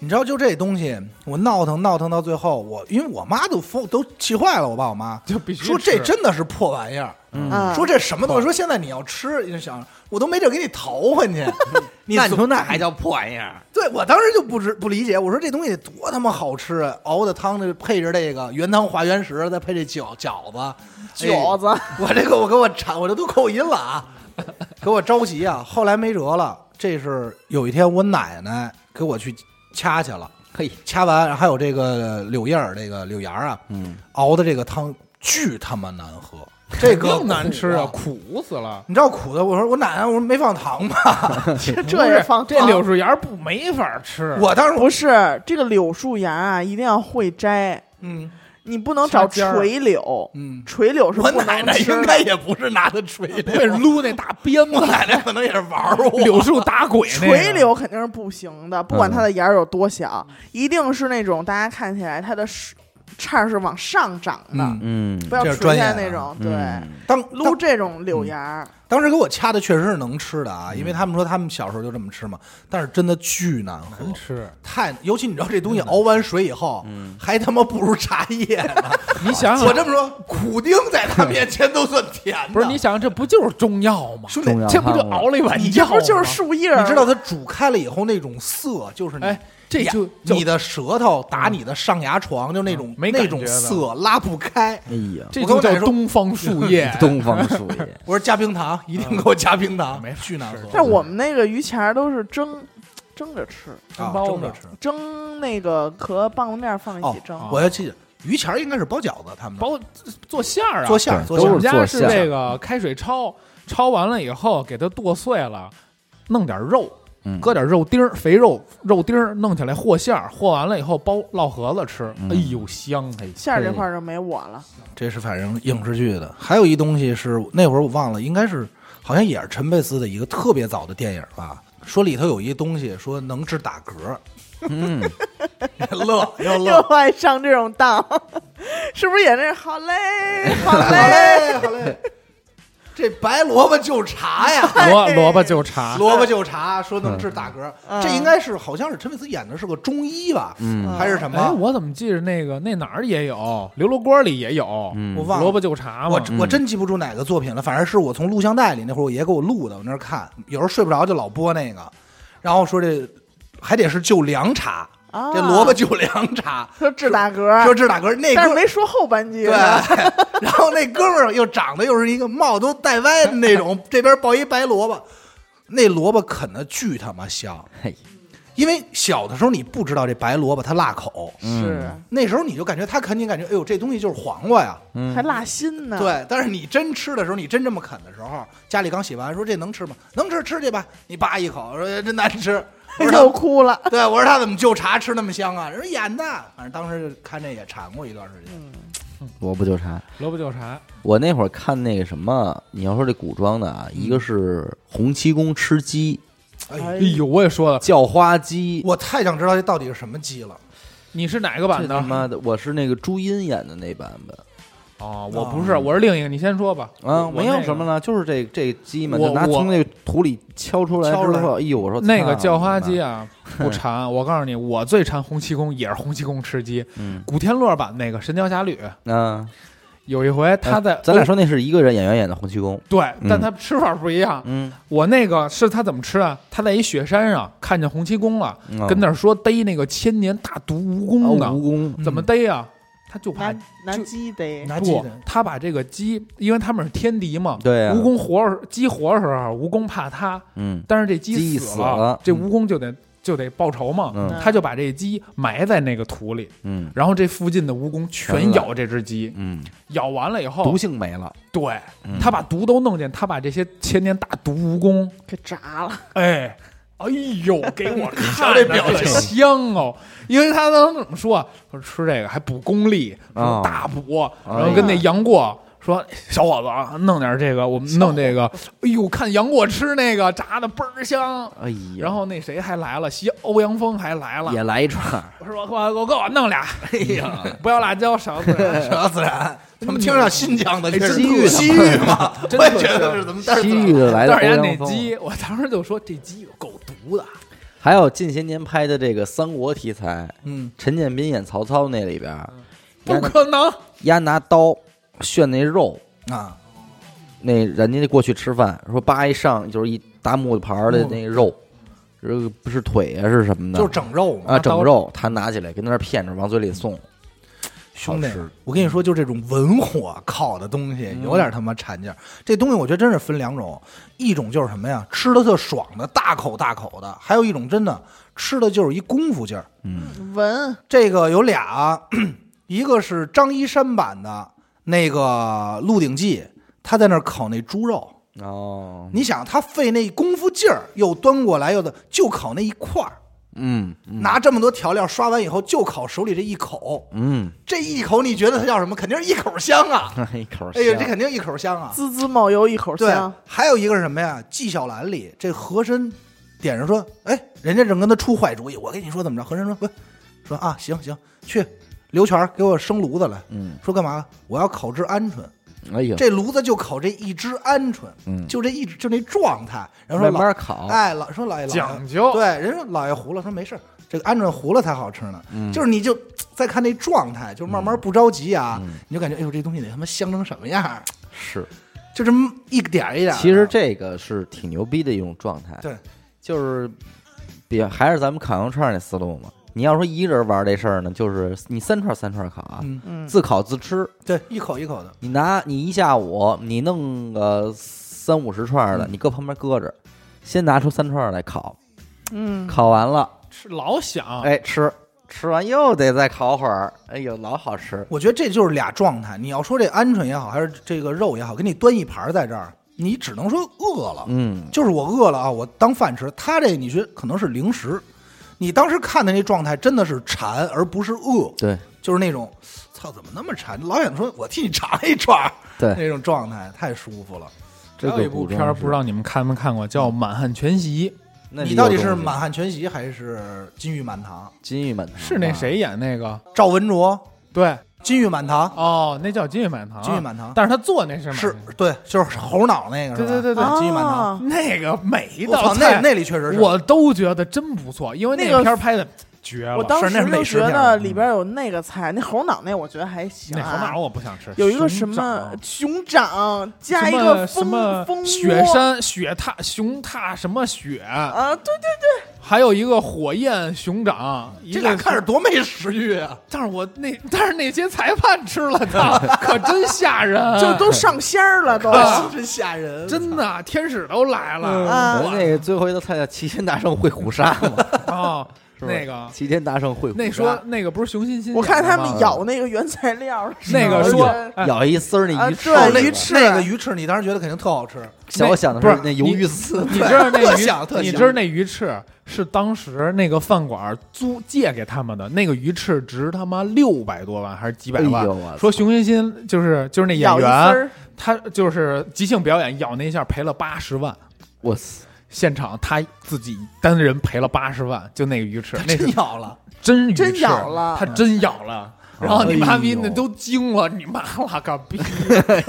[SPEAKER 4] 你知道，就这东西，我闹腾闹腾到最后，我因为我妈都疯都气坏了，我爸我妈
[SPEAKER 2] 就必须
[SPEAKER 4] 说这
[SPEAKER 2] 吃
[SPEAKER 4] 真的是破玩意儿。
[SPEAKER 3] 嗯，
[SPEAKER 4] 说这什么东西？说现在你要吃，你就想我都没地儿给你淘换去。你
[SPEAKER 1] 那你
[SPEAKER 4] 总
[SPEAKER 1] 说那还叫破玩意儿？
[SPEAKER 4] 对我当时就不知不理解，我说这东西得多他妈好吃啊！熬的汤呢，配着这个原汤化原食，再配这饺饺子，哎
[SPEAKER 3] 饺
[SPEAKER 4] 子、
[SPEAKER 3] 子，
[SPEAKER 4] 我这个我给我馋，我这都口音了啊，给我着急啊！后来没辙了，这是有一天我奶奶给我去掐去了，
[SPEAKER 1] 嘿，
[SPEAKER 4] 掐完还有这个柳叶儿，这个柳芽儿啊，
[SPEAKER 1] 嗯，
[SPEAKER 4] 熬的这个汤巨他妈难喝，这个
[SPEAKER 2] 更难吃
[SPEAKER 4] 苦
[SPEAKER 2] 啊，
[SPEAKER 4] 啊！
[SPEAKER 2] 苦死了。
[SPEAKER 4] 你知道苦的，我说我奶奶，我说没放糖吧？
[SPEAKER 3] 这也放
[SPEAKER 2] 这柳树芽儿不没法吃，
[SPEAKER 4] 我当时我
[SPEAKER 3] 不是这个柳树芽啊，一定要会摘，
[SPEAKER 4] 嗯
[SPEAKER 3] 你不能找
[SPEAKER 2] 掐尖儿
[SPEAKER 3] 垂柳，
[SPEAKER 4] 嗯，
[SPEAKER 3] 垂柳是
[SPEAKER 4] 我
[SPEAKER 3] 不
[SPEAKER 4] 奶
[SPEAKER 3] 能
[SPEAKER 4] 奶
[SPEAKER 3] 吃
[SPEAKER 4] 应
[SPEAKER 3] 的。
[SPEAKER 4] 该也不是拿它捶
[SPEAKER 2] 不会
[SPEAKER 4] 的，
[SPEAKER 2] 撸那大鞭
[SPEAKER 4] 我
[SPEAKER 2] 子，
[SPEAKER 4] 奶奶可能也是玩我。
[SPEAKER 2] 柳树打鬼那个
[SPEAKER 3] 垂柳肯定是不行的，不
[SPEAKER 4] 嗯
[SPEAKER 3] 管它的芽儿有多小，一定是那种大家看起来它的是杈儿是往上长的，
[SPEAKER 4] 嗯
[SPEAKER 1] 嗯，
[SPEAKER 3] 不要
[SPEAKER 4] 这是
[SPEAKER 3] 垂
[SPEAKER 4] 专业
[SPEAKER 3] 下
[SPEAKER 4] 的
[SPEAKER 3] 那
[SPEAKER 4] 啊
[SPEAKER 3] 种。对，
[SPEAKER 1] 嗯
[SPEAKER 4] 当
[SPEAKER 3] 撸
[SPEAKER 4] 当
[SPEAKER 3] 这种柳芽儿，
[SPEAKER 4] 当时给我掐的确实是能吃的
[SPEAKER 2] 嗯
[SPEAKER 4] 啊，因为他们说他们小时候就这么吃嘛，但是真的巨难喝，
[SPEAKER 2] 难吃。
[SPEAKER 4] 太，尤其你知道这东西熬完水以后，
[SPEAKER 2] 嗯
[SPEAKER 4] 还他妈不如茶叶呢。
[SPEAKER 2] 你想想，
[SPEAKER 4] 我这么说，苦丁在他面前都算甜的。
[SPEAKER 2] 不是你想想，这不就是中药吗？
[SPEAKER 4] 兄弟，
[SPEAKER 1] 中
[SPEAKER 4] 你
[SPEAKER 1] 药
[SPEAKER 2] 这不就
[SPEAKER 1] 汤
[SPEAKER 2] 熬了一碗
[SPEAKER 4] 哎你
[SPEAKER 2] 药
[SPEAKER 3] 这
[SPEAKER 2] 吗？
[SPEAKER 3] 不就是树叶儿？
[SPEAKER 4] 知道它煮开了以后那种涩，就是你，
[SPEAKER 2] 哎这
[SPEAKER 4] 呀
[SPEAKER 2] 就叫
[SPEAKER 4] 你的舌头打你的上牙床，就那种
[SPEAKER 2] 没感
[SPEAKER 4] 那
[SPEAKER 2] 觉
[SPEAKER 4] 种
[SPEAKER 2] 的嗯
[SPEAKER 4] 涩，拉不开。
[SPEAKER 1] 哎呀，。
[SPEAKER 2] 这
[SPEAKER 4] 我跟
[SPEAKER 2] 就
[SPEAKER 4] 我奶
[SPEAKER 2] 叫
[SPEAKER 4] 奶说
[SPEAKER 2] 东方树叶
[SPEAKER 1] 东方树叶
[SPEAKER 4] 我说加冰糖，一定给我加冰糖，
[SPEAKER 2] 嗯没法
[SPEAKER 4] 巨难
[SPEAKER 2] 吃
[SPEAKER 4] 喝。
[SPEAKER 3] 但我们那个鱼钱儿都是蒸蒸着吃，
[SPEAKER 4] 啊
[SPEAKER 2] 蒸包
[SPEAKER 4] 蒸着
[SPEAKER 2] 子
[SPEAKER 4] 吃。
[SPEAKER 3] 蒸那个和棒子面儿放一起蒸。
[SPEAKER 2] 哦
[SPEAKER 4] 我要记得鱼钱儿应该是包饺子，他们
[SPEAKER 2] 包做馅儿啊，
[SPEAKER 4] 做馅儿，
[SPEAKER 1] 对
[SPEAKER 4] 做
[SPEAKER 1] 都
[SPEAKER 4] 馅
[SPEAKER 2] 我
[SPEAKER 4] 儿
[SPEAKER 2] 们
[SPEAKER 1] 是
[SPEAKER 2] 家
[SPEAKER 1] 做馅
[SPEAKER 2] 是
[SPEAKER 1] 儿
[SPEAKER 2] 这个开水焯，焯完了以后给它剁碎了，弄点肉
[SPEAKER 1] 嗯，
[SPEAKER 2] 搁点肉丁儿、肥肉、肉丁儿，弄起来和馅儿，和完了以后包烙盒子吃，
[SPEAKER 1] 嗯
[SPEAKER 2] 哎呦香嘿！
[SPEAKER 3] 馅儿这块儿就没我了，
[SPEAKER 4] 这是反正影视剧的。还有一东西是那会儿我忘了，应该是好像也是陈佩斯的一个特别早的电影吧。说里头有一东西，说能治打嗝，
[SPEAKER 1] 嗯，
[SPEAKER 4] 乐又
[SPEAKER 3] 又
[SPEAKER 4] 乐，
[SPEAKER 3] 爱上这种当， 是不是也是好 嘞，好
[SPEAKER 4] 好
[SPEAKER 3] 嘞？
[SPEAKER 4] 嘞好嘞。这白萝卜就茶呀，
[SPEAKER 2] 萝萝卜就茶，
[SPEAKER 4] 哎萝卜就茶，说能治打嗝，
[SPEAKER 3] 嗯
[SPEAKER 4] 这应该是好像是陈佩斯演的是个中医吧，
[SPEAKER 1] 嗯
[SPEAKER 4] 还是什
[SPEAKER 2] 哎，
[SPEAKER 4] 么？
[SPEAKER 2] 我怎么记着那个那哪儿也有，刘罗锅里也有，
[SPEAKER 1] 嗯
[SPEAKER 4] 我忘了
[SPEAKER 2] 萝卜就茶
[SPEAKER 4] 啊我
[SPEAKER 2] 嘛。
[SPEAKER 4] 我真记不住哪个作品了，反正是我从录像带里那会儿我爷给我录的，我那儿看，有时候睡不着就老播那个，然后说这还得是就凉茶，
[SPEAKER 3] 啊
[SPEAKER 4] 这萝卜就凉茶，
[SPEAKER 3] 说治打
[SPEAKER 4] 说
[SPEAKER 3] 嗝，
[SPEAKER 4] 治打嗝那
[SPEAKER 3] 但是
[SPEAKER 4] 哥
[SPEAKER 3] 没啊说后半句
[SPEAKER 4] 对，
[SPEAKER 3] 呢。
[SPEAKER 4] 然后那哥们儿又长得又是一个帽都戴歪的那种，这边抱一白萝卜，那萝卜啃的巨他妈香，
[SPEAKER 1] 嘿，
[SPEAKER 4] 因为小的时候你不知道这白萝卜它辣口，
[SPEAKER 3] 是
[SPEAKER 4] 那时候你就感觉它啃你感觉，哎呦，这东西就是黄瓜呀。
[SPEAKER 1] 嗯
[SPEAKER 3] 还辣心 呢。，
[SPEAKER 4] 对，但是你真吃的时候，你真这么啃的时候，家里刚洗完，说这能吃吗？能吃，吃去吧。你扒一口，说哎真难 吃。我说
[SPEAKER 3] 又哭了。
[SPEAKER 4] 他对，我说他怎么就茶吃那么香啊？人说演的，反正当时就看这也馋过一段时
[SPEAKER 1] 嗯
[SPEAKER 4] 间。
[SPEAKER 1] 萝卜就茶。
[SPEAKER 2] 萝卜就茶，
[SPEAKER 1] 我那会儿看那个什么，你要说这古装的啊，
[SPEAKER 2] 嗯
[SPEAKER 1] 一个是洪七公吃鸡，
[SPEAKER 4] 哎，
[SPEAKER 2] 哎呦，我也说了，
[SPEAKER 1] 叫花鸡，
[SPEAKER 4] 我太想知道这到底是什么鸡了。
[SPEAKER 2] 你是哪个版
[SPEAKER 1] 这
[SPEAKER 2] 的
[SPEAKER 1] 他？妈的，我是那个朱茵演的那版本。
[SPEAKER 2] 哦，我不是，我是另一个，你先说吧。
[SPEAKER 1] 啊，
[SPEAKER 2] 我
[SPEAKER 1] 没有什么。了，就是这这鸡嘛，
[SPEAKER 2] 我
[SPEAKER 1] 就拿
[SPEAKER 2] 我
[SPEAKER 1] 从那个土里敲出来
[SPEAKER 4] 敲
[SPEAKER 1] 之
[SPEAKER 4] 出来
[SPEAKER 1] 后，哎呦，我说
[SPEAKER 2] 那个
[SPEAKER 1] 操
[SPEAKER 2] 叫花
[SPEAKER 1] 怎
[SPEAKER 2] 鸡
[SPEAKER 1] 么
[SPEAKER 2] 啊， 不馋。我告诉你，我最馋洪七公，也是洪七公吃鸡。
[SPEAKER 1] 办，嗯
[SPEAKER 2] 古天乐版那个《神雕侠侣》，
[SPEAKER 1] 啊，
[SPEAKER 2] 有一回 他在
[SPEAKER 1] 呃咱俩
[SPEAKER 2] 欧
[SPEAKER 1] 说那是一个人演员演的洪七公，
[SPEAKER 2] 对，
[SPEAKER 1] 嗯
[SPEAKER 2] 但他吃法不一样。
[SPEAKER 1] 嗯，
[SPEAKER 2] 我那个是他怎么吃啊？他在一雪山上看见洪七公了，
[SPEAKER 1] 嗯
[SPEAKER 2] 跟那儿说逮那个千年大毒蜈
[SPEAKER 1] 啊
[SPEAKER 2] 蚣
[SPEAKER 1] 蜈
[SPEAKER 2] 呢，
[SPEAKER 1] 蚣，
[SPEAKER 2] 怎么逮啊？他就把
[SPEAKER 4] 哎
[SPEAKER 3] 拿拿
[SPEAKER 2] 就
[SPEAKER 3] 鸡得
[SPEAKER 4] 拿鸡
[SPEAKER 2] 不
[SPEAKER 4] 的，
[SPEAKER 2] 他把这个鸡，因为他们是天敌嘛，
[SPEAKER 1] 对啊
[SPEAKER 2] 蜈蚣活着，鸡活的时候，�z 蚣怕它，
[SPEAKER 1] 嗯
[SPEAKER 2] 但是这鸡
[SPEAKER 1] 鸡
[SPEAKER 2] 死
[SPEAKER 1] 死了
[SPEAKER 2] 这蜈蚣就得就得报仇嘛，
[SPEAKER 1] 嗯
[SPEAKER 2] 他就把这鸡埋在那个土里，
[SPEAKER 1] 嗯
[SPEAKER 2] 然后这附近的蜈蚣全
[SPEAKER 1] 全
[SPEAKER 2] 咬这只鸡，
[SPEAKER 1] 嗯，
[SPEAKER 2] 咬完了以后
[SPEAKER 1] 毒，性没了，
[SPEAKER 2] 对
[SPEAKER 1] 嗯
[SPEAKER 2] 他把毒都弄进，他把这些千年大毒蜈蚣，
[SPEAKER 3] 给炸了，
[SPEAKER 2] 哎。哎呦，给我看
[SPEAKER 4] 这
[SPEAKER 2] 的
[SPEAKER 4] 表 情
[SPEAKER 2] 香哦！因为他当时怎么说啊？说吃这个还补功力，
[SPEAKER 1] 哦
[SPEAKER 2] 说大补，
[SPEAKER 1] 哎
[SPEAKER 2] 然后跟那杨过说：“哎小伙子啊，弄点这个，我们弄这个。”哎呦，看杨过吃那个炸的倍儿香。
[SPEAKER 1] 哎呀，
[SPEAKER 2] 然后那谁还来了，西欧阳锋还来了，
[SPEAKER 1] 也来一串儿，
[SPEAKER 2] 我说我我给我弄俩，哎呀， 不要辣椒，少孜 然。
[SPEAKER 4] 什么孜然？怎么听着像新疆的？
[SPEAKER 1] 哎
[SPEAKER 4] 这是
[SPEAKER 1] 西域的
[SPEAKER 4] 西域嘛，
[SPEAKER 2] 真
[SPEAKER 4] 我也
[SPEAKER 2] 特
[SPEAKER 4] 觉得
[SPEAKER 2] 像
[SPEAKER 4] 是怎么？但
[SPEAKER 1] 西
[SPEAKER 4] 是
[SPEAKER 1] 域的来的
[SPEAKER 2] 但是人
[SPEAKER 1] 欧
[SPEAKER 2] 家那
[SPEAKER 1] 阳锋，
[SPEAKER 2] 鸡，我当时就说这鸡有够毒的，
[SPEAKER 1] 还有近些年拍的这个三国题材，
[SPEAKER 4] 嗯，
[SPEAKER 1] 陈建斌演曹操那里边儿，
[SPEAKER 2] 不
[SPEAKER 1] 丫
[SPEAKER 2] 可能。
[SPEAKER 1] 丫拿刀炫那肉。
[SPEAKER 4] 啊，
[SPEAKER 1] 那人家过去吃饭，说叭一上就是一大木盘儿的那个肉，这不是腿啊是什么的，
[SPEAKER 4] 就是整肉嘛。
[SPEAKER 1] 啊
[SPEAKER 2] 拿刀
[SPEAKER 1] 整肉，他拿起来跟那儿片着往嘴里送，
[SPEAKER 4] 兄弟
[SPEAKER 1] 好吃，嗯
[SPEAKER 4] 我跟你说，就这种文火烤的东西，有点他妈馋劲儿。这东西我觉得真是分两种，一种就是什么呀，吃的特爽的，大口大口的；还有一种真的吃的就是一功夫劲儿。
[SPEAKER 1] 嗯，
[SPEAKER 3] 闻
[SPEAKER 4] 这个有俩 啊，一个是张一山版的那个《鹿鼎记》，他在那儿烤那猪肉。
[SPEAKER 1] 哦，
[SPEAKER 4] 你想，他费那功夫劲儿，又端过来，又的，就烤那一块儿，
[SPEAKER 1] 嗯嗯
[SPEAKER 4] 拿这么多调料刷完以后，就烤手里这一口。
[SPEAKER 1] 嗯，
[SPEAKER 4] 这一口你觉得它叫什么？肯定是一口香啊！
[SPEAKER 1] 一口
[SPEAKER 4] 哎呀，这
[SPEAKER 1] 香
[SPEAKER 4] 肯定一口香啊！
[SPEAKER 3] 滋滋冒油一口
[SPEAKER 4] 对
[SPEAKER 3] 香，，
[SPEAKER 4] 还有一个是什么呀？纪晓岚里这和珅点上说，哎，人家正跟他出坏主意，我跟你说怎么着？和珅说不，说啊，行行，去刘全儿给我生炉子来，
[SPEAKER 1] 嗯
[SPEAKER 4] 说干嘛？我要烤只鹌鹑。
[SPEAKER 1] 哎呦，
[SPEAKER 4] 这炉子就烤这一只鹌鹑，
[SPEAKER 1] 嗯
[SPEAKER 4] 就这一只就那状态。然后说
[SPEAKER 1] 慢
[SPEAKER 4] 老
[SPEAKER 1] 慢烤，
[SPEAKER 4] 哎，老说老爷老爷
[SPEAKER 2] 讲究
[SPEAKER 4] 对，人说老爷糊了，说没事儿，这个鹌鹑糊了才好吃呢。
[SPEAKER 1] 嗯
[SPEAKER 4] 就是你就再看那状态，就慢慢不着急啊，
[SPEAKER 1] 嗯
[SPEAKER 4] 你就感觉哎呦，这东西得他妈香成什么样儿，
[SPEAKER 1] 是。
[SPEAKER 4] 就这么一点儿一点儿的。
[SPEAKER 1] 其实这个是挺牛逼的一种状态，
[SPEAKER 4] 对，
[SPEAKER 1] 就是比还是咱们烤羊肉串儿那思路嘛。你要说一人玩这事儿呢，就是你三串儿三串儿烤啊，
[SPEAKER 4] 嗯，
[SPEAKER 3] 嗯，
[SPEAKER 1] 自烤自吃。
[SPEAKER 4] 对，一口一口的，
[SPEAKER 1] 你拿你一下午，你弄个三五十串儿的，你搁旁边搁着，先拿出三串儿来烤，
[SPEAKER 3] 嗯，
[SPEAKER 1] 烤完了，
[SPEAKER 2] 吃老想，
[SPEAKER 1] 哎，吃，吃完又得再烤会儿，哎呦，老好吃。
[SPEAKER 4] 我觉得这就是俩状态。你要说这鹌鹑也好，还是这个肉也好，给你端一盘儿在这儿，你只能说饿了。
[SPEAKER 1] 嗯，
[SPEAKER 4] 就是我饿了啊，我当饭吃。他这你觉得可能是零食，你当时看的那状态真的是馋，而不是饿，
[SPEAKER 1] 对
[SPEAKER 4] 就是那种操怎么那么馋？老想说我替你尝一 串儿，
[SPEAKER 1] 对，
[SPEAKER 4] 那种状态太舒服了。
[SPEAKER 1] 这
[SPEAKER 2] 还有
[SPEAKER 1] 个
[SPEAKER 2] 一部
[SPEAKER 1] 古
[SPEAKER 2] 片
[SPEAKER 1] 装
[SPEAKER 2] 儿，
[SPEAKER 1] 是
[SPEAKER 2] 不知道你们看没看过，叫《满汉全席》，
[SPEAKER 1] 那
[SPEAKER 4] 你
[SPEAKER 1] 里
[SPEAKER 4] 到
[SPEAKER 1] 有
[SPEAKER 4] 底是
[SPEAKER 1] 东西
[SPEAKER 4] 满汉全席还是金玉满堂？
[SPEAKER 1] 金玉满堂
[SPEAKER 2] 是那
[SPEAKER 1] 吧？
[SPEAKER 2] 谁演那个？
[SPEAKER 4] 赵文卓，
[SPEAKER 2] 对，
[SPEAKER 4] 金玉满堂，
[SPEAKER 2] 哦，那叫《金玉满堂》。
[SPEAKER 4] 金玉满堂
[SPEAKER 2] 但是他做那是满
[SPEAKER 4] 是对，就是猴脑那个，是吧
[SPEAKER 2] 对对对对
[SPEAKER 4] 金玉满堂。
[SPEAKER 3] 啊，
[SPEAKER 2] 那个每一
[SPEAKER 4] 我
[SPEAKER 2] 道
[SPEAKER 4] 操，那
[SPEAKER 2] 菜
[SPEAKER 4] 那里确实是
[SPEAKER 2] 我都觉得真不错，因为
[SPEAKER 3] 那
[SPEAKER 2] 个
[SPEAKER 3] 个
[SPEAKER 2] 片儿拍的绝了。
[SPEAKER 3] 我当
[SPEAKER 4] 是那是
[SPEAKER 3] 时
[SPEAKER 4] 美
[SPEAKER 3] 就
[SPEAKER 4] 食
[SPEAKER 3] 觉
[SPEAKER 4] 片儿
[SPEAKER 3] 得
[SPEAKER 4] 嗯
[SPEAKER 3] 里边有那个菜，那猴脑那我觉得还行
[SPEAKER 2] 那
[SPEAKER 3] 啊。
[SPEAKER 2] 猴脑儿我不想吃，
[SPEAKER 3] 有一个什
[SPEAKER 2] 熊掌啊
[SPEAKER 3] 么熊掌加
[SPEAKER 2] 什
[SPEAKER 3] 一
[SPEAKER 2] 么
[SPEAKER 3] 个
[SPEAKER 2] 什
[SPEAKER 3] 蜂
[SPEAKER 2] 么
[SPEAKER 3] 蜂窝
[SPEAKER 2] 雪山雪踏熊踏什么雪，
[SPEAKER 3] 啊，对对，
[SPEAKER 2] 还有一个火焰熊掌，
[SPEAKER 4] 这
[SPEAKER 2] 一
[SPEAKER 4] 俩
[SPEAKER 2] 个
[SPEAKER 4] 看着多没食欲啊！
[SPEAKER 2] 但是我那但是那些裁判吃了它，可真吓 人，
[SPEAKER 3] 就都上仙儿 了都。
[SPEAKER 2] 啊
[SPEAKER 4] 真吓人，
[SPEAKER 2] 真的天使都来了
[SPEAKER 3] 啊
[SPEAKER 1] 我那个最后一道菜叫齐天大圣会虎鲨嘛，
[SPEAKER 2] 啊！
[SPEAKER 1] 是吧
[SPEAKER 2] 那个
[SPEAKER 1] 齐天大圣会虎鲨，
[SPEAKER 2] 那说那个不是熊欣欣演的吗，
[SPEAKER 3] 我看他们
[SPEAKER 1] 嗯
[SPEAKER 3] 咬那个原材料的时候，
[SPEAKER 2] 那个说
[SPEAKER 3] 我觉得
[SPEAKER 2] 哎
[SPEAKER 1] 咬一丝儿那
[SPEAKER 3] 啊
[SPEAKER 1] 鱼翅，
[SPEAKER 3] 对
[SPEAKER 4] 那
[SPEAKER 3] 鱼
[SPEAKER 1] 那
[SPEAKER 3] 翅
[SPEAKER 4] 那个鱼翅，你当时觉得肯定特好吃，
[SPEAKER 1] 小想的
[SPEAKER 2] 不是
[SPEAKER 1] 那鱿鱼 丝，
[SPEAKER 2] 你知道那
[SPEAKER 4] 特
[SPEAKER 2] 鱼
[SPEAKER 4] 想特
[SPEAKER 2] 你
[SPEAKER 4] 想
[SPEAKER 2] 知道那鱼翅是当时那个饭馆租借给他们的，那个鱼翅值他妈六百多万还是几百
[SPEAKER 1] 哎
[SPEAKER 2] 万
[SPEAKER 1] 呦我？操
[SPEAKER 2] 说熊欣欣就是就是那演
[SPEAKER 3] 咬一丝
[SPEAKER 2] 员，
[SPEAKER 3] 儿，
[SPEAKER 2] 他就是即兴表演咬那一下赔了八十万，
[SPEAKER 1] 我操，
[SPEAKER 2] 现场他自己单人赔了八十万，就那个鱼翅，那是
[SPEAKER 4] 真咬了。
[SPEAKER 2] 真鱼翅，
[SPEAKER 3] 真咬了
[SPEAKER 2] 他真咬了。然后你妈逼
[SPEAKER 1] 哎呦
[SPEAKER 2] 那都惊了，你妈了个逼！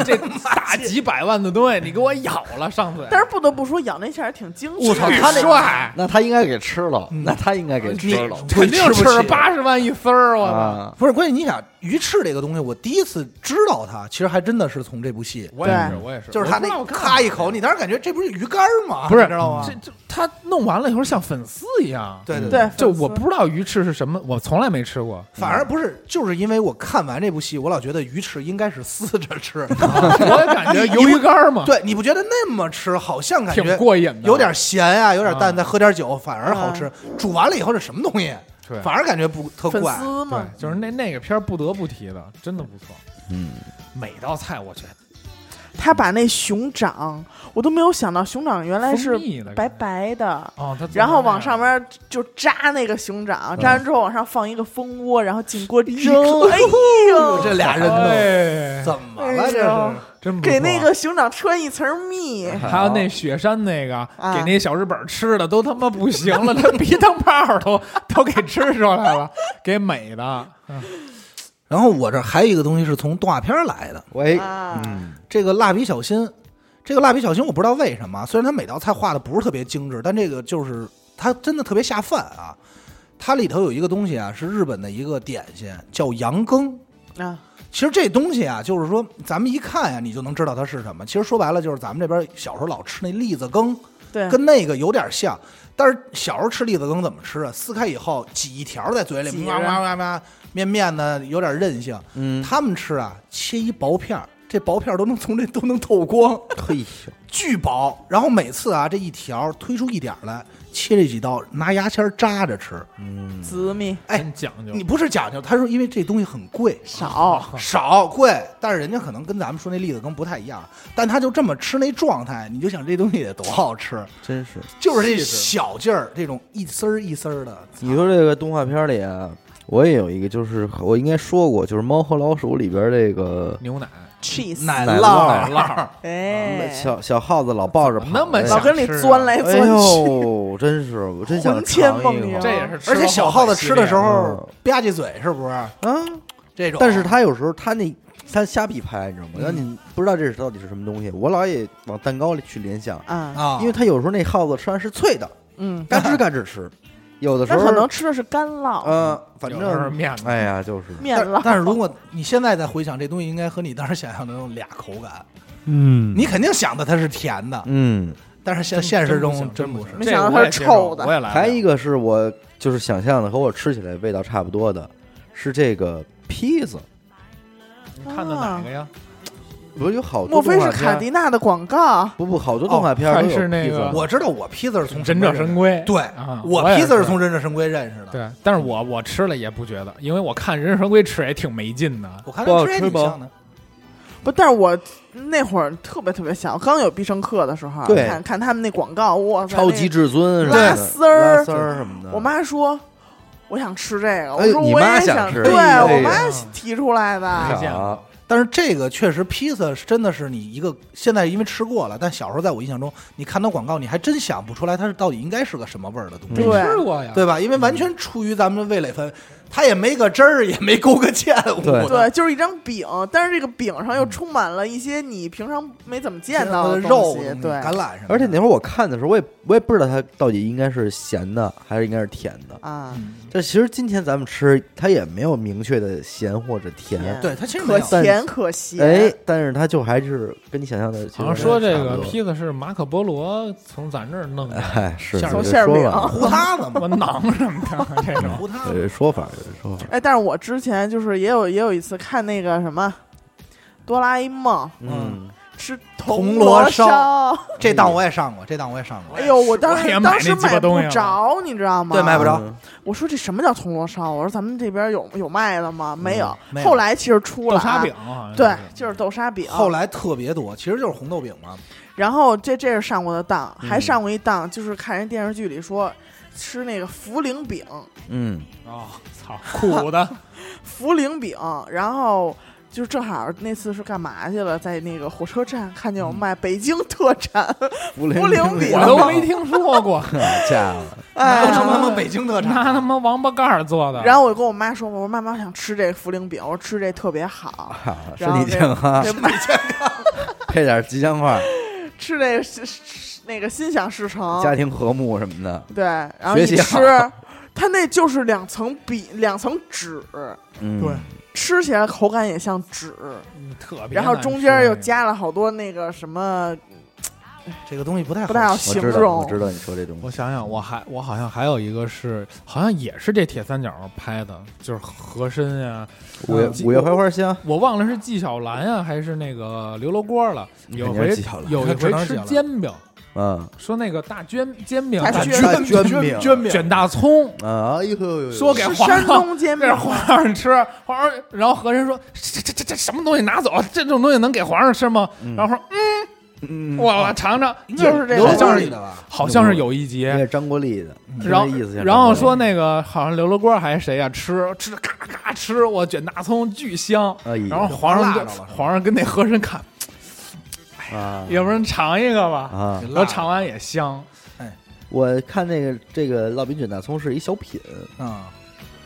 [SPEAKER 2] 这大几百万的东西你给我咬了上嘴，
[SPEAKER 3] 但是不得不说咬那下儿挺精致的。
[SPEAKER 4] 我操他那
[SPEAKER 2] 帅，
[SPEAKER 1] 那他应该给吃了，
[SPEAKER 4] 嗯
[SPEAKER 1] 那他应该给吃了，
[SPEAKER 2] 肯定
[SPEAKER 4] 吃
[SPEAKER 2] 吃
[SPEAKER 4] 不
[SPEAKER 2] 了
[SPEAKER 4] 起
[SPEAKER 2] 八十万一丝儿，我操！
[SPEAKER 1] 啊，
[SPEAKER 4] 不是，关键你想鱼翅这个东西，我第一次知道它，其实还真的是从这部戏，
[SPEAKER 2] 我也是，
[SPEAKER 3] 对
[SPEAKER 2] 我也是，
[SPEAKER 4] 就是它
[SPEAKER 2] 我不知道
[SPEAKER 4] 那
[SPEAKER 2] 我干嘛
[SPEAKER 4] 咔一口，你当时感觉这不是鱼干吗？
[SPEAKER 2] 不是
[SPEAKER 4] 你知道吗？
[SPEAKER 2] 这这他弄完了以后像粉丝一样，
[SPEAKER 4] 对
[SPEAKER 1] 嗯
[SPEAKER 4] 对对，
[SPEAKER 3] 对，
[SPEAKER 2] 就
[SPEAKER 3] 粉丝
[SPEAKER 2] 我不知道鱼翅是什么，我从来没吃过。
[SPEAKER 4] 反而不是，就是因为我看完这部戏，我老觉得鱼翅应该是撕着吃，
[SPEAKER 2] 我也感觉鱿鱼干儿嘛，
[SPEAKER 4] 对，你不觉得那么吃好像感
[SPEAKER 2] 挺
[SPEAKER 4] 觉
[SPEAKER 2] 过瘾的，
[SPEAKER 4] 有点咸啊，有点淡，
[SPEAKER 2] 啊
[SPEAKER 4] 再喝点酒反而
[SPEAKER 3] 啊
[SPEAKER 4] 好吃。煮完了以后这什么东西，
[SPEAKER 2] 对
[SPEAKER 4] 反而感觉不特
[SPEAKER 3] 粉
[SPEAKER 4] 怪。哎
[SPEAKER 3] 丝
[SPEAKER 2] 对
[SPEAKER 3] 嘛，，
[SPEAKER 2] 就是那那个片儿不得不提的，真的不错。
[SPEAKER 1] 嗯，
[SPEAKER 2] 每道菜我觉得
[SPEAKER 3] 他把那熊掌，我都没有想到熊掌原来是
[SPEAKER 2] 蜂蜜的感
[SPEAKER 3] 白
[SPEAKER 2] 觉
[SPEAKER 3] 白的。
[SPEAKER 2] 哦，他
[SPEAKER 3] 然后往上面就扎那个熊掌，
[SPEAKER 2] 嗯
[SPEAKER 3] 扎完之后往上放一个蜂窝，然后进 锅蒸。哎呦，
[SPEAKER 4] 这俩人都
[SPEAKER 2] 哎，
[SPEAKER 4] 怎么了？
[SPEAKER 3] 哎
[SPEAKER 4] 这
[SPEAKER 3] 呦
[SPEAKER 4] 是
[SPEAKER 2] 真不错
[SPEAKER 3] 给那个熊掌穿一层蜜，
[SPEAKER 2] 还有那雪山那个
[SPEAKER 3] 啊
[SPEAKER 2] 给那小日本吃的都他妈不行了，那鼻汤泡儿都都给吃出来了，给美的。
[SPEAKER 4] 然后我这还有一个东西是从动画片儿来的，
[SPEAKER 1] 喂，
[SPEAKER 3] 啊
[SPEAKER 1] 嗯，
[SPEAKER 4] 这个蜡笔小新，这个蜡笔小新我不知道为什么，虽然它每道菜画的不是特别精致，但这个就是它真的特别下饭啊。它里头有一个东西啊，是日本的一个点心，叫羊羹。
[SPEAKER 3] 啊，
[SPEAKER 4] 其实这东西啊，就是说咱们一看呀、你就能知道它是什么。其实说白了，就是咱们这边小时候老吃那栗子羹，
[SPEAKER 3] 对，
[SPEAKER 4] 跟那个有点像。但是小时候吃栗子羹怎么吃啊？撕开以后挤一条在嘴里，
[SPEAKER 3] 挤着
[SPEAKER 4] 哇哇哇哇，面面的有点韧性。
[SPEAKER 1] 嗯，
[SPEAKER 4] 他们吃啊，切一薄片儿，这薄片儿都能从这都能透光，
[SPEAKER 1] 嘿呦，
[SPEAKER 4] 巨薄。然后每次啊，这一条推出一点儿来，切这几刀，拿牙签儿扎着吃。
[SPEAKER 1] 嗯，
[SPEAKER 3] 紫米
[SPEAKER 4] 哎
[SPEAKER 2] 真讲究
[SPEAKER 4] 你，不是讲究，他说因为这东西很贵，
[SPEAKER 3] 少，
[SPEAKER 4] 少贵，但是人家可能跟咱们说那栗子羹不太一样，但他就这么吃那状态，你就想这东西得多好吃，
[SPEAKER 1] 真是，
[SPEAKER 4] 就是这
[SPEAKER 2] 气质
[SPEAKER 4] 小劲儿，这种一丝儿一丝儿的，
[SPEAKER 1] 你说这个动画片里啊，我也有一个，就是我应该说过，就是《猫和老鼠》里边这个
[SPEAKER 2] 牛奶
[SPEAKER 3] cheese，
[SPEAKER 4] 奶
[SPEAKER 1] 奶
[SPEAKER 4] 酪
[SPEAKER 1] 酪
[SPEAKER 2] 奶酪，
[SPEAKER 3] 哎，
[SPEAKER 1] 嗯小小耗子老抱着跑，
[SPEAKER 2] 那么
[SPEAKER 1] 哎呀
[SPEAKER 3] 老
[SPEAKER 2] 想
[SPEAKER 3] 跟里钻来
[SPEAKER 1] 哎
[SPEAKER 3] 钻去，
[SPEAKER 1] 呦，真是，我真想
[SPEAKER 3] 魂牵
[SPEAKER 1] 尝
[SPEAKER 3] 梦
[SPEAKER 1] 一口
[SPEAKER 3] 萦
[SPEAKER 2] 这也是吃
[SPEAKER 4] 而且
[SPEAKER 2] 了
[SPEAKER 4] 小
[SPEAKER 2] 后
[SPEAKER 4] 耗
[SPEAKER 2] 悔
[SPEAKER 4] 子吃的时候
[SPEAKER 1] 嗯
[SPEAKER 4] 吧唧嘴是不是？
[SPEAKER 1] 啊，
[SPEAKER 4] 这种，
[SPEAKER 1] 但是他有时候他那他瞎逼拍，你知道吗？让你不知道这是到底是什么东西，我老也往蛋糕里去联想，
[SPEAKER 3] 啊，
[SPEAKER 4] 啊，
[SPEAKER 1] 因为他有时候那耗子吃完是脆的，
[SPEAKER 3] 嗯，
[SPEAKER 1] 嘎吱嘎吱吃，有的时
[SPEAKER 3] 那
[SPEAKER 1] 候
[SPEAKER 3] 可能吃的是干酪、
[SPEAKER 1] 呃，反
[SPEAKER 2] 有的是
[SPEAKER 1] 正
[SPEAKER 2] 面子
[SPEAKER 1] 哎呀，就是
[SPEAKER 3] 面
[SPEAKER 4] 但
[SPEAKER 3] 酪，
[SPEAKER 4] 但是如果你现在再回想，这东西应该和你当时想象的那种俩口感，
[SPEAKER 2] 嗯
[SPEAKER 4] 你肯定想的它是甜的，
[SPEAKER 1] 嗯，
[SPEAKER 4] 但是现
[SPEAKER 2] 真
[SPEAKER 4] 现实
[SPEAKER 2] 真不
[SPEAKER 4] 中
[SPEAKER 2] 行
[SPEAKER 4] 真
[SPEAKER 2] 真
[SPEAKER 4] 不
[SPEAKER 2] 不
[SPEAKER 4] 是
[SPEAKER 2] 行
[SPEAKER 3] 没想到它是臭的
[SPEAKER 2] 这个我也接受我也来不了。
[SPEAKER 1] 还一个是我就是想象的和我吃起来味道差不多的，是这个披萨，
[SPEAKER 2] 你看的哪个呀？
[SPEAKER 1] 不是有好多
[SPEAKER 3] 莫非
[SPEAKER 1] 动画
[SPEAKER 3] 是
[SPEAKER 1] 片
[SPEAKER 3] 卡迪娜的广告？
[SPEAKER 1] 不不，好多动画片都有
[SPEAKER 2] 还是那
[SPEAKER 1] 披
[SPEAKER 2] 个
[SPEAKER 1] 萨。
[SPEAKER 4] 我知道我披萨是从
[SPEAKER 2] 忍者神龟。
[SPEAKER 4] 对
[SPEAKER 2] 啊，
[SPEAKER 4] 我
[SPEAKER 2] 也
[SPEAKER 4] 披萨是从忍者神龟认识的。
[SPEAKER 2] 对，但是我我吃了也不觉得，因为我看忍者神龟吃也挺没劲的。
[SPEAKER 4] 我看
[SPEAKER 1] 不好
[SPEAKER 4] 他吃也挺
[SPEAKER 1] 吃吗
[SPEAKER 4] 像的，
[SPEAKER 3] 不，但是我那会儿特别特别小，刚有必胜客的时候，啊
[SPEAKER 1] 对
[SPEAKER 3] 看看他们那广告，哇塞，
[SPEAKER 1] 超级
[SPEAKER 3] 那
[SPEAKER 1] 至尊什么的，
[SPEAKER 3] 拉丝儿
[SPEAKER 1] 拉丝儿什么的。
[SPEAKER 3] 我妈说。我想吃这个，我
[SPEAKER 1] 哎
[SPEAKER 3] 说
[SPEAKER 1] 你
[SPEAKER 3] 我
[SPEAKER 1] 妈
[SPEAKER 3] 也
[SPEAKER 1] 想吃
[SPEAKER 3] 吃，对
[SPEAKER 1] 哎呀
[SPEAKER 3] 我妈提出来的
[SPEAKER 2] 没，见过
[SPEAKER 4] 但是这个确实披萨是真的是你一个现在因为吃过了，但小时候在我印象中，你看它广告，你还真想不出来它是到底应该是个什么味儿的东西，
[SPEAKER 3] 对
[SPEAKER 2] 吃过呀。
[SPEAKER 4] 对吧？因为完全出于咱们的味蕾分，它也没个汁儿，也没勾个芡，我
[SPEAKER 1] 对
[SPEAKER 3] 对，就是一张饼，但是这个饼上
[SPEAKER 1] 嗯
[SPEAKER 3] 又充满了一些你平常没怎么见到
[SPEAKER 4] 的
[SPEAKER 3] 的
[SPEAKER 4] 肉
[SPEAKER 3] 东西、对，
[SPEAKER 4] 橄榄什么的，
[SPEAKER 1] 而且那会儿我看的时候，我也我也不知道它到底应该是咸的还是应该是甜的。
[SPEAKER 3] 啊，
[SPEAKER 1] 但其实今天咱们吃，它也没有明确的咸或者甜
[SPEAKER 3] 甜，
[SPEAKER 4] 对它其实
[SPEAKER 3] 可
[SPEAKER 4] 没有
[SPEAKER 1] 但
[SPEAKER 3] 甜可咸。
[SPEAKER 1] 哎，但是它就还是跟你想象的其实
[SPEAKER 2] 好像说这
[SPEAKER 1] 差
[SPEAKER 2] 个
[SPEAKER 1] 不多
[SPEAKER 2] 披萨是马可波罗从咱这儿弄的，
[SPEAKER 1] 哎是
[SPEAKER 2] 馅儿
[SPEAKER 1] 有这说
[SPEAKER 3] 饼馅儿
[SPEAKER 1] 法，
[SPEAKER 4] 糊它呢嘛，
[SPEAKER 2] 我囊什么的这种。
[SPEAKER 4] 糊它
[SPEAKER 1] 有
[SPEAKER 4] 呢。
[SPEAKER 1] 这说法，有这说法。
[SPEAKER 3] 哎，但是我之前就是也有也有一次看那个什么《哆啦 A 梦》
[SPEAKER 1] 嗯，
[SPEAKER 3] 吃
[SPEAKER 4] 铜
[SPEAKER 3] 铜
[SPEAKER 4] 锣
[SPEAKER 3] 烧，
[SPEAKER 4] 这档我也上过，这档我也上过
[SPEAKER 3] 哎。呦，我当
[SPEAKER 2] 我也
[SPEAKER 3] 时
[SPEAKER 2] 买
[SPEAKER 3] 当时
[SPEAKER 2] 那鸡巴
[SPEAKER 3] 买不
[SPEAKER 2] 东西
[SPEAKER 3] 着，你知道吗？
[SPEAKER 4] 对买不着
[SPEAKER 1] 嗯
[SPEAKER 3] 我说这什么叫铜锣烧？啊我说咱们这边有有卖的吗？没有。
[SPEAKER 4] 嗯没有
[SPEAKER 3] 后来其实出
[SPEAKER 2] 豆
[SPEAKER 3] 了啊
[SPEAKER 2] 沙饼，嗯好像
[SPEAKER 3] 对，就是豆沙饼。
[SPEAKER 4] 后，来特别多，其实就是红豆饼嘛。
[SPEAKER 3] 然后这这是上过的当，
[SPEAKER 1] 嗯
[SPEAKER 3] 还上过一当，就是看人电视剧里说吃那个茯苓饼，
[SPEAKER 1] 嗯，
[SPEAKER 2] 哦，操，苦的，
[SPEAKER 3] 茯苓饼，然后。就正好那次是干嘛去了，在那个火车站看见有卖北京特产，
[SPEAKER 1] 茯
[SPEAKER 3] 茯苓饼
[SPEAKER 2] 我都没听说 过，
[SPEAKER 1] 好家伙，
[SPEAKER 3] 哎，
[SPEAKER 4] 都成他妈北京特
[SPEAKER 2] 拿他
[SPEAKER 4] 产，
[SPEAKER 2] 妈王八盖儿做的。
[SPEAKER 3] 然后我就跟我妈说，我说妈妈我想吃这个茯苓饼，我说吃这特别好，
[SPEAKER 1] 啊身
[SPEAKER 3] 然后
[SPEAKER 1] 体健康，
[SPEAKER 3] 这买
[SPEAKER 1] 配点吉祥话，
[SPEAKER 3] 吃那个是是那个心想事成，
[SPEAKER 1] 家庭和睦什么的。
[SPEAKER 3] 对，然后
[SPEAKER 1] 学
[SPEAKER 3] 一
[SPEAKER 1] 习
[SPEAKER 3] 吃
[SPEAKER 1] 好，
[SPEAKER 3] 它那就是两层笔两层纸，
[SPEAKER 1] 嗯，
[SPEAKER 4] 对
[SPEAKER 3] 吃起来口感也像纸，
[SPEAKER 2] 嗯特别，
[SPEAKER 3] 然后中间又，加了好多那个什么，
[SPEAKER 4] 这个东西不太好
[SPEAKER 3] 不太好
[SPEAKER 1] 我
[SPEAKER 3] 形
[SPEAKER 1] 知道，我
[SPEAKER 3] 容
[SPEAKER 1] 知，道你说这东西
[SPEAKER 2] 我。想想，我还我好像还有一个是，好像也是这铁三角拍的，就是和珅呀、
[SPEAKER 1] 五月
[SPEAKER 2] 嗯
[SPEAKER 1] 五月槐花香，
[SPEAKER 2] 我忘了是纪晓岚呀、还是那个刘罗锅了。
[SPEAKER 1] 你
[SPEAKER 2] 有
[SPEAKER 1] 肯定
[SPEAKER 2] 回
[SPEAKER 1] 是纪晓岚
[SPEAKER 2] 有一
[SPEAKER 4] 只能
[SPEAKER 2] 回
[SPEAKER 4] 是纪
[SPEAKER 2] 吃
[SPEAKER 4] 晓岚
[SPEAKER 2] 煎饼，
[SPEAKER 1] 嗯
[SPEAKER 2] 说那个大煎煎饼
[SPEAKER 3] 大
[SPEAKER 2] 大
[SPEAKER 3] 卷
[SPEAKER 1] 大卷
[SPEAKER 4] 卷
[SPEAKER 1] 饼
[SPEAKER 4] 卷饼
[SPEAKER 2] 卷大葱，
[SPEAKER 1] 啊，哎呦呦呦，
[SPEAKER 2] 说给
[SPEAKER 3] 是
[SPEAKER 2] 皇
[SPEAKER 3] 山
[SPEAKER 2] 上。
[SPEAKER 3] 东煎饼
[SPEAKER 2] 给。 皇上吃，皇上，然后和珅说：“这这这这什么东西拿走？这种东西能给皇上吃吗？”然后说：“
[SPEAKER 1] 嗯，
[SPEAKER 2] 我我尝尝，
[SPEAKER 3] 就是这
[SPEAKER 4] 刘
[SPEAKER 3] 个
[SPEAKER 4] 德
[SPEAKER 2] 就
[SPEAKER 4] 华
[SPEAKER 2] 是
[SPEAKER 4] 里的吧？
[SPEAKER 2] 好像是有一
[SPEAKER 1] 也
[SPEAKER 2] 节，
[SPEAKER 1] 是张国立的，听
[SPEAKER 2] 然后
[SPEAKER 1] 这意思像
[SPEAKER 2] 然
[SPEAKER 1] 张国
[SPEAKER 2] 后
[SPEAKER 1] 立
[SPEAKER 2] 说那个好像刘罗锅还是谁呀、吃吃咔咔吃，我卷大葱巨香。
[SPEAKER 1] 哎呀
[SPEAKER 2] 然后皇上
[SPEAKER 4] 辣着
[SPEAKER 2] 跟
[SPEAKER 4] 了是吧
[SPEAKER 2] 皇上跟那和珅看，
[SPEAKER 1] 啊，
[SPEAKER 2] 要不然尝一个吧。
[SPEAKER 1] 啊，
[SPEAKER 4] 嗯
[SPEAKER 2] 然后尝完也
[SPEAKER 4] 啊
[SPEAKER 2] 香，
[SPEAKER 1] 我看那个这个烙饼卷大葱是一小品，
[SPEAKER 4] 啊、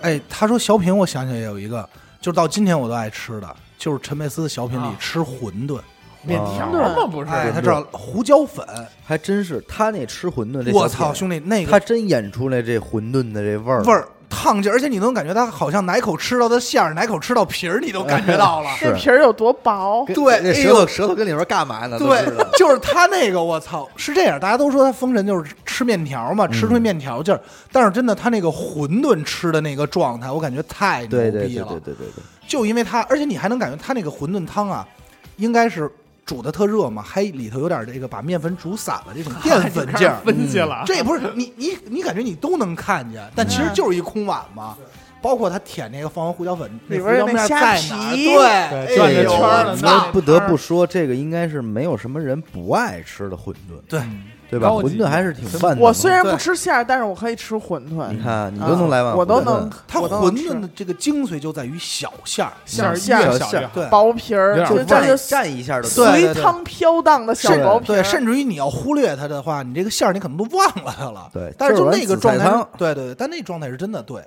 [SPEAKER 4] 哎，他说小品，我想起来有一个，就是到今天我都爱吃的，就是陈佩斯的小品里
[SPEAKER 2] 啊
[SPEAKER 4] 吃馄饨，
[SPEAKER 2] 面条嘛不是？。
[SPEAKER 4] 哎，他知道胡椒粉，
[SPEAKER 1] 还真是他那吃馄饨这小品，
[SPEAKER 4] 我操，兄弟那
[SPEAKER 1] 他
[SPEAKER 4] 个
[SPEAKER 1] 真演出来这馄饨的这味儿
[SPEAKER 4] 味儿烫劲，而且你能感觉他好像哪口吃到的馅儿，哪口吃到皮儿，你都感觉到了。
[SPEAKER 1] 是
[SPEAKER 3] 这皮儿有多薄？
[SPEAKER 1] 跟
[SPEAKER 4] 对
[SPEAKER 1] 那
[SPEAKER 4] 哎
[SPEAKER 1] 舌
[SPEAKER 4] 呦
[SPEAKER 1] 头舌头跟里边干嘛呢？都
[SPEAKER 4] 对
[SPEAKER 1] 知道，
[SPEAKER 4] 就是他那个，我操，是这样。大家都说他封神就是吃面条嘛，
[SPEAKER 1] 嗯
[SPEAKER 4] 吃出面条劲儿。但是真的，他那个馄饨吃的那个状态，我感觉太 牛
[SPEAKER 1] 对对对
[SPEAKER 4] 逼
[SPEAKER 1] 对
[SPEAKER 4] 了。
[SPEAKER 1] 对对对，
[SPEAKER 4] 就因为他，而且你还能感觉他那个馄饨汤啊，应该是煮的特热嘛，还里头有点这个把面粉煮散了这种淀粉劲儿 嗯
[SPEAKER 2] 分析了啊，
[SPEAKER 4] 这不是你你你感觉你都能看见，但其实就是一空碗嘛。包括他舔那个放完胡椒粉，
[SPEAKER 3] 里边
[SPEAKER 4] 胡椒
[SPEAKER 3] 那
[SPEAKER 4] 面
[SPEAKER 3] 虾
[SPEAKER 4] 在哪儿
[SPEAKER 3] 皮
[SPEAKER 4] 对，
[SPEAKER 2] 对
[SPEAKER 4] 哎
[SPEAKER 2] 转
[SPEAKER 1] 着
[SPEAKER 4] 呦
[SPEAKER 1] 圈
[SPEAKER 2] 儿的
[SPEAKER 4] 我
[SPEAKER 2] 那
[SPEAKER 4] 操
[SPEAKER 1] 我不得不说，这个应该是没有什么人不爱吃的馄饨，
[SPEAKER 4] 对，
[SPEAKER 1] 对吧？
[SPEAKER 2] 高级
[SPEAKER 1] 馄饨还是挺泛的嘛。
[SPEAKER 3] 我虽然不
[SPEAKER 4] 对
[SPEAKER 3] 吃馅儿，但是我可以吃馄饨。
[SPEAKER 1] 你看你都能来碗馄
[SPEAKER 3] 啊
[SPEAKER 1] 饨
[SPEAKER 3] 我都能，
[SPEAKER 4] 它
[SPEAKER 3] 我都
[SPEAKER 4] 馄
[SPEAKER 3] 能
[SPEAKER 4] 饨的
[SPEAKER 3] 吃
[SPEAKER 4] 这个精髓就在于小馅儿，
[SPEAKER 2] 馅儿
[SPEAKER 3] 馅儿
[SPEAKER 1] 馅
[SPEAKER 2] 越小
[SPEAKER 1] 儿
[SPEAKER 2] 越好。
[SPEAKER 4] 对，
[SPEAKER 3] 薄皮儿
[SPEAKER 2] 有，点儿
[SPEAKER 3] 就是
[SPEAKER 2] 味儿
[SPEAKER 3] 这就
[SPEAKER 1] 蘸一下就
[SPEAKER 4] 对对
[SPEAKER 3] 随汤飘荡的小
[SPEAKER 1] 甚
[SPEAKER 3] 薄皮儿，
[SPEAKER 4] 对，甚至于你要忽略它的话，你这个馅儿你可能都忘了它了。
[SPEAKER 1] 对
[SPEAKER 4] 但是
[SPEAKER 1] 就是
[SPEAKER 4] 就
[SPEAKER 1] 碗
[SPEAKER 4] 那个
[SPEAKER 1] 紫
[SPEAKER 4] 状
[SPEAKER 1] 菜
[SPEAKER 4] 态是
[SPEAKER 1] 汤，
[SPEAKER 4] 对对对，但那状态是真的对。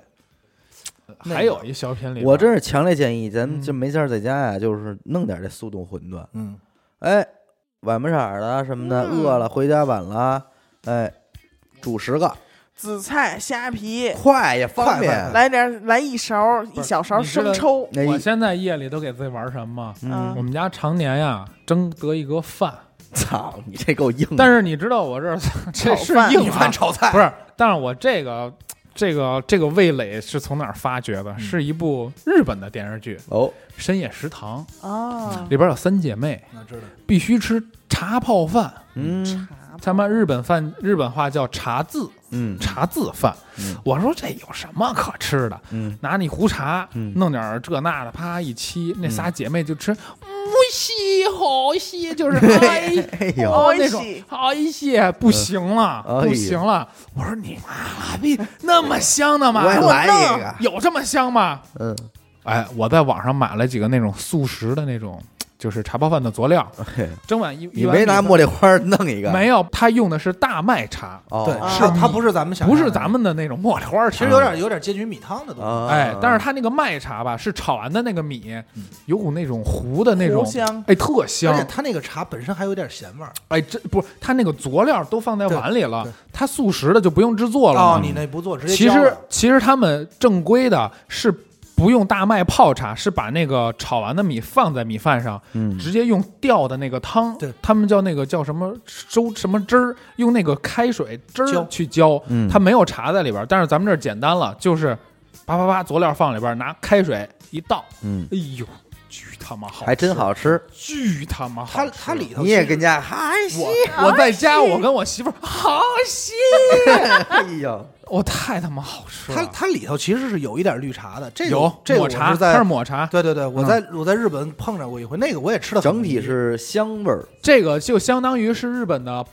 [SPEAKER 4] 那
[SPEAKER 2] 还有
[SPEAKER 4] 个
[SPEAKER 2] 一小品里边，
[SPEAKER 1] 我真是强烈建议，咱们就没事儿在家呀、就是弄点这速冻馄饨，
[SPEAKER 4] 嗯，
[SPEAKER 1] 哎，晚不色儿的什么的，
[SPEAKER 3] 嗯
[SPEAKER 1] 饿了回家晚了，哎，煮十个，
[SPEAKER 3] 紫菜、虾皮，
[SPEAKER 1] 快也方
[SPEAKER 4] 快
[SPEAKER 1] 便。
[SPEAKER 4] 快快
[SPEAKER 3] 来点儿来一勺一
[SPEAKER 2] 不是
[SPEAKER 3] 小勺
[SPEAKER 2] 你知道
[SPEAKER 3] 生抽，
[SPEAKER 1] 那
[SPEAKER 2] 我
[SPEAKER 1] 一
[SPEAKER 2] 现在夜里都给自己玩什么吗？
[SPEAKER 3] 嗯
[SPEAKER 2] 我们家常年呀蒸德一格饭，
[SPEAKER 1] 操，你这够硬的。
[SPEAKER 2] 但是你知道我这 这是
[SPEAKER 3] 嗯炒饭
[SPEAKER 2] 硬啊
[SPEAKER 4] 米
[SPEAKER 2] 饭
[SPEAKER 4] 饭 炒菜
[SPEAKER 2] 不是，但是我这个这个这个味蕾是从哪儿发掘
[SPEAKER 3] 嗯
[SPEAKER 2] 的？是一部日本的电视剧《
[SPEAKER 1] 哦，
[SPEAKER 2] 深夜食堂》，
[SPEAKER 3] 啊，
[SPEAKER 2] 里边有三姐妹
[SPEAKER 4] 那知道
[SPEAKER 2] 必须吃茶泡饭，
[SPEAKER 1] 嗯
[SPEAKER 2] 他妈日本饭日本话叫茶渍
[SPEAKER 1] 嗯
[SPEAKER 2] 茶渍饭。
[SPEAKER 1] 嗯
[SPEAKER 2] 我说这有什么可吃的？
[SPEAKER 1] 嗯，
[SPEAKER 2] 拿你壶茶，
[SPEAKER 1] 嗯
[SPEAKER 2] 弄点儿这那的，啪一沏，那仨姐妹就吃，不稀好稀，就是哎
[SPEAKER 1] 哎呦
[SPEAKER 2] 哦
[SPEAKER 3] 哎
[SPEAKER 2] 那
[SPEAKER 3] 西
[SPEAKER 2] 种哎呀，不行了，
[SPEAKER 1] 哎呀
[SPEAKER 2] 不行了！我说你妈了逼，那么香的吗
[SPEAKER 1] 我？也
[SPEAKER 3] 我
[SPEAKER 1] 来
[SPEAKER 3] 弄
[SPEAKER 1] 一个。
[SPEAKER 2] 有这么香吗？
[SPEAKER 1] 嗯，
[SPEAKER 2] 哎，我在网上买了几个那种速食的那种，就是茶泡饭的佐料，
[SPEAKER 1] 嘿
[SPEAKER 2] 蒸碗一一
[SPEAKER 1] 你
[SPEAKER 2] 碗
[SPEAKER 1] 没拿
[SPEAKER 2] 米
[SPEAKER 1] 茉莉花儿弄一个？
[SPEAKER 2] 饭？没有，他用的是大麦茶，
[SPEAKER 1] 哦，
[SPEAKER 4] 对，
[SPEAKER 3] 啊
[SPEAKER 4] 是它不是咱们想，
[SPEAKER 2] 不是咱，们的那种茉莉花
[SPEAKER 4] 其
[SPEAKER 2] 茶，
[SPEAKER 4] 实有点有点接近于米汤的东西。
[SPEAKER 1] 啊，
[SPEAKER 2] 哎，但是它那个麦茶吧，是炒完的那个米，有股那种糊的那种
[SPEAKER 3] 糊香
[SPEAKER 2] 哎，特
[SPEAKER 4] 而
[SPEAKER 2] 香
[SPEAKER 4] 且。它那个茶本身还有点咸味儿
[SPEAKER 2] 哎，这不是它那个佐料都放在
[SPEAKER 4] 对
[SPEAKER 2] 碗里了
[SPEAKER 4] 对，
[SPEAKER 2] 它速食的就不用制作了嘛。
[SPEAKER 1] 嗯
[SPEAKER 4] 哦，你那不做直接
[SPEAKER 2] 其
[SPEAKER 4] 浇
[SPEAKER 2] 实
[SPEAKER 4] 了
[SPEAKER 2] 其实他们正规的是不用大麦泡茶，是把那个炒完的米放在米饭上，
[SPEAKER 1] 嗯
[SPEAKER 2] 直接用吊的那个汤，
[SPEAKER 4] 对
[SPEAKER 2] 他们叫那个叫什么粥什么汁儿，用那个开水汁
[SPEAKER 4] 浇
[SPEAKER 2] 儿去浇，
[SPEAKER 1] 嗯
[SPEAKER 2] 它没有茶在里边儿，但是咱们这儿简单了，就是啪啪啪佐料放里边儿，拿开水一倒，
[SPEAKER 1] 嗯，
[SPEAKER 2] 哎呦，巨他妈好，
[SPEAKER 1] 还真，好吃。
[SPEAKER 2] 巨他妈好
[SPEAKER 4] 它
[SPEAKER 2] 吃，
[SPEAKER 4] 它里头
[SPEAKER 1] 你也
[SPEAKER 4] 其实
[SPEAKER 1] 跟家嗨西，
[SPEAKER 2] 我我在家，我跟我媳妇儿好 香，
[SPEAKER 1] 哎呦，
[SPEAKER 2] 我太他妈好吃了，
[SPEAKER 4] 它它里头其实是有一点绿茶的，这个
[SPEAKER 2] 有
[SPEAKER 4] 这个
[SPEAKER 2] 抹
[SPEAKER 4] 我
[SPEAKER 2] 茶，
[SPEAKER 4] 是
[SPEAKER 2] 它是
[SPEAKER 4] 在
[SPEAKER 2] 抹嗯茶，
[SPEAKER 4] 对对对，我在我在日本碰着过一回，那个我也吃的
[SPEAKER 1] 整体是香味儿。
[SPEAKER 2] 这个就相当于是日本的，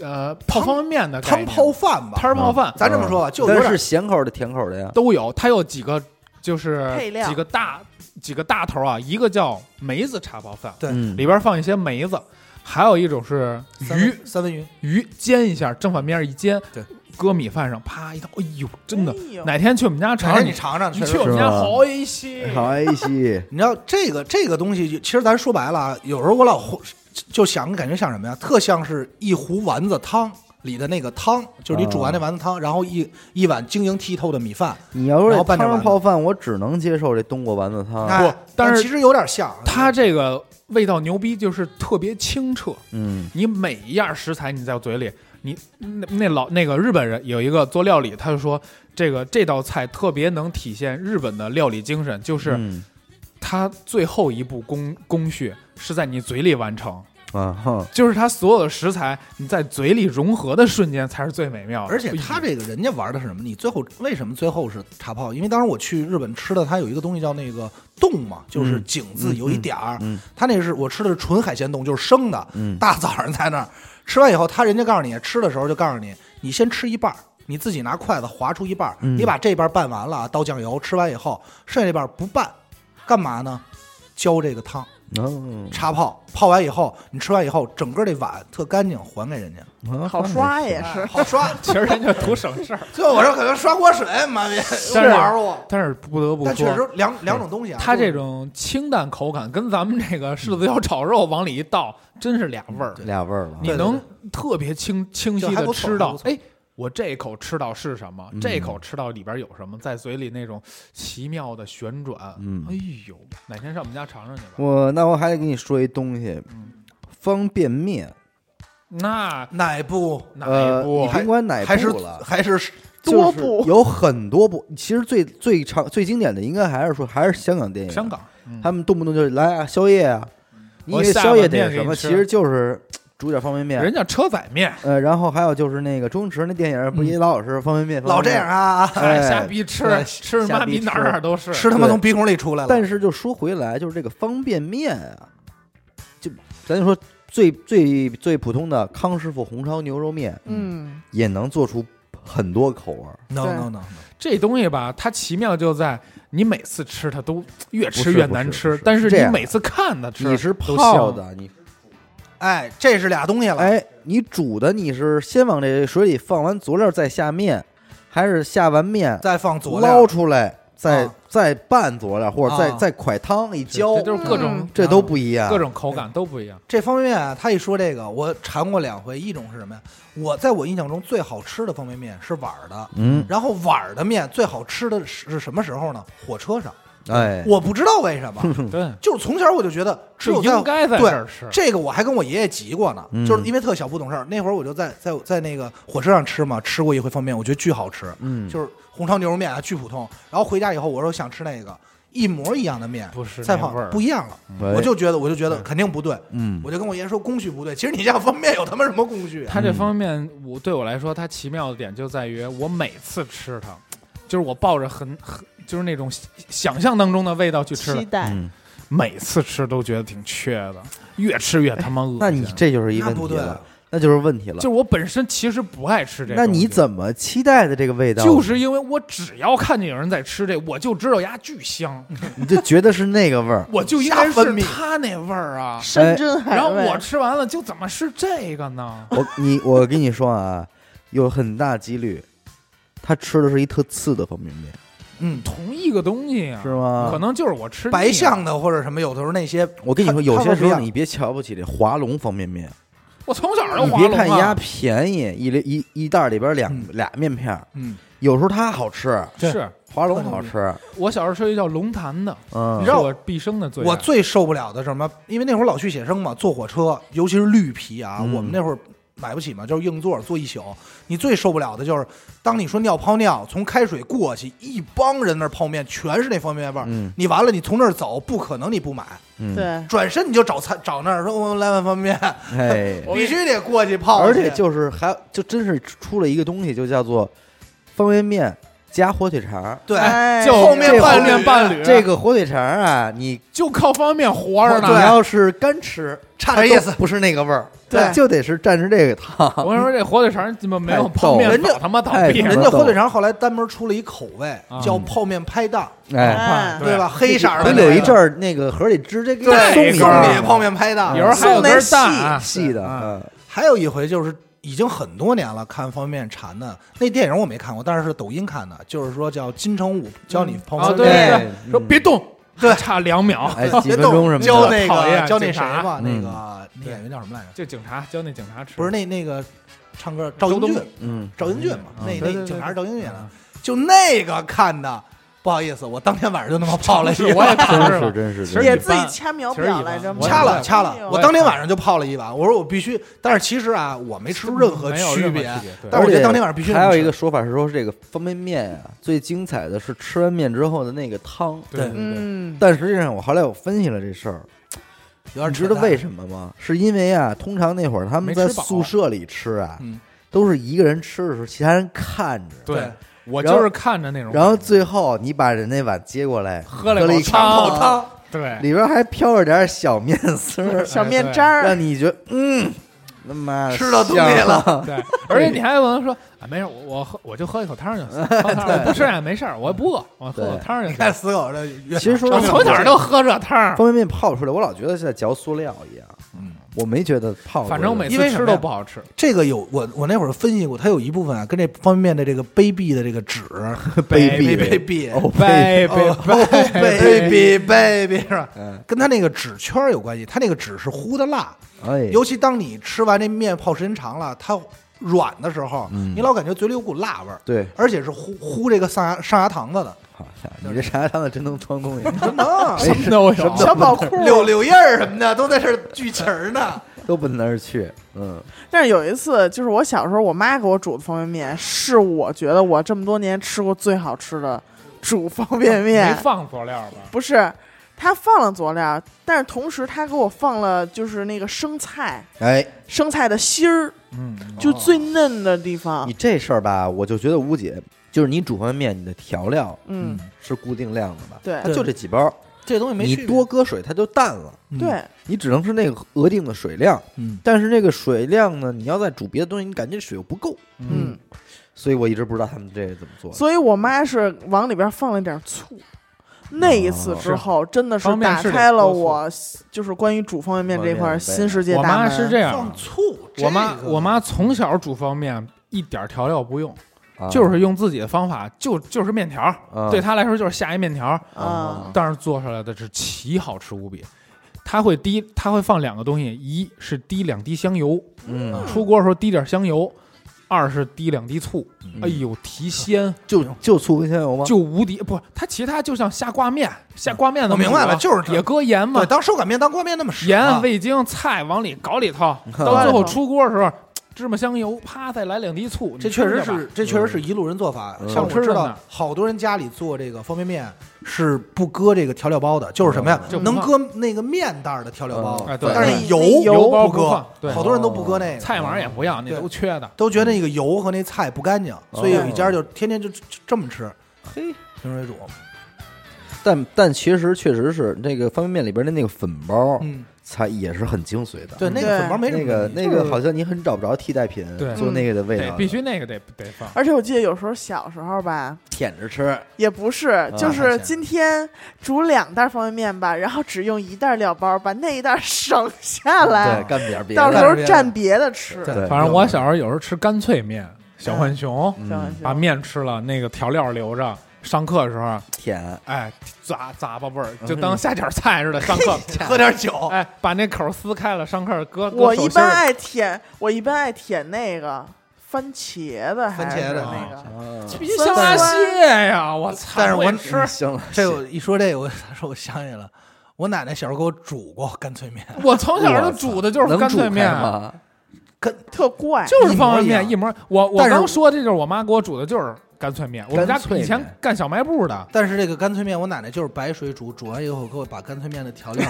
[SPEAKER 2] 呃，泡
[SPEAKER 4] 汤
[SPEAKER 2] 方便面的概
[SPEAKER 4] 汤
[SPEAKER 2] 念
[SPEAKER 4] 泡饭吧，
[SPEAKER 2] 摊儿泡饭
[SPEAKER 4] 咱这么说吧
[SPEAKER 1] 嗯
[SPEAKER 4] 就有
[SPEAKER 1] 但
[SPEAKER 4] 点
[SPEAKER 1] 是咸口的、甜口的呀。
[SPEAKER 2] 都有，它有几个就是
[SPEAKER 3] 配料
[SPEAKER 2] 几个大几个大头啊，一个叫梅子茶泡饭，
[SPEAKER 4] 对
[SPEAKER 1] 嗯
[SPEAKER 2] 里边放一些梅子，还有一种是
[SPEAKER 4] 三文
[SPEAKER 2] 鱼
[SPEAKER 4] 三文鱼，
[SPEAKER 2] 鱼煎一下，正反面一煎，
[SPEAKER 4] 对，
[SPEAKER 2] 搁米饭上，啪一倒，哎呦，真的，
[SPEAKER 3] 哎呦
[SPEAKER 2] 哪天去我们家尝
[SPEAKER 4] 尝
[SPEAKER 2] 尝，
[SPEAKER 4] 尝你尝尝，
[SPEAKER 2] 你
[SPEAKER 4] 确实
[SPEAKER 2] 去我们
[SPEAKER 1] 是
[SPEAKER 2] 家
[SPEAKER 1] 吧
[SPEAKER 2] 好一些，
[SPEAKER 1] 嗨哎西，
[SPEAKER 4] 你知道这个这个东西，其实咱说白了啊，有时候我老忽就想感觉像什么呀？特像是一壶丸子汤里的那个汤，就是你煮完那丸子
[SPEAKER 2] 啊
[SPEAKER 4] 汤，然后一一碗晶莹剔透的米饭。
[SPEAKER 1] 你要说
[SPEAKER 4] 然
[SPEAKER 1] 这
[SPEAKER 4] 后拌点
[SPEAKER 1] 汤
[SPEAKER 4] 丸子
[SPEAKER 1] 泡饭，我只能接受这冬瓜丸子汤。
[SPEAKER 4] 哎
[SPEAKER 2] 啊不但是
[SPEAKER 4] 其实有点像啊
[SPEAKER 2] 它这个味道牛逼，就是特别清澈。
[SPEAKER 1] 嗯
[SPEAKER 2] 你每一样食材你在嘴里，你那那老那个日本人有一个做料理，他就说这个这道菜特别能体现日本的料理精神，就是
[SPEAKER 1] 嗯
[SPEAKER 2] 它最后一步工工序是在你嘴里完成，
[SPEAKER 1] 啊哈，
[SPEAKER 2] 就是它所有的食材你在嘴里融合的瞬间才是最美妙的。
[SPEAKER 4] 而且他这个人家玩的是什么？你最后为什么最后是茶泡？因为当时我去日本吃的，它有一个东西叫那个冻嘛，就是
[SPEAKER 1] 嗯
[SPEAKER 4] 井字有一点儿。
[SPEAKER 1] 嗯
[SPEAKER 4] 他那是我吃的是纯海鲜冻，就是生的。
[SPEAKER 1] 嗯
[SPEAKER 4] 大早上在那儿吃完以后，他人家告诉你吃的时候就告诉你，你先吃一半儿，你自己拿筷子划出一半儿，
[SPEAKER 1] 嗯
[SPEAKER 4] 你把这半儿拌完了啊，倒酱油，吃完以后剩下这半儿不拌，干嘛呢？浇这个汤，
[SPEAKER 1] 嗯，
[SPEAKER 4] 茶泡泡完以后，你吃完以后，整个这碗特干净，还给人家，
[SPEAKER 2] 哎
[SPEAKER 1] 啊
[SPEAKER 3] 好刷也是，
[SPEAKER 4] 好刷。
[SPEAKER 2] 其实人家图省事儿，
[SPEAKER 4] 最后我说可能刷锅水，妈逼，
[SPEAKER 2] 但是
[SPEAKER 4] 又玩我。
[SPEAKER 2] 但是不得不
[SPEAKER 4] 但确
[SPEAKER 2] 说。
[SPEAKER 4] 实两两种东西啊，
[SPEAKER 2] 它
[SPEAKER 4] 就是
[SPEAKER 2] 这种清淡口感跟咱们这个柿子椒炒肉往里一倒，真是俩味儿。
[SPEAKER 1] 俩味儿了。
[SPEAKER 2] 你
[SPEAKER 4] 对对
[SPEAKER 2] 能特别清清晰
[SPEAKER 4] 就还
[SPEAKER 2] 的
[SPEAKER 4] 不错
[SPEAKER 2] 吃
[SPEAKER 4] 还
[SPEAKER 2] 到
[SPEAKER 4] 不，错
[SPEAKER 2] 哎，我这一口吃到是什么？这一口
[SPEAKER 1] 嗯
[SPEAKER 2] 吃到里边有什么？在嘴里那种奇妙的旋转，
[SPEAKER 1] 嗯
[SPEAKER 2] 哎呦，哪天上我们家尝尝去吧。
[SPEAKER 1] 我那我还得给你说一东西，
[SPEAKER 2] 嗯
[SPEAKER 1] 方便面。
[SPEAKER 2] 那
[SPEAKER 4] 哪部
[SPEAKER 2] 哪
[SPEAKER 1] 呃，
[SPEAKER 2] 一
[SPEAKER 1] 你
[SPEAKER 2] 步？
[SPEAKER 1] 甭管哪
[SPEAKER 4] 还是
[SPEAKER 1] 部了，
[SPEAKER 4] 还是
[SPEAKER 1] 就
[SPEAKER 3] 多
[SPEAKER 1] 是
[SPEAKER 3] 部
[SPEAKER 1] 有很多部。其实最最长最经典的应该还是说还是香港电影，啊
[SPEAKER 2] 香港，嗯
[SPEAKER 1] 他们动不动就来啊宵夜啊，你以
[SPEAKER 2] 我
[SPEAKER 1] 为
[SPEAKER 2] 下
[SPEAKER 1] 宵夜
[SPEAKER 2] 碗
[SPEAKER 1] 得
[SPEAKER 2] 面
[SPEAKER 1] 是
[SPEAKER 2] 给
[SPEAKER 1] 什
[SPEAKER 2] 你
[SPEAKER 1] 么？
[SPEAKER 2] 吃
[SPEAKER 1] 其实就是煮点方便面
[SPEAKER 2] 人。家车载面，
[SPEAKER 1] 呃，然后还有就是那个周星驰那电
[SPEAKER 2] 嗯
[SPEAKER 1] 影，不也老是方便面？
[SPEAKER 4] 老
[SPEAKER 1] 方
[SPEAKER 4] 这
[SPEAKER 1] 便面
[SPEAKER 4] 样啊，
[SPEAKER 1] 哎
[SPEAKER 2] 瞎逼吃，
[SPEAKER 4] 对
[SPEAKER 2] 吃
[SPEAKER 1] 瞎
[SPEAKER 2] 妈
[SPEAKER 1] 逼
[SPEAKER 2] 逼哪
[SPEAKER 1] 吃
[SPEAKER 2] 儿哪儿都是。
[SPEAKER 4] 吃他妈
[SPEAKER 1] 对
[SPEAKER 4] 从鼻孔里出来了。
[SPEAKER 1] 但是就说回来，就是这个方便面啊，就咱就说最最最普通的康师傅红烧牛肉面，
[SPEAKER 3] 嗯，
[SPEAKER 1] 也能做出很多口味儿。
[SPEAKER 4] no
[SPEAKER 3] 对
[SPEAKER 4] no no，
[SPEAKER 2] 这东西吧，它奇妙就在你每次吃它都越吃
[SPEAKER 1] 是
[SPEAKER 2] 越
[SPEAKER 1] 不
[SPEAKER 2] 难
[SPEAKER 1] 是
[SPEAKER 2] 吃
[SPEAKER 1] 不是，
[SPEAKER 2] 但是
[SPEAKER 1] 这
[SPEAKER 2] 你
[SPEAKER 1] 样
[SPEAKER 2] 每次看它吃，
[SPEAKER 1] 你是
[SPEAKER 2] 都
[SPEAKER 1] 泡
[SPEAKER 2] 香
[SPEAKER 1] 的，你
[SPEAKER 4] 哎，这是俩东西了。
[SPEAKER 1] 哎，你煮的你是先往这水里放完佐料再下面，还是下完面
[SPEAKER 4] 再放佐
[SPEAKER 1] 捞
[SPEAKER 4] 料，
[SPEAKER 1] 出来再
[SPEAKER 4] 啊
[SPEAKER 1] 再拌佐料，或者再
[SPEAKER 4] 啊
[SPEAKER 1] 再蒯汤一
[SPEAKER 2] 这
[SPEAKER 1] 浇嗯
[SPEAKER 2] 这，就是各种
[SPEAKER 1] 这都不一样。哎
[SPEAKER 2] 各种口感都不一样。
[SPEAKER 4] 这方便面啊，他一说这个，我馋过两回。一种是什么呀？我在我印象中最好吃的方便面是碗儿的，
[SPEAKER 1] 嗯，
[SPEAKER 4] 然后碗儿的面最好吃的是什么时候呢？火车上，
[SPEAKER 1] 哎，
[SPEAKER 4] 我不知道 为什么，
[SPEAKER 1] 嗯
[SPEAKER 2] 对，
[SPEAKER 4] 就是从小我就觉得只
[SPEAKER 2] 是
[SPEAKER 4] 有
[SPEAKER 2] 应该在这
[SPEAKER 4] 对
[SPEAKER 2] 儿吃。
[SPEAKER 4] 这个我还跟我爷爷急过呢，
[SPEAKER 1] 嗯
[SPEAKER 4] 就是因为特小不懂事儿。那会儿我就在在在那个火车上吃嘛，吃过一回方便面，我觉得巨好吃，
[SPEAKER 1] 嗯，
[SPEAKER 4] 就是红烧牛肉面啊，巨普通。然后回家以后，我说想吃那个一模一样的面，
[SPEAKER 2] 不是
[SPEAKER 4] 再
[SPEAKER 2] 那味
[SPEAKER 4] 放
[SPEAKER 2] 儿
[SPEAKER 4] 不一样了，
[SPEAKER 1] 喂
[SPEAKER 4] 我就觉得我就觉得肯定不对，
[SPEAKER 1] 哎嗯
[SPEAKER 4] 我就跟我爷爷说工序不对。其实你家方便面有他妈什么工序啊？
[SPEAKER 2] 它这方面，我对我来说，它奇妙的点就在于，我每次吃它，就是我抱着很很就是那种想象当中的味道去吃
[SPEAKER 3] 期
[SPEAKER 2] 的，
[SPEAKER 3] 待。
[SPEAKER 1] 嗯，
[SPEAKER 2] 每次吃都觉得挺缺的，越吃越他妈恶心。
[SPEAKER 1] 那你这就是一
[SPEAKER 4] 那
[SPEAKER 1] 问
[SPEAKER 4] 不
[SPEAKER 1] 题啊
[SPEAKER 4] 对，
[SPEAKER 1] 了，那就是问题了
[SPEAKER 2] 就是。我本身其实不爱吃这，
[SPEAKER 1] 那你？怎么期待的这个味道？
[SPEAKER 2] 就是因为我只要看见有人在吃这，我就知道呀巨香，，
[SPEAKER 1] 你就觉得是那个味儿
[SPEAKER 2] 我就应该
[SPEAKER 4] 下分
[SPEAKER 2] 是
[SPEAKER 4] 泌
[SPEAKER 2] 它那味儿啊。
[SPEAKER 3] 山珍海味，
[SPEAKER 2] 然后我吃完了，就怎么是这个呢？
[SPEAKER 1] 我你我跟你说啊，有很大几率，他吃的是一特次的方便面，
[SPEAKER 4] 嗯，
[SPEAKER 2] 同一个东西啊，
[SPEAKER 1] 是吗？
[SPEAKER 2] 可能就是我吃腻
[SPEAKER 4] 白
[SPEAKER 2] 了
[SPEAKER 4] 象的或者什么，有的时候那些
[SPEAKER 1] 我跟你说，
[SPEAKER 4] 它
[SPEAKER 1] 有
[SPEAKER 4] 它
[SPEAKER 1] 些
[SPEAKER 4] 味
[SPEAKER 1] 时
[SPEAKER 4] 不一
[SPEAKER 1] 候
[SPEAKER 4] 样
[SPEAKER 1] 你别瞧不起这华龙方便面，
[SPEAKER 2] 我从小就
[SPEAKER 1] 你
[SPEAKER 2] 华
[SPEAKER 1] 别
[SPEAKER 2] 龙
[SPEAKER 1] 看
[SPEAKER 2] 啊
[SPEAKER 1] 鸭便宜，一粒一一袋里边两、
[SPEAKER 4] 嗯
[SPEAKER 1] 俩面片儿，
[SPEAKER 4] 嗯，
[SPEAKER 1] 有时候它好吃，
[SPEAKER 4] 对
[SPEAKER 2] 是
[SPEAKER 1] 华龙好吃，
[SPEAKER 2] 我小时候吃一叫龙潭的，
[SPEAKER 1] 嗯
[SPEAKER 4] 你知，道
[SPEAKER 2] 是我毕生的最爱
[SPEAKER 4] 我最受不了的是什么？因为那会儿老去写生嘛，坐火车，尤其是绿皮啊，
[SPEAKER 1] 嗯
[SPEAKER 4] 我们那会儿买不起嘛，就是硬座坐一宿。你最受不了的就是，当你说尿泡尿，从开水过去，一帮人那儿泡面，全是那方便面味儿。
[SPEAKER 1] 嗯
[SPEAKER 4] 你完了，你从那儿走，不可能你不买，
[SPEAKER 1] 嗯，，
[SPEAKER 3] 对，
[SPEAKER 4] 转身你就找餐找那儿说，我来碗方便面，
[SPEAKER 1] 哎，
[SPEAKER 2] 我
[SPEAKER 4] 必须得过去泡去。
[SPEAKER 1] 而且就是还就真是出了一个东西，就叫做方便面加火腿肠儿。
[SPEAKER 4] 对，
[SPEAKER 3] 哎
[SPEAKER 2] 就
[SPEAKER 4] 后面
[SPEAKER 1] 这
[SPEAKER 4] 伴
[SPEAKER 2] 拌
[SPEAKER 4] 侣
[SPEAKER 2] 面伴侣，
[SPEAKER 1] 这个火腿肠儿啊，你
[SPEAKER 2] 就靠方便活着
[SPEAKER 1] 你
[SPEAKER 2] 呢。
[SPEAKER 1] 要是干吃，
[SPEAKER 4] 差点意思
[SPEAKER 1] 它都不是那个味 儿，
[SPEAKER 3] 对
[SPEAKER 1] 它就得是蘸着这个汤。
[SPEAKER 2] 我跟你说，这火腿肠怎么没有
[SPEAKER 1] 太
[SPEAKER 2] 泡面
[SPEAKER 4] 逗了
[SPEAKER 2] 早他妈倒闭
[SPEAKER 1] 哎
[SPEAKER 2] 了
[SPEAKER 4] 哎人？家火腿肠后来单门出了一口味，
[SPEAKER 2] 啊
[SPEAKER 4] 叫泡面拍档，
[SPEAKER 1] 哎，
[SPEAKER 3] 哎
[SPEAKER 2] 对
[SPEAKER 4] 对吧？ 黑色儿
[SPEAKER 1] 不
[SPEAKER 4] 的
[SPEAKER 1] 是
[SPEAKER 4] 那个，
[SPEAKER 1] 有一阵儿那个盒里直接给你
[SPEAKER 4] 对
[SPEAKER 1] 送
[SPEAKER 2] 一
[SPEAKER 1] 一
[SPEAKER 2] 根
[SPEAKER 1] 根
[SPEAKER 2] 儿
[SPEAKER 4] 送你
[SPEAKER 1] 儿啊
[SPEAKER 4] 泡面拍档，
[SPEAKER 2] 有时候还有根蛋啊，
[SPEAKER 1] 细的，
[SPEAKER 2] 嗯
[SPEAKER 1] 嗯
[SPEAKER 4] 还有一回就是已经很多年了，看方便面馋的那电影我没看过，但是是抖音看的，就是说叫《金城武教你泡面》
[SPEAKER 2] 哦对
[SPEAKER 1] 哎
[SPEAKER 2] 对对，说
[SPEAKER 1] 嗯
[SPEAKER 2] 别动，
[SPEAKER 4] 对
[SPEAKER 2] 差两秒，
[SPEAKER 1] 哎，几
[SPEAKER 4] 别
[SPEAKER 1] 分
[SPEAKER 4] 动
[SPEAKER 1] 钟什
[SPEAKER 4] 教
[SPEAKER 1] 么的，
[SPEAKER 4] 那
[SPEAKER 2] 讨
[SPEAKER 4] 个
[SPEAKER 2] 厌
[SPEAKER 4] 教那谁
[SPEAKER 2] 警察
[SPEAKER 4] 吧，那
[SPEAKER 1] 嗯
[SPEAKER 4] 个那演员叫什么来着？
[SPEAKER 2] 就警察教那警察吃，
[SPEAKER 4] 不是那那个唱歌赵英
[SPEAKER 2] 周冬
[SPEAKER 4] 俊，
[SPEAKER 1] 嗯，
[SPEAKER 4] 赵英俊嘛，
[SPEAKER 1] 嗯
[SPEAKER 2] 对
[SPEAKER 4] 那
[SPEAKER 2] 对
[SPEAKER 4] 那
[SPEAKER 2] 对
[SPEAKER 4] 警察是赵英俊演的
[SPEAKER 2] 嗯，
[SPEAKER 4] 就那个看的，不好意思，我当天晚上就 那么泡了一
[SPEAKER 2] 是我也
[SPEAKER 4] 碗。
[SPEAKER 2] 尝试
[SPEAKER 1] 真
[SPEAKER 2] 了
[SPEAKER 1] 是，真是
[SPEAKER 2] 其实
[SPEAKER 1] 真
[SPEAKER 3] 也
[SPEAKER 1] 是，
[SPEAKER 2] 也
[SPEAKER 3] 自己掐秒表来着吗，
[SPEAKER 2] 我也
[SPEAKER 4] 掐
[SPEAKER 2] 看
[SPEAKER 4] 了
[SPEAKER 2] 过
[SPEAKER 4] 掐了
[SPEAKER 3] 哎，呦
[SPEAKER 4] 我当天晚上就泡了一碗。我说我必须，但是其实啊，我没吃出任何
[SPEAKER 2] 没有任
[SPEAKER 4] 区
[SPEAKER 2] 何
[SPEAKER 4] 别。
[SPEAKER 2] 别。对
[SPEAKER 4] 但是我觉得当天晚上必须
[SPEAKER 1] 还
[SPEAKER 4] 这么
[SPEAKER 1] 有一
[SPEAKER 4] 吃
[SPEAKER 1] 个说法是说，这个方便面啊，最精彩的是吃完面之后的那个汤。
[SPEAKER 2] 对对对，
[SPEAKER 3] 嗯，
[SPEAKER 1] 但实际上，我后来我分析了这事儿，
[SPEAKER 4] 有点
[SPEAKER 1] 你知道为
[SPEAKER 4] 么？
[SPEAKER 1] 什么吗？是因为啊，通常那会儿他们
[SPEAKER 2] 没
[SPEAKER 1] 在
[SPEAKER 2] 吃饱
[SPEAKER 1] 宿舍里吃啊，
[SPEAKER 4] 嗯
[SPEAKER 1] 都是一个人吃的时候，其他人看着。
[SPEAKER 2] 对
[SPEAKER 4] 对
[SPEAKER 2] 我
[SPEAKER 1] 然后
[SPEAKER 2] 就是看着那种，
[SPEAKER 1] 然后最后你把人那碗接过来，
[SPEAKER 2] 喝了
[SPEAKER 1] 了
[SPEAKER 2] 口
[SPEAKER 1] 一口
[SPEAKER 2] 汤
[SPEAKER 4] 泡 汤，
[SPEAKER 2] 对
[SPEAKER 1] 里边还飘着点小面丝儿，
[SPEAKER 2] 哎
[SPEAKER 3] 小面渣儿
[SPEAKER 1] 让，你觉得嗯，他妈的
[SPEAKER 4] 吃到东西
[SPEAKER 1] 香啊
[SPEAKER 4] 了。
[SPEAKER 2] 对，而且你还不能说啊，没事，我我喝我就喝一口汤就行， 喝汤我不吃哎也没事儿，我也不饿，我喝口汤就行。
[SPEAKER 4] 看死狗这，
[SPEAKER 1] 其实说
[SPEAKER 2] 我
[SPEAKER 1] 实
[SPEAKER 2] 从
[SPEAKER 1] 话
[SPEAKER 2] 小就喝这汤儿，
[SPEAKER 1] 方便面泡出来，我老觉得是在嚼塑料一样，
[SPEAKER 4] 嗯，
[SPEAKER 1] 我没觉得泡过这个。
[SPEAKER 2] 反正我每
[SPEAKER 4] 因为
[SPEAKER 2] 次
[SPEAKER 4] 什
[SPEAKER 2] 吃
[SPEAKER 4] 么呀
[SPEAKER 2] 都不好吃。
[SPEAKER 4] 这个有我我那会儿分析过，它有一部分啊，跟这方便面的这个卑鄙的这个纸
[SPEAKER 1] 卑
[SPEAKER 4] 卑
[SPEAKER 1] 鄙
[SPEAKER 4] 卑鄙
[SPEAKER 1] 哦
[SPEAKER 2] 拜拜
[SPEAKER 4] 哦 卑
[SPEAKER 2] 拜！
[SPEAKER 4] 鄙卑鄙是吧？
[SPEAKER 1] 嗯，
[SPEAKER 4] 跟它那个纸圈儿有关系，它那个纸是糊的蜡，
[SPEAKER 1] 哎，
[SPEAKER 4] 尤其当你吃完这面泡时间长了，它软的时候，
[SPEAKER 1] 嗯
[SPEAKER 4] 你老感觉嘴里有股辣味儿，
[SPEAKER 1] 对，
[SPEAKER 4] 而且是糊糊这个上牙上牙膛子的，
[SPEAKER 1] 好家伙，你这啥汤的真能装东西，
[SPEAKER 4] 真的啊
[SPEAKER 2] 什么都有，
[SPEAKER 3] 小宝库。
[SPEAKER 4] 柳柳叶儿什么的都在这儿聚齐儿呢。
[SPEAKER 1] 都奔那儿去。嗯，
[SPEAKER 3] 但是有一次，就是我小时候，我妈给我煮的方便面，是我觉得我这么多年吃过最好吃的煮方
[SPEAKER 2] 啊
[SPEAKER 3] 便
[SPEAKER 2] 没
[SPEAKER 3] 面。
[SPEAKER 2] 放佐料吧？
[SPEAKER 3] 不是，她放了佐料，但是同时她给我放了就是那个生菜，
[SPEAKER 1] 哎，
[SPEAKER 3] 生菜的芯儿，
[SPEAKER 2] 嗯，
[SPEAKER 3] 就最嫩的地方嗯
[SPEAKER 1] 你。这事儿吧，我就觉得无解，就是你煮方便面，你的调料
[SPEAKER 3] 嗯，
[SPEAKER 1] 是固定量的吧？
[SPEAKER 3] 对
[SPEAKER 2] 嗯
[SPEAKER 1] 它就这几包，
[SPEAKER 4] 这东西
[SPEAKER 1] 你多搁水它就淡了，
[SPEAKER 2] 嗯
[SPEAKER 3] 对，
[SPEAKER 1] 你只能是那个额定的水量。
[SPEAKER 4] 嗯
[SPEAKER 1] 但是那个水量呢，你要再煮别的东西，你感觉水又不够，
[SPEAKER 3] 嗯，
[SPEAKER 1] 所以我一直不知道他们这怎么做的。
[SPEAKER 3] 所以我妈是往里边放了一点醋。那一次之后，真的是
[SPEAKER 2] 哦方便
[SPEAKER 3] 打
[SPEAKER 2] 是得
[SPEAKER 3] 开了
[SPEAKER 2] 多醋
[SPEAKER 3] 我就是关于煮方便面这块儿新世界
[SPEAKER 2] 我
[SPEAKER 3] 大
[SPEAKER 2] 妈
[SPEAKER 3] 门。
[SPEAKER 2] 是这样
[SPEAKER 4] 放
[SPEAKER 2] 的，
[SPEAKER 4] 醋。
[SPEAKER 2] 我妈
[SPEAKER 4] 这个
[SPEAKER 2] 我妈从小煮方便面一点儿调料不用，
[SPEAKER 1] 啊
[SPEAKER 2] 就是用自己的方法，就就是面条儿，
[SPEAKER 1] 啊
[SPEAKER 2] 对他来说就是下一面条儿，
[SPEAKER 3] 啊
[SPEAKER 1] 啊
[SPEAKER 2] 但是做出来的是奇好吃无比。他会滴，他会放两个东西，一是滴两滴香油，
[SPEAKER 1] 嗯，
[SPEAKER 2] 出锅的时候滴点香油；二是滴两滴醋。
[SPEAKER 1] 嗯
[SPEAKER 2] 哎呦，提鲜
[SPEAKER 1] 就就醋跟香油吗？
[SPEAKER 2] 就无敌！不，它其他就像下挂面，下挂面的
[SPEAKER 4] 嗯我明白了
[SPEAKER 2] 那种
[SPEAKER 4] 就是这
[SPEAKER 2] 也搁盐嘛
[SPEAKER 4] 对，，当手擀面当锅面那么使啊
[SPEAKER 2] 盐、味精、菜往里搞里 头，到最后出锅的时候，芝麻香油，啪，再来两滴醋，
[SPEAKER 4] 这
[SPEAKER 2] 你
[SPEAKER 4] 确
[SPEAKER 2] 吃
[SPEAKER 4] 实
[SPEAKER 2] 去吧
[SPEAKER 4] 是，这确实是一路人做法。
[SPEAKER 1] 嗯
[SPEAKER 4] 像我
[SPEAKER 2] 好吃
[SPEAKER 4] 知
[SPEAKER 2] 着
[SPEAKER 4] 道
[SPEAKER 2] 呢，
[SPEAKER 4] 好多人家里做这个方便面是不搁这个调料包的，就是什么呀
[SPEAKER 2] 嗯就？不
[SPEAKER 4] 能
[SPEAKER 2] 放
[SPEAKER 4] 搁那个面袋儿的调料包
[SPEAKER 1] 嗯，
[SPEAKER 2] 哎对
[SPEAKER 4] 但是
[SPEAKER 3] 对
[SPEAKER 4] 油
[SPEAKER 3] 油
[SPEAKER 2] 包
[SPEAKER 4] 不
[SPEAKER 2] 不放
[SPEAKER 4] 搁，
[SPEAKER 2] 对
[SPEAKER 4] 好多人都不搁那个，
[SPEAKER 2] 菜码也不要，那
[SPEAKER 4] 对
[SPEAKER 2] 都缺的。
[SPEAKER 4] 都觉得那个油和那菜不干净，所
[SPEAKER 2] 哦
[SPEAKER 4] 以有一家就天天就就就这么吃
[SPEAKER 1] 嘿，
[SPEAKER 4] 清水煮。
[SPEAKER 1] 但但其实确实是那个方便面里边的那个粉包，
[SPEAKER 4] 嗯，
[SPEAKER 1] 它也是很精髓的。
[SPEAKER 4] 对，那个粉包没什么
[SPEAKER 1] 那个
[SPEAKER 4] 问题
[SPEAKER 1] 那个好像你很找不着替代品，
[SPEAKER 2] 对
[SPEAKER 1] 做那个的味
[SPEAKER 2] 得
[SPEAKER 4] 啊
[SPEAKER 1] 道
[SPEAKER 2] 必须那个得得放，
[SPEAKER 3] 而且我记得有时候小时候吧，
[SPEAKER 1] 舔着吃，
[SPEAKER 3] 也不是，就
[SPEAKER 1] 啊
[SPEAKER 3] 是
[SPEAKER 4] 行
[SPEAKER 3] 今天煮两袋方便面吧，然后只用一袋料包，把那一袋省下
[SPEAKER 1] 嗯对，
[SPEAKER 3] 来，
[SPEAKER 1] 干点别
[SPEAKER 3] 到时
[SPEAKER 1] 的。
[SPEAKER 3] 候蘸别的吃。
[SPEAKER 4] 对
[SPEAKER 1] 对
[SPEAKER 2] 反正我小时候有时候吃干脆面，小浣熊
[SPEAKER 1] 嗯
[SPEAKER 3] 行
[SPEAKER 2] 把
[SPEAKER 3] 行，
[SPEAKER 2] 面吃了，那个调料留着。上课的时候，
[SPEAKER 1] 舔，
[SPEAKER 2] 哎，咂咂巴味儿，就
[SPEAKER 4] 嗯
[SPEAKER 2] 当下酒菜似的。上课，
[SPEAKER 4] 喝点酒，
[SPEAKER 2] 哎，把那口撕开了，上课搁
[SPEAKER 3] 我
[SPEAKER 2] 搁手
[SPEAKER 3] 一
[SPEAKER 2] 心
[SPEAKER 3] 般
[SPEAKER 2] 儿，
[SPEAKER 3] 爱舔，我一般爱舔那个番茄的，还
[SPEAKER 4] 番
[SPEAKER 3] 是
[SPEAKER 4] 茄的
[SPEAKER 3] 那个。
[SPEAKER 1] 啊
[SPEAKER 2] 必须香辣蟹呀！我操！
[SPEAKER 4] 但是我
[SPEAKER 2] 也吃
[SPEAKER 1] 嗯行 了，
[SPEAKER 4] 这我一说这个，我 说我想起来了，我奶奶小时候给我煮过干脆面，
[SPEAKER 2] 我从小就煮的就是
[SPEAKER 1] 能
[SPEAKER 2] 干
[SPEAKER 1] 煮
[SPEAKER 2] 脆面啊
[SPEAKER 1] 开，吗？
[SPEAKER 4] 干
[SPEAKER 3] 特怪，
[SPEAKER 2] 就是方便面
[SPEAKER 4] 一
[SPEAKER 2] 一模。我我
[SPEAKER 4] 但是
[SPEAKER 2] 刚说这就是我妈给我煮的就是干脆面，我们家
[SPEAKER 1] 干脆
[SPEAKER 2] 以
[SPEAKER 1] 面
[SPEAKER 2] 前干小卖部的，
[SPEAKER 4] 但是这个干脆面，我奶奶就是白水煮，煮完以后给我把干脆面的调料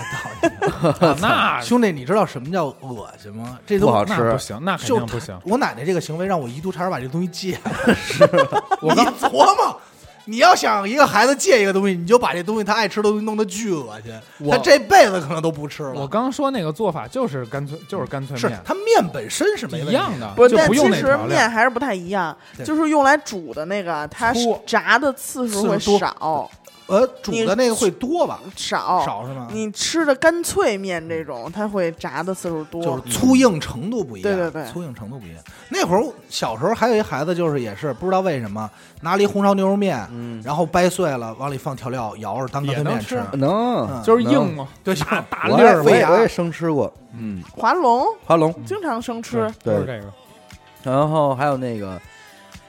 [SPEAKER 4] 倒进去。
[SPEAKER 2] 那
[SPEAKER 4] 兄弟，你知道什么叫恶心吗？这
[SPEAKER 1] 不
[SPEAKER 4] 东
[SPEAKER 1] 好
[SPEAKER 4] 西
[SPEAKER 1] 吃
[SPEAKER 2] 那不行，那肯
[SPEAKER 4] 就
[SPEAKER 2] 定不行。
[SPEAKER 4] 我奶奶这个行为让我一度差点把这东西戒了。
[SPEAKER 2] 我
[SPEAKER 4] 你
[SPEAKER 2] 刚
[SPEAKER 4] 琢磨，你要想一个孩子戒一个东西，你就把这东西他爱吃的东西弄得巨恶心，
[SPEAKER 2] 我
[SPEAKER 4] 他这辈子可能都不吃
[SPEAKER 2] 我
[SPEAKER 4] 了。
[SPEAKER 2] 刚说那个做法就是干脆就是干脆
[SPEAKER 4] 是
[SPEAKER 2] 面，
[SPEAKER 4] 他面本身是没
[SPEAKER 2] 一
[SPEAKER 4] 问题
[SPEAKER 2] 样，的，
[SPEAKER 3] 不，
[SPEAKER 2] 就
[SPEAKER 3] 但
[SPEAKER 2] 不用
[SPEAKER 3] 其
[SPEAKER 2] 那
[SPEAKER 3] 实
[SPEAKER 2] 调
[SPEAKER 3] 面
[SPEAKER 2] 料。
[SPEAKER 3] 还是不太一样，
[SPEAKER 4] 对
[SPEAKER 3] 就是用来煮的那个，它是
[SPEAKER 2] 粗
[SPEAKER 3] 炸的次数会
[SPEAKER 4] 次数多
[SPEAKER 3] 少
[SPEAKER 4] 呃，煮的那个会多吧？
[SPEAKER 3] 少。
[SPEAKER 4] 少是吗？
[SPEAKER 3] 你吃的干脆面这种，它会炸的次数多。嗯
[SPEAKER 4] 就是嗯粗硬程度不一样，
[SPEAKER 3] 对对对
[SPEAKER 4] 粗硬程度不一样。那会儿我小时候还有一孩子，就是也是不知道为什么拿了一红烧牛肉面，
[SPEAKER 1] 嗯，
[SPEAKER 4] 然后掰碎了往里放调料，摇着当干脆
[SPEAKER 2] 也能
[SPEAKER 4] 面
[SPEAKER 2] 吃
[SPEAKER 1] 能
[SPEAKER 4] 嗯，
[SPEAKER 2] 就是
[SPEAKER 1] 能
[SPEAKER 2] 硬。嘛，
[SPEAKER 4] 对，
[SPEAKER 2] 大大
[SPEAKER 1] 我
[SPEAKER 2] 粒
[SPEAKER 1] 也
[SPEAKER 2] 儿
[SPEAKER 1] 我
[SPEAKER 4] 喂
[SPEAKER 1] 也
[SPEAKER 4] 牙
[SPEAKER 1] 我也生吃过，嗯，
[SPEAKER 3] 华龙
[SPEAKER 1] 华龙，
[SPEAKER 3] 经常生吃
[SPEAKER 1] 对
[SPEAKER 2] 对，就是这个。
[SPEAKER 1] 然后还有那个，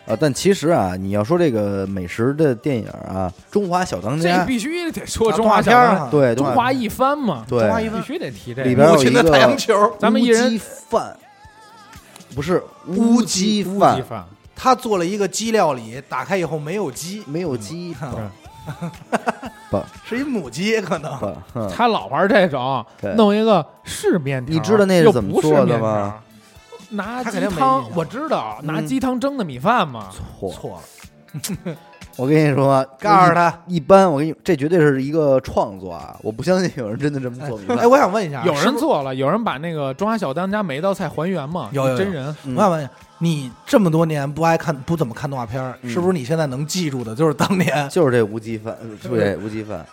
[SPEAKER 1] 呃，但其实啊，你要说这个美食的电影啊，《中华小当
[SPEAKER 2] 这
[SPEAKER 1] 家》
[SPEAKER 2] 必须得说
[SPEAKER 4] 啊
[SPEAKER 2] 中
[SPEAKER 4] 动画
[SPEAKER 2] 华
[SPEAKER 4] 片儿
[SPEAKER 2] 小哎
[SPEAKER 4] 啊，
[SPEAKER 1] 对
[SPEAKER 2] 中华一番嘛，
[SPEAKER 1] 对
[SPEAKER 4] 中华一
[SPEAKER 2] 必
[SPEAKER 4] 番
[SPEAKER 2] 须得提这
[SPEAKER 1] 里
[SPEAKER 2] 个。
[SPEAKER 1] 边
[SPEAKER 4] 母
[SPEAKER 1] 有一
[SPEAKER 4] 亲的太阳
[SPEAKER 1] 个
[SPEAKER 4] 球，
[SPEAKER 2] 咱们一
[SPEAKER 1] 乌
[SPEAKER 2] 人
[SPEAKER 1] 鸡饭，不是
[SPEAKER 4] 乌
[SPEAKER 1] 乌鸡
[SPEAKER 4] 鸡
[SPEAKER 2] 乌鸡
[SPEAKER 1] 饭，
[SPEAKER 2] 饭，
[SPEAKER 4] 他做了一个鸡料理，打开以后没有鸡，
[SPEAKER 1] 没有鸡
[SPEAKER 4] 嗯
[SPEAKER 1] 吧
[SPEAKER 4] 是一母鸡可能。
[SPEAKER 1] 吧？哼
[SPEAKER 2] 他老玩这种，
[SPEAKER 1] 嗯对
[SPEAKER 2] 弄一个是面条，
[SPEAKER 1] 你知道那是
[SPEAKER 2] 又
[SPEAKER 1] 怎么
[SPEAKER 2] 不是
[SPEAKER 1] 做的
[SPEAKER 2] 面
[SPEAKER 1] 吗
[SPEAKER 2] 条？拿
[SPEAKER 4] 他
[SPEAKER 2] 鸡
[SPEAKER 4] 肯定没印
[SPEAKER 2] 汤，
[SPEAKER 4] 象
[SPEAKER 2] 我知道，拿
[SPEAKER 1] 嗯
[SPEAKER 2] 鸡汤蒸的米饭嘛。
[SPEAKER 1] 错，
[SPEAKER 4] 错了，
[SPEAKER 1] 我跟你说，
[SPEAKER 4] 告诉他。
[SPEAKER 1] 一般，我跟你，这绝对是一个创作啊！我不相信有人真的这么做明白
[SPEAKER 4] 哎，。我想问一下，
[SPEAKER 2] 有
[SPEAKER 4] 是
[SPEAKER 2] 人
[SPEAKER 4] 不是
[SPEAKER 2] 做了，有人把那个《中华小当家》每一道菜还原嘛？
[SPEAKER 4] 有有有
[SPEAKER 2] 真人，
[SPEAKER 1] 嗯
[SPEAKER 4] 我想问一下，你这么多年不爱看、不怎么看动画片儿，
[SPEAKER 1] 嗯
[SPEAKER 4] 是不是你现在能记住的就是当年
[SPEAKER 1] 就是这乌鸡饭，呃对乌鸡饭，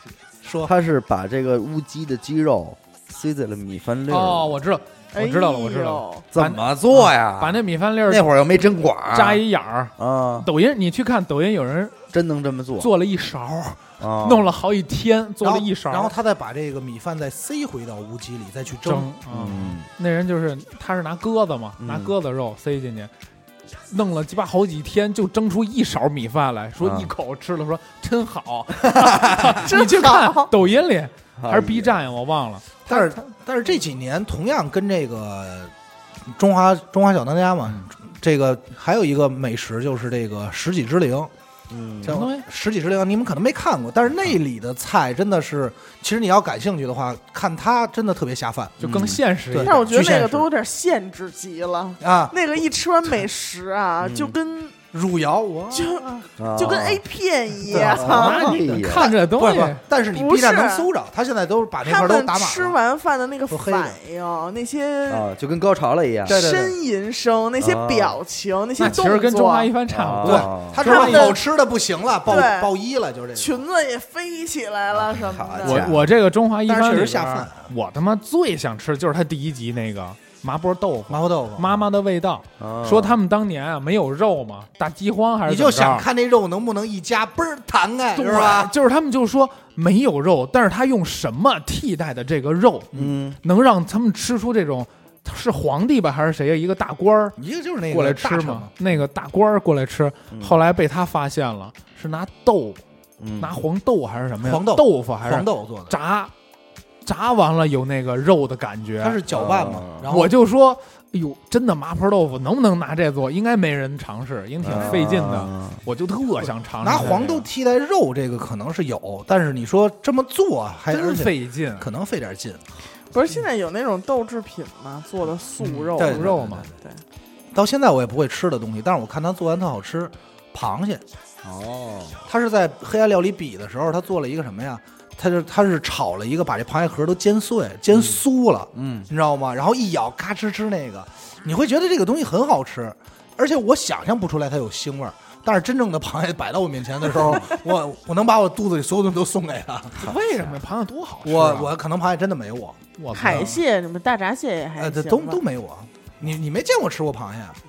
[SPEAKER 4] 说
[SPEAKER 1] 他是把这个乌鸡的鸡肉塞在了米饭粒儿里。
[SPEAKER 2] 哦，我知道，我知道了，
[SPEAKER 3] 哎
[SPEAKER 2] 我知道了，
[SPEAKER 3] 呦
[SPEAKER 1] 怎么做呀？
[SPEAKER 2] 把那米饭粒儿
[SPEAKER 1] 那会儿又没针管儿，
[SPEAKER 2] 扎一眼儿。
[SPEAKER 1] 啊，
[SPEAKER 2] 抖音，你去看抖音，有人
[SPEAKER 1] 真能这么做，
[SPEAKER 2] 做了一勺儿，
[SPEAKER 1] 啊
[SPEAKER 2] 弄了好几天，做了一勺儿，
[SPEAKER 4] 然后然后他再把这个米饭再塞回到乌鸡里，再去
[SPEAKER 2] 蒸
[SPEAKER 4] 蒸。
[SPEAKER 2] 啊。
[SPEAKER 1] 嗯，
[SPEAKER 2] 那人就是他是拿鸽子嘛，
[SPEAKER 1] 嗯
[SPEAKER 2] 拿鸽子肉塞进去，弄了鸡巴好几天，就蒸出一勺米饭来，说
[SPEAKER 1] 啊
[SPEAKER 2] 一口吃了， 说真好。
[SPEAKER 3] 真
[SPEAKER 2] 你去看
[SPEAKER 3] 好
[SPEAKER 2] 抖音里还是
[SPEAKER 1] 哎
[SPEAKER 2] B 站呀，我忘了。
[SPEAKER 4] 但是但是这几年同样跟这个中华中华小当家嘛，
[SPEAKER 3] 嗯
[SPEAKER 4] 这个还有一个美食就是这个十几之灵，
[SPEAKER 1] 嗯
[SPEAKER 2] 什么东西
[SPEAKER 4] 叫十几之灵，你们可能没看过，但是那里的菜真的是，其实你要感兴趣的话，看它真的特别下饭
[SPEAKER 2] 就更现实一
[SPEAKER 4] 嗯对
[SPEAKER 2] 点。
[SPEAKER 3] 但是我觉得
[SPEAKER 4] 巨现
[SPEAKER 3] 那个
[SPEAKER 4] 实
[SPEAKER 3] 都有点限制级了。
[SPEAKER 4] 啊，
[SPEAKER 3] 那个一吃完美食啊，
[SPEAKER 1] 嗯
[SPEAKER 3] 就跟
[SPEAKER 4] 汝窑我
[SPEAKER 3] 就
[SPEAKER 1] 啊
[SPEAKER 3] 就跟 A 片一
[SPEAKER 4] 对
[SPEAKER 3] 样，
[SPEAKER 1] 啊
[SPEAKER 2] 那
[SPEAKER 1] 哎
[SPEAKER 2] 你
[SPEAKER 1] 呀
[SPEAKER 2] 看这
[SPEAKER 4] 不
[SPEAKER 2] 东
[SPEAKER 4] 是
[SPEAKER 2] 西
[SPEAKER 4] 不，是，但是你
[SPEAKER 3] 不
[SPEAKER 4] B 站
[SPEAKER 3] 是
[SPEAKER 4] 能搜着，他现在都把那块
[SPEAKER 3] 他
[SPEAKER 4] 儿都
[SPEAKER 3] 们
[SPEAKER 4] 打
[SPEAKER 3] 吃
[SPEAKER 4] 满了。
[SPEAKER 3] 完饭的那个
[SPEAKER 4] 都黑的
[SPEAKER 3] 反应，那些
[SPEAKER 2] 哎
[SPEAKER 1] 啊，就跟高潮了一样，
[SPEAKER 4] 对对对
[SPEAKER 3] 呻吟声、那些
[SPEAKER 1] 啊
[SPEAKER 3] 表情、那些
[SPEAKER 2] 那
[SPEAKER 3] 动
[SPEAKER 2] 其实跟中
[SPEAKER 3] 作
[SPEAKER 2] 华，一番差不
[SPEAKER 4] 对
[SPEAKER 2] 多。
[SPEAKER 1] 啊
[SPEAKER 4] 他
[SPEAKER 3] 他
[SPEAKER 4] 知道
[SPEAKER 3] 们
[SPEAKER 4] 好吃的不行了，爆
[SPEAKER 3] 对
[SPEAKER 4] 爆一了，就是这个。
[SPEAKER 3] 裙子也飞起来了什么
[SPEAKER 1] 好
[SPEAKER 3] 的。
[SPEAKER 1] 家伙
[SPEAKER 2] 我我这个中华一番里
[SPEAKER 4] 但是确
[SPEAKER 2] 边
[SPEAKER 4] 实下饭，
[SPEAKER 2] 我他妈最想吃的就是他第一集那个麻婆豆腐，
[SPEAKER 4] 麻婆豆腐，
[SPEAKER 2] 妈妈的味道。说他们当年啊没有肉嘛，大饥荒还是
[SPEAKER 4] 嗯你就
[SPEAKER 2] 怎么
[SPEAKER 4] 想
[SPEAKER 2] 着
[SPEAKER 4] 看这肉能不能一夹嘣儿弹开，
[SPEAKER 2] 对
[SPEAKER 4] 是吧？
[SPEAKER 2] 啊就是他们就说没有肉，但是他用什么替代的这个肉，
[SPEAKER 1] 嗯，
[SPEAKER 2] 能让他们吃出这种是皇帝吧还是谁呀一个大官儿
[SPEAKER 4] 你这就是那个
[SPEAKER 2] 过来吃
[SPEAKER 4] 大臣
[SPEAKER 2] 嘛？那个大官儿过来吃，
[SPEAKER 1] 嗯
[SPEAKER 2] 后来被他发现了，是拿豆
[SPEAKER 1] 嗯
[SPEAKER 2] 拿黄豆还是什么呀？
[SPEAKER 4] 黄豆
[SPEAKER 2] 豆腐还
[SPEAKER 4] 黄
[SPEAKER 2] 是
[SPEAKER 4] 豆做的，
[SPEAKER 2] 炸？炸完了有那个肉的感觉，
[SPEAKER 4] 它是搅拌嘛
[SPEAKER 1] 啊。
[SPEAKER 4] 然后
[SPEAKER 2] 我就说，哎呦，真的麻婆豆腐能不能拿这做？应该没人尝试，因为挺费劲的。
[SPEAKER 1] 嗯啊
[SPEAKER 2] 我就特想尝试
[SPEAKER 4] 拿
[SPEAKER 2] 这个
[SPEAKER 4] 黄豆，替代肉，这个可能是有，但是你说这么做还
[SPEAKER 2] 真
[SPEAKER 4] 而且
[SPEAKER 2] 费劲。
[SPEAKER 4] 可能费点劲，
[SPEAKER 3] 不是现在有那种豆制品嘛，做的素肉，
[SPEAKER 4] 对
[SPEAKER 2] 卤肉嘛。
[SPEAKER 3] 对
[SPEAKER 4] 到现在我也不会吃的东西，但是我看他做完特好吃，螃蟹。
[SPEAKER 1] 哦，
[SPEAKER 4] 他是在黑暗料理比的时候，他做了一个什么呀？他就他是炒了一个，把这螃蟹壳都煎碎、煎酥了，
[SPEAKER 1] 嗯
[SPEAKER 4] 你知道吗？然后一咬，咔哧吃那个，你会觉得这个东西很好吃，而且我想象不出来它有腥味儿。但是真正的螃蟹摆到我面前的时 候，我我能把我肚子里所有东西都送给他。
[SPEAKER 2] 为什么呀螃蟹多好吃
[SPEAKER 4] 我
[SPEAKER 2] 啊？
[SPEAKER 4] 我可能螃蟹真的没我，
[SPEAKER 2] 我不知道
[SPEAKER 3] 海蟹什么大闸蟹也还
[SPEAKER 4] 呃，这
[SPEAKER 3] 哎行吧
[SPEAKER 4] 都都没我。你你没见我吃过螃蟹啊？嗯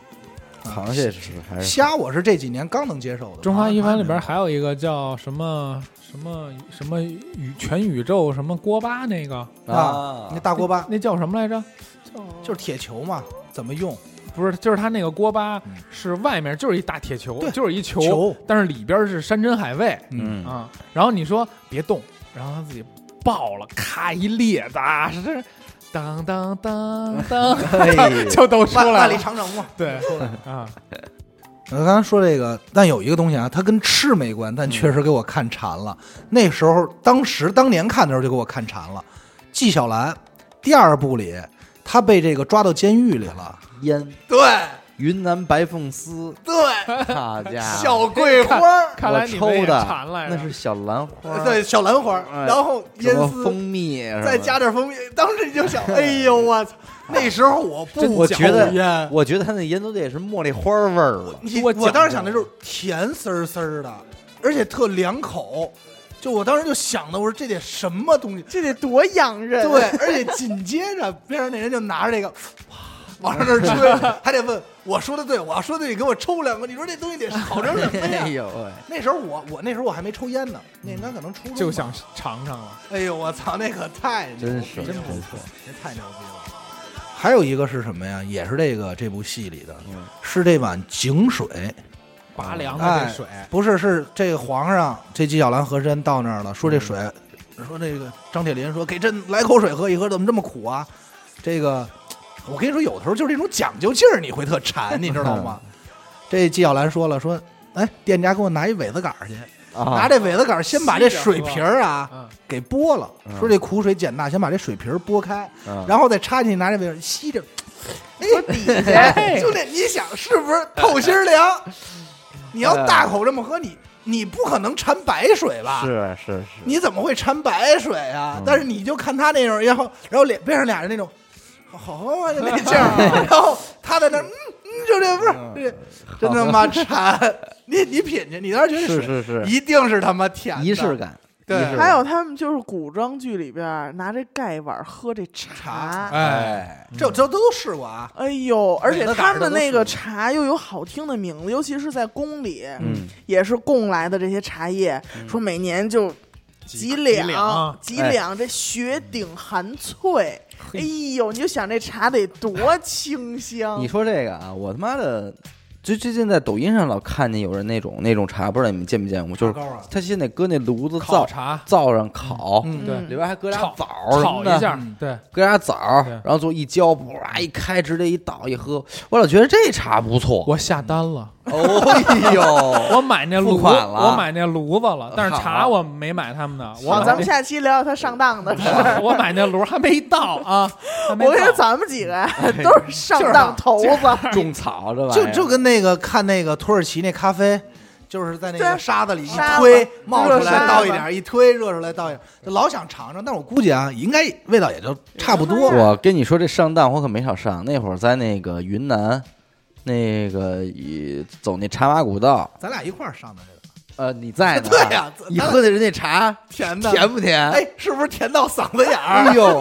[SPEAKER 1] 螃蟹是还是
[SPEAKER 4] 虾我是这几年刚能接受的。
[SPEAKER 2] 中华一番里边
[SPEAKER 4] 螃蟹
[SPEAKER 2] 还有一个叫什么什么什么宇全宇宙什么锅巴那个
[SPEAKER 4] 啊，那大锅巴
[SPEAKER 2] 那叫什么来着？
[SPEAKER 3] 哦
[SPEAKER 4] 就是铁球嘛，怎么用？
[SPEAKER 2] 不是，就是它那个锅巴
[SPEAKER 4] 嗯
[SPEAKER 2] 是外面就是一大铁球
[SPEAKER 4] 对，
[SPEAKER 2] 就是一球，
[SPEAKER 4] 球
[SPEAKER 2] 但是里边是山珍海味
[SPEAKER 1] 嗯
[SPEAKER 2] 啊。然后你说别动，然后它自己爆了，咔一裂的，是当当当 当， 就都出
[SPEAKER 4] 哎万
[SPEAKER 2] 来
[SPEAKER 4] 万里
[SPEAKER 2] 了。
[SPEAKER 4] 长城嘛。
[SPEAKER 2] 对，啊，
[SPEAKER 4] 我刚刚说这个，但有一个东西啊，它跟吃没关，但确
[SPEAKER 1] 嗯
[SPEAKER 4] 实给我看馋了。那时候，当时当年看的时候就给我看馋了。纪晓岚第二部里，他被这个抓到监狱里了。
[SPEAKER 1] 烟
[SPEAKER 4] 对
[SPEAKER 1] 云南白凤丝，
[SPEAKER 4] 对，
[SPEAKER 1] 好家伙，
[SPEAKER 4] 小桂花儿，
[SPEAKER 2] 看来你
[SPEAKER 1] 我
[SPEAKER 2] 们也
[SPEAKER 1] 抽的
[SPEAKER 2] 馋来着
[SPEAKER 1] 那是小兰花，
[SPEAKER 4] 对，小兰花儿，
[SPEAKER 1] 哎
[SPEAKER 4] 然后
[SPEAKER 1] 什
[SPEAKER 4] 烟
[SPEAKER 1] 么蜂
[SPEAKER 4] 丝，
[SPEAKER 1] 蜜什么的，
[SPEAKER 4] 再加点蜂蜜。当时你就 想，哎呦我操！那时候我
[SPEAKER 2] 真
[SPEAKER 4] 不
[SPEAKER 1] 我
[SPEAKER 4] 嚼
[SPEAKER 1] 觉得
[SPEAKER 4] 烟，
[SPEAKER 1] 我觉得他那烟都得是茉莉花味儿了，
[SPEAKER 4] 你
[SPEAKER 2] 多嚼
[SPEAKER 4] 我当时想的就是甜丝丝的，而且特两口。就我当时就想的，我说这得什么东西？
[SPEAKER 3] 这得多 养人。啊
[SPEAKER 4] 对，，而且紧接着边上那人就拿着这个，哇，往上那儿吹，还得问我说的对，我要说的对，你给我抽两个。你说这东西得好成什么
[SPEAKER 1] 哎
[SPEAKER 4] 呀？
[SPEAKER 1] 呦喂，
[SPEAKER 4] 那时候我我那时候我还没抽烟呢，那应该可能初中吧
[SPEAKER 2] 就想尝尝了。
[SPEAKER 4] 哎呦我操，那可太牛逼
[SPEAKER 1] 真
[SPEAKER 4] 了
[SPEAKER 1] 是
[SPEAKER 4] 不错，这太牛逼了。还有一个是什么呀？也是这个这部戏里的，
[SPEAKER 1] 嗯
[SPEAKER 4] 是这碗井水，
[SPEAKER 2] 拔凉
[SPEAKER 4] 嗯
[SPEAKER 2] 的
[SPEAKER 4] 哎
[SPEAKER 2] 这水，
[SPEAKER 4] 不是是这个皇上这纪晓岚和珅到那儿了，说这水，说那个张铁林说给朕来口水喝一喝，怎么这么苦啊？这个我跟你说，有的时候就是这种讲究劲儿，你会特馋，你知道吗？这纪晓岚说了说。哎，店家给我拿一苇子杆儿去，拿
[SPEAKER 1] 啊，
[SPEAKER 4] 这苇子杆儿先把这
[SPEAKER 2] 吸着喝
[SPEAKER 4] 水瓶儿啊
[SPEAKER 2] 嗯，
[SPEAKER 4] 给剥了。
[SPEAKER 1] 嗯
[SPEAKER 4] 说这苦水碱大，先把这水瓶儿剥开，
[SPEAKER 1] 嗯
[SPEAKER 4] 然后再插进去，拿这苇吸着，哎，
[SPEAKER 2] 哎
[SPEAKER 4] 兄弟，你想是不是透心儿凉？你要大口这么喝，你你不可能掺白水吧？
[SPEAKER 1] 是是是，
[SPEAKER 4] 你怎么会掺白水啊？
[SPEAKER 1] 嗯
[SPEAKER 4] 但是你就看他那种，然后然后脸边上俩人那种，好好啊，就那劲儿，然后他在那儿，嗯嗯，就这味儿，这真他妈馋！你你品去，你当时觉得
[SPEAKER 1] 是
[SPEAKER 4] 水
[SPEAKER 1] 是是，
[SPEAKER 4] 一定是他妈甜的，
[SPEAKER 1] 仪式感，
[SPEAKER 4] 对
[SPEAKER 1] 仪式感
[SPEAKER 3] 还有他们就是古装剧里边儿拿这盖碗儿喝这
[SPEAKER 4] 茶
[SPEAKER 3] 茶，
[SPEAKER 2] 哎，
[SPEAKER 4] 这这都都试过啊。
[SPEAKER 3] 哎呦，而且
[SPEAKER 4] 哪个
[SPEAKER 3] 他
[SPEAKER 4] 杆儿
[SPEAKER 3] 们
[SPEAKER 4] 的
[SPEAKER 3] 的
[SPEAKER 4] 都
[SPEAKER 3] 那个
[SPEAKER 4] 是
[SPEAKER 3] 茶又有好听的名字，尤其是在宫里，
[SPEAKER 1] 嗯
[SPEAKER 3] 也是供来的这些茶叶，说每年就
[SPEAKER 2] 几
[SPEAKER 3] 两
[SPEAKER 2] 几两
[SPEAKER 3] 几两这雪顶含翠，哎呦，你就想这茶得多清香
[SPEAKER 1] 你，说这个啊，我他妈的，最最近在抖音上老看见有人那种那种茶，不知道你们见没见过，就是
[SPEAKER 4] 茶糕啊
[SPEAKER 1] 他现在搁那炉子
[SPEAKER 2] 烤
[SPEAKER 1] 灶
[SPEAKER 2] 茶，
[SPEAKER 1] 灶上烤，
[SPEAKER 4] 嗯
[SPEAKER 2] 对
[SPEAKER 1] 里边还搁俩
[SPEAKER 2] 炒
[SPEAKER 1] 枣什
[SPEAKER 2] 炒
[SPEAKER 1] 么
[SPEAKER 2] 一
[SPEAKER 1] 的，
[SPEAKER 2] 下
[SPEAKER 4] 嗯，
[SPEAKER 2] 对，
[SPEAKER 1] 搁俩枣，
[SPEAKER 2] 对
[SPEAKER 1] 然后做一浇，啪一开，直接一倒一喝，我老觉得这茶不错。
[SPEAKER 2] 我下单了，
[SPEAKER 1] 哎呦，
[SPEAKER 2] 我买那炉，
[SPEAKER 1] 付款了
[SPEAKER 2] 我买那炉子了，但是茶我没买他们的，我
[SPEAKER 3] 好，
[SPEAKER 2] 买
[SPEAKER 3] 咱们下期聊聊他上当的事儿。
[SPEAKER 2] 我我买那炉还没到啊，还没
[SPEAKER 3] 我跟你说，
[SPEAKER 2] 到
[SPEAKER 3] 咱们几个哎呀都是啊上当头子，
[SPEAKER 1] 种草这玩意
[SPEAKER 4] 就
[SPEAKER 1] 儿，
[SPEAKER 4] 就跟那个看那个土耳其那咖啡，就是在那
[SPEAKER 3] 对啊
[SPEAKER 4] 个沙子里一
[SPEAKER 3] 沙子
[SPEAKER 4] 推冒出
[SPEAKER 3] 热
[SPEAKER 4] 来
[SPEAKER 3] 沙
[SPEAKER 4] 倒
[SPEAKER 3] 子
[SPEAKER 4] 一点儿，一推热出来倒一点儿，就老想尝尝。但我估计啊，应该味道也就差不多。
[SPEAKER 1] 哎我跟你说，这上当我可没少上。那会儿在那个云南，那个一走那茶马古道，
[SPEAKER 4] 咱俩一块儿上的这
[SPEAKER 1] 呃，你在 呢？
[SPEAKER 4] 对呀咱
[SPEAKER 1] 你喝的人家茶
[SPEAKER 4] 甜的
[SPEAKER 1] 甜不甜？
[SPEAKER 4] 哎
[SPEAKER 3] 嗯
[SPEAKER 4] 个，哎，是不是甜到嗓子眼儿？
[SPEAKER 1] 哎呦，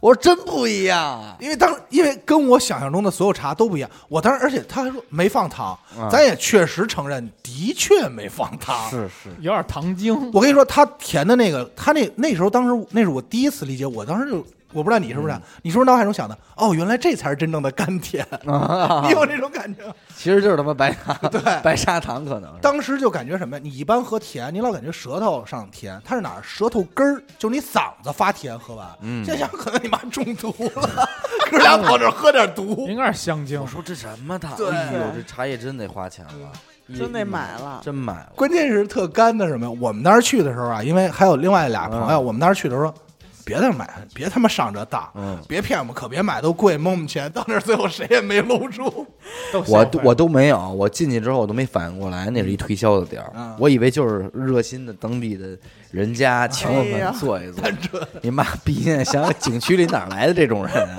[SPEAKER 1] 我说真不一样啊！
[SPEAKER 4] 因为当因为跟我想象中的所有茶都不一样，我当时而且他还说没放糖，咱也确实承认的确没放糖。
[SPEAKER 1] 是 是，
[SPEAKER 2] 有点糖精。
[SPEAKER 4] 我跟你说，他甜的那个，他那那时候当时那是我第一次理解，我当时就我不知道你是不是，你是不是脑海中想的？哦，原来这才是真正的甘甜， 你有这种感觉？
[SPEAKER 1] 其实就是他妈白砂，
[SPEAKER 4] 对
[SPEAKER 1] 白砂糖可能是。
[SPEAKER 4] 当时就感觉什么呀？你一般喝甜，你老感觉舌头上甜，它是哪儿？舌头根儿，就是你嗓子发甜，喝完，
[SPEAKER 1] 嗯
[SPEAKER 4] 现在想可能你妈中毒了， 哥俩跑这儿喝点毒
[SPEAKER 2] 应，该是香精
[SPEAKER 1] 我，说这什么糖？
[SPEAKER 4] 对
[SPEAKER 1] 哎呦，这茶叶真得花钱了，
[SPEAKER 3] 嗯 真得买了
[SPEAKER 1] 真买了。
[SPEAKER 4] 关键是特干的什么呀？我们当时去的时候啊，因为还有另外俩朋友，我们当时去的时候，别再买，别他妈上这当。
[SPEAKER 1] 嗯，
[SPEAKER 4] 别骗我们，可别买，都贵，蒙我们钱。到那儿最后谁也没搂住，
[SPEAKER 2] 都消
[SPEAKER 1] 我
[SPEAKER 2] 费
[SPEAKER 1] 我都没有，我进去之后我都没反应过来，那是一推销的地儿，
[SPEAKER 4] 嗯
[SPEAKER 1] 我以为就是热心的当地的人家请我
[SPEAKER 3] 哎呀
[SPEAKER 1] 们坐一坐。你妈逼！现在想想景区里哪儿来的这种人啊？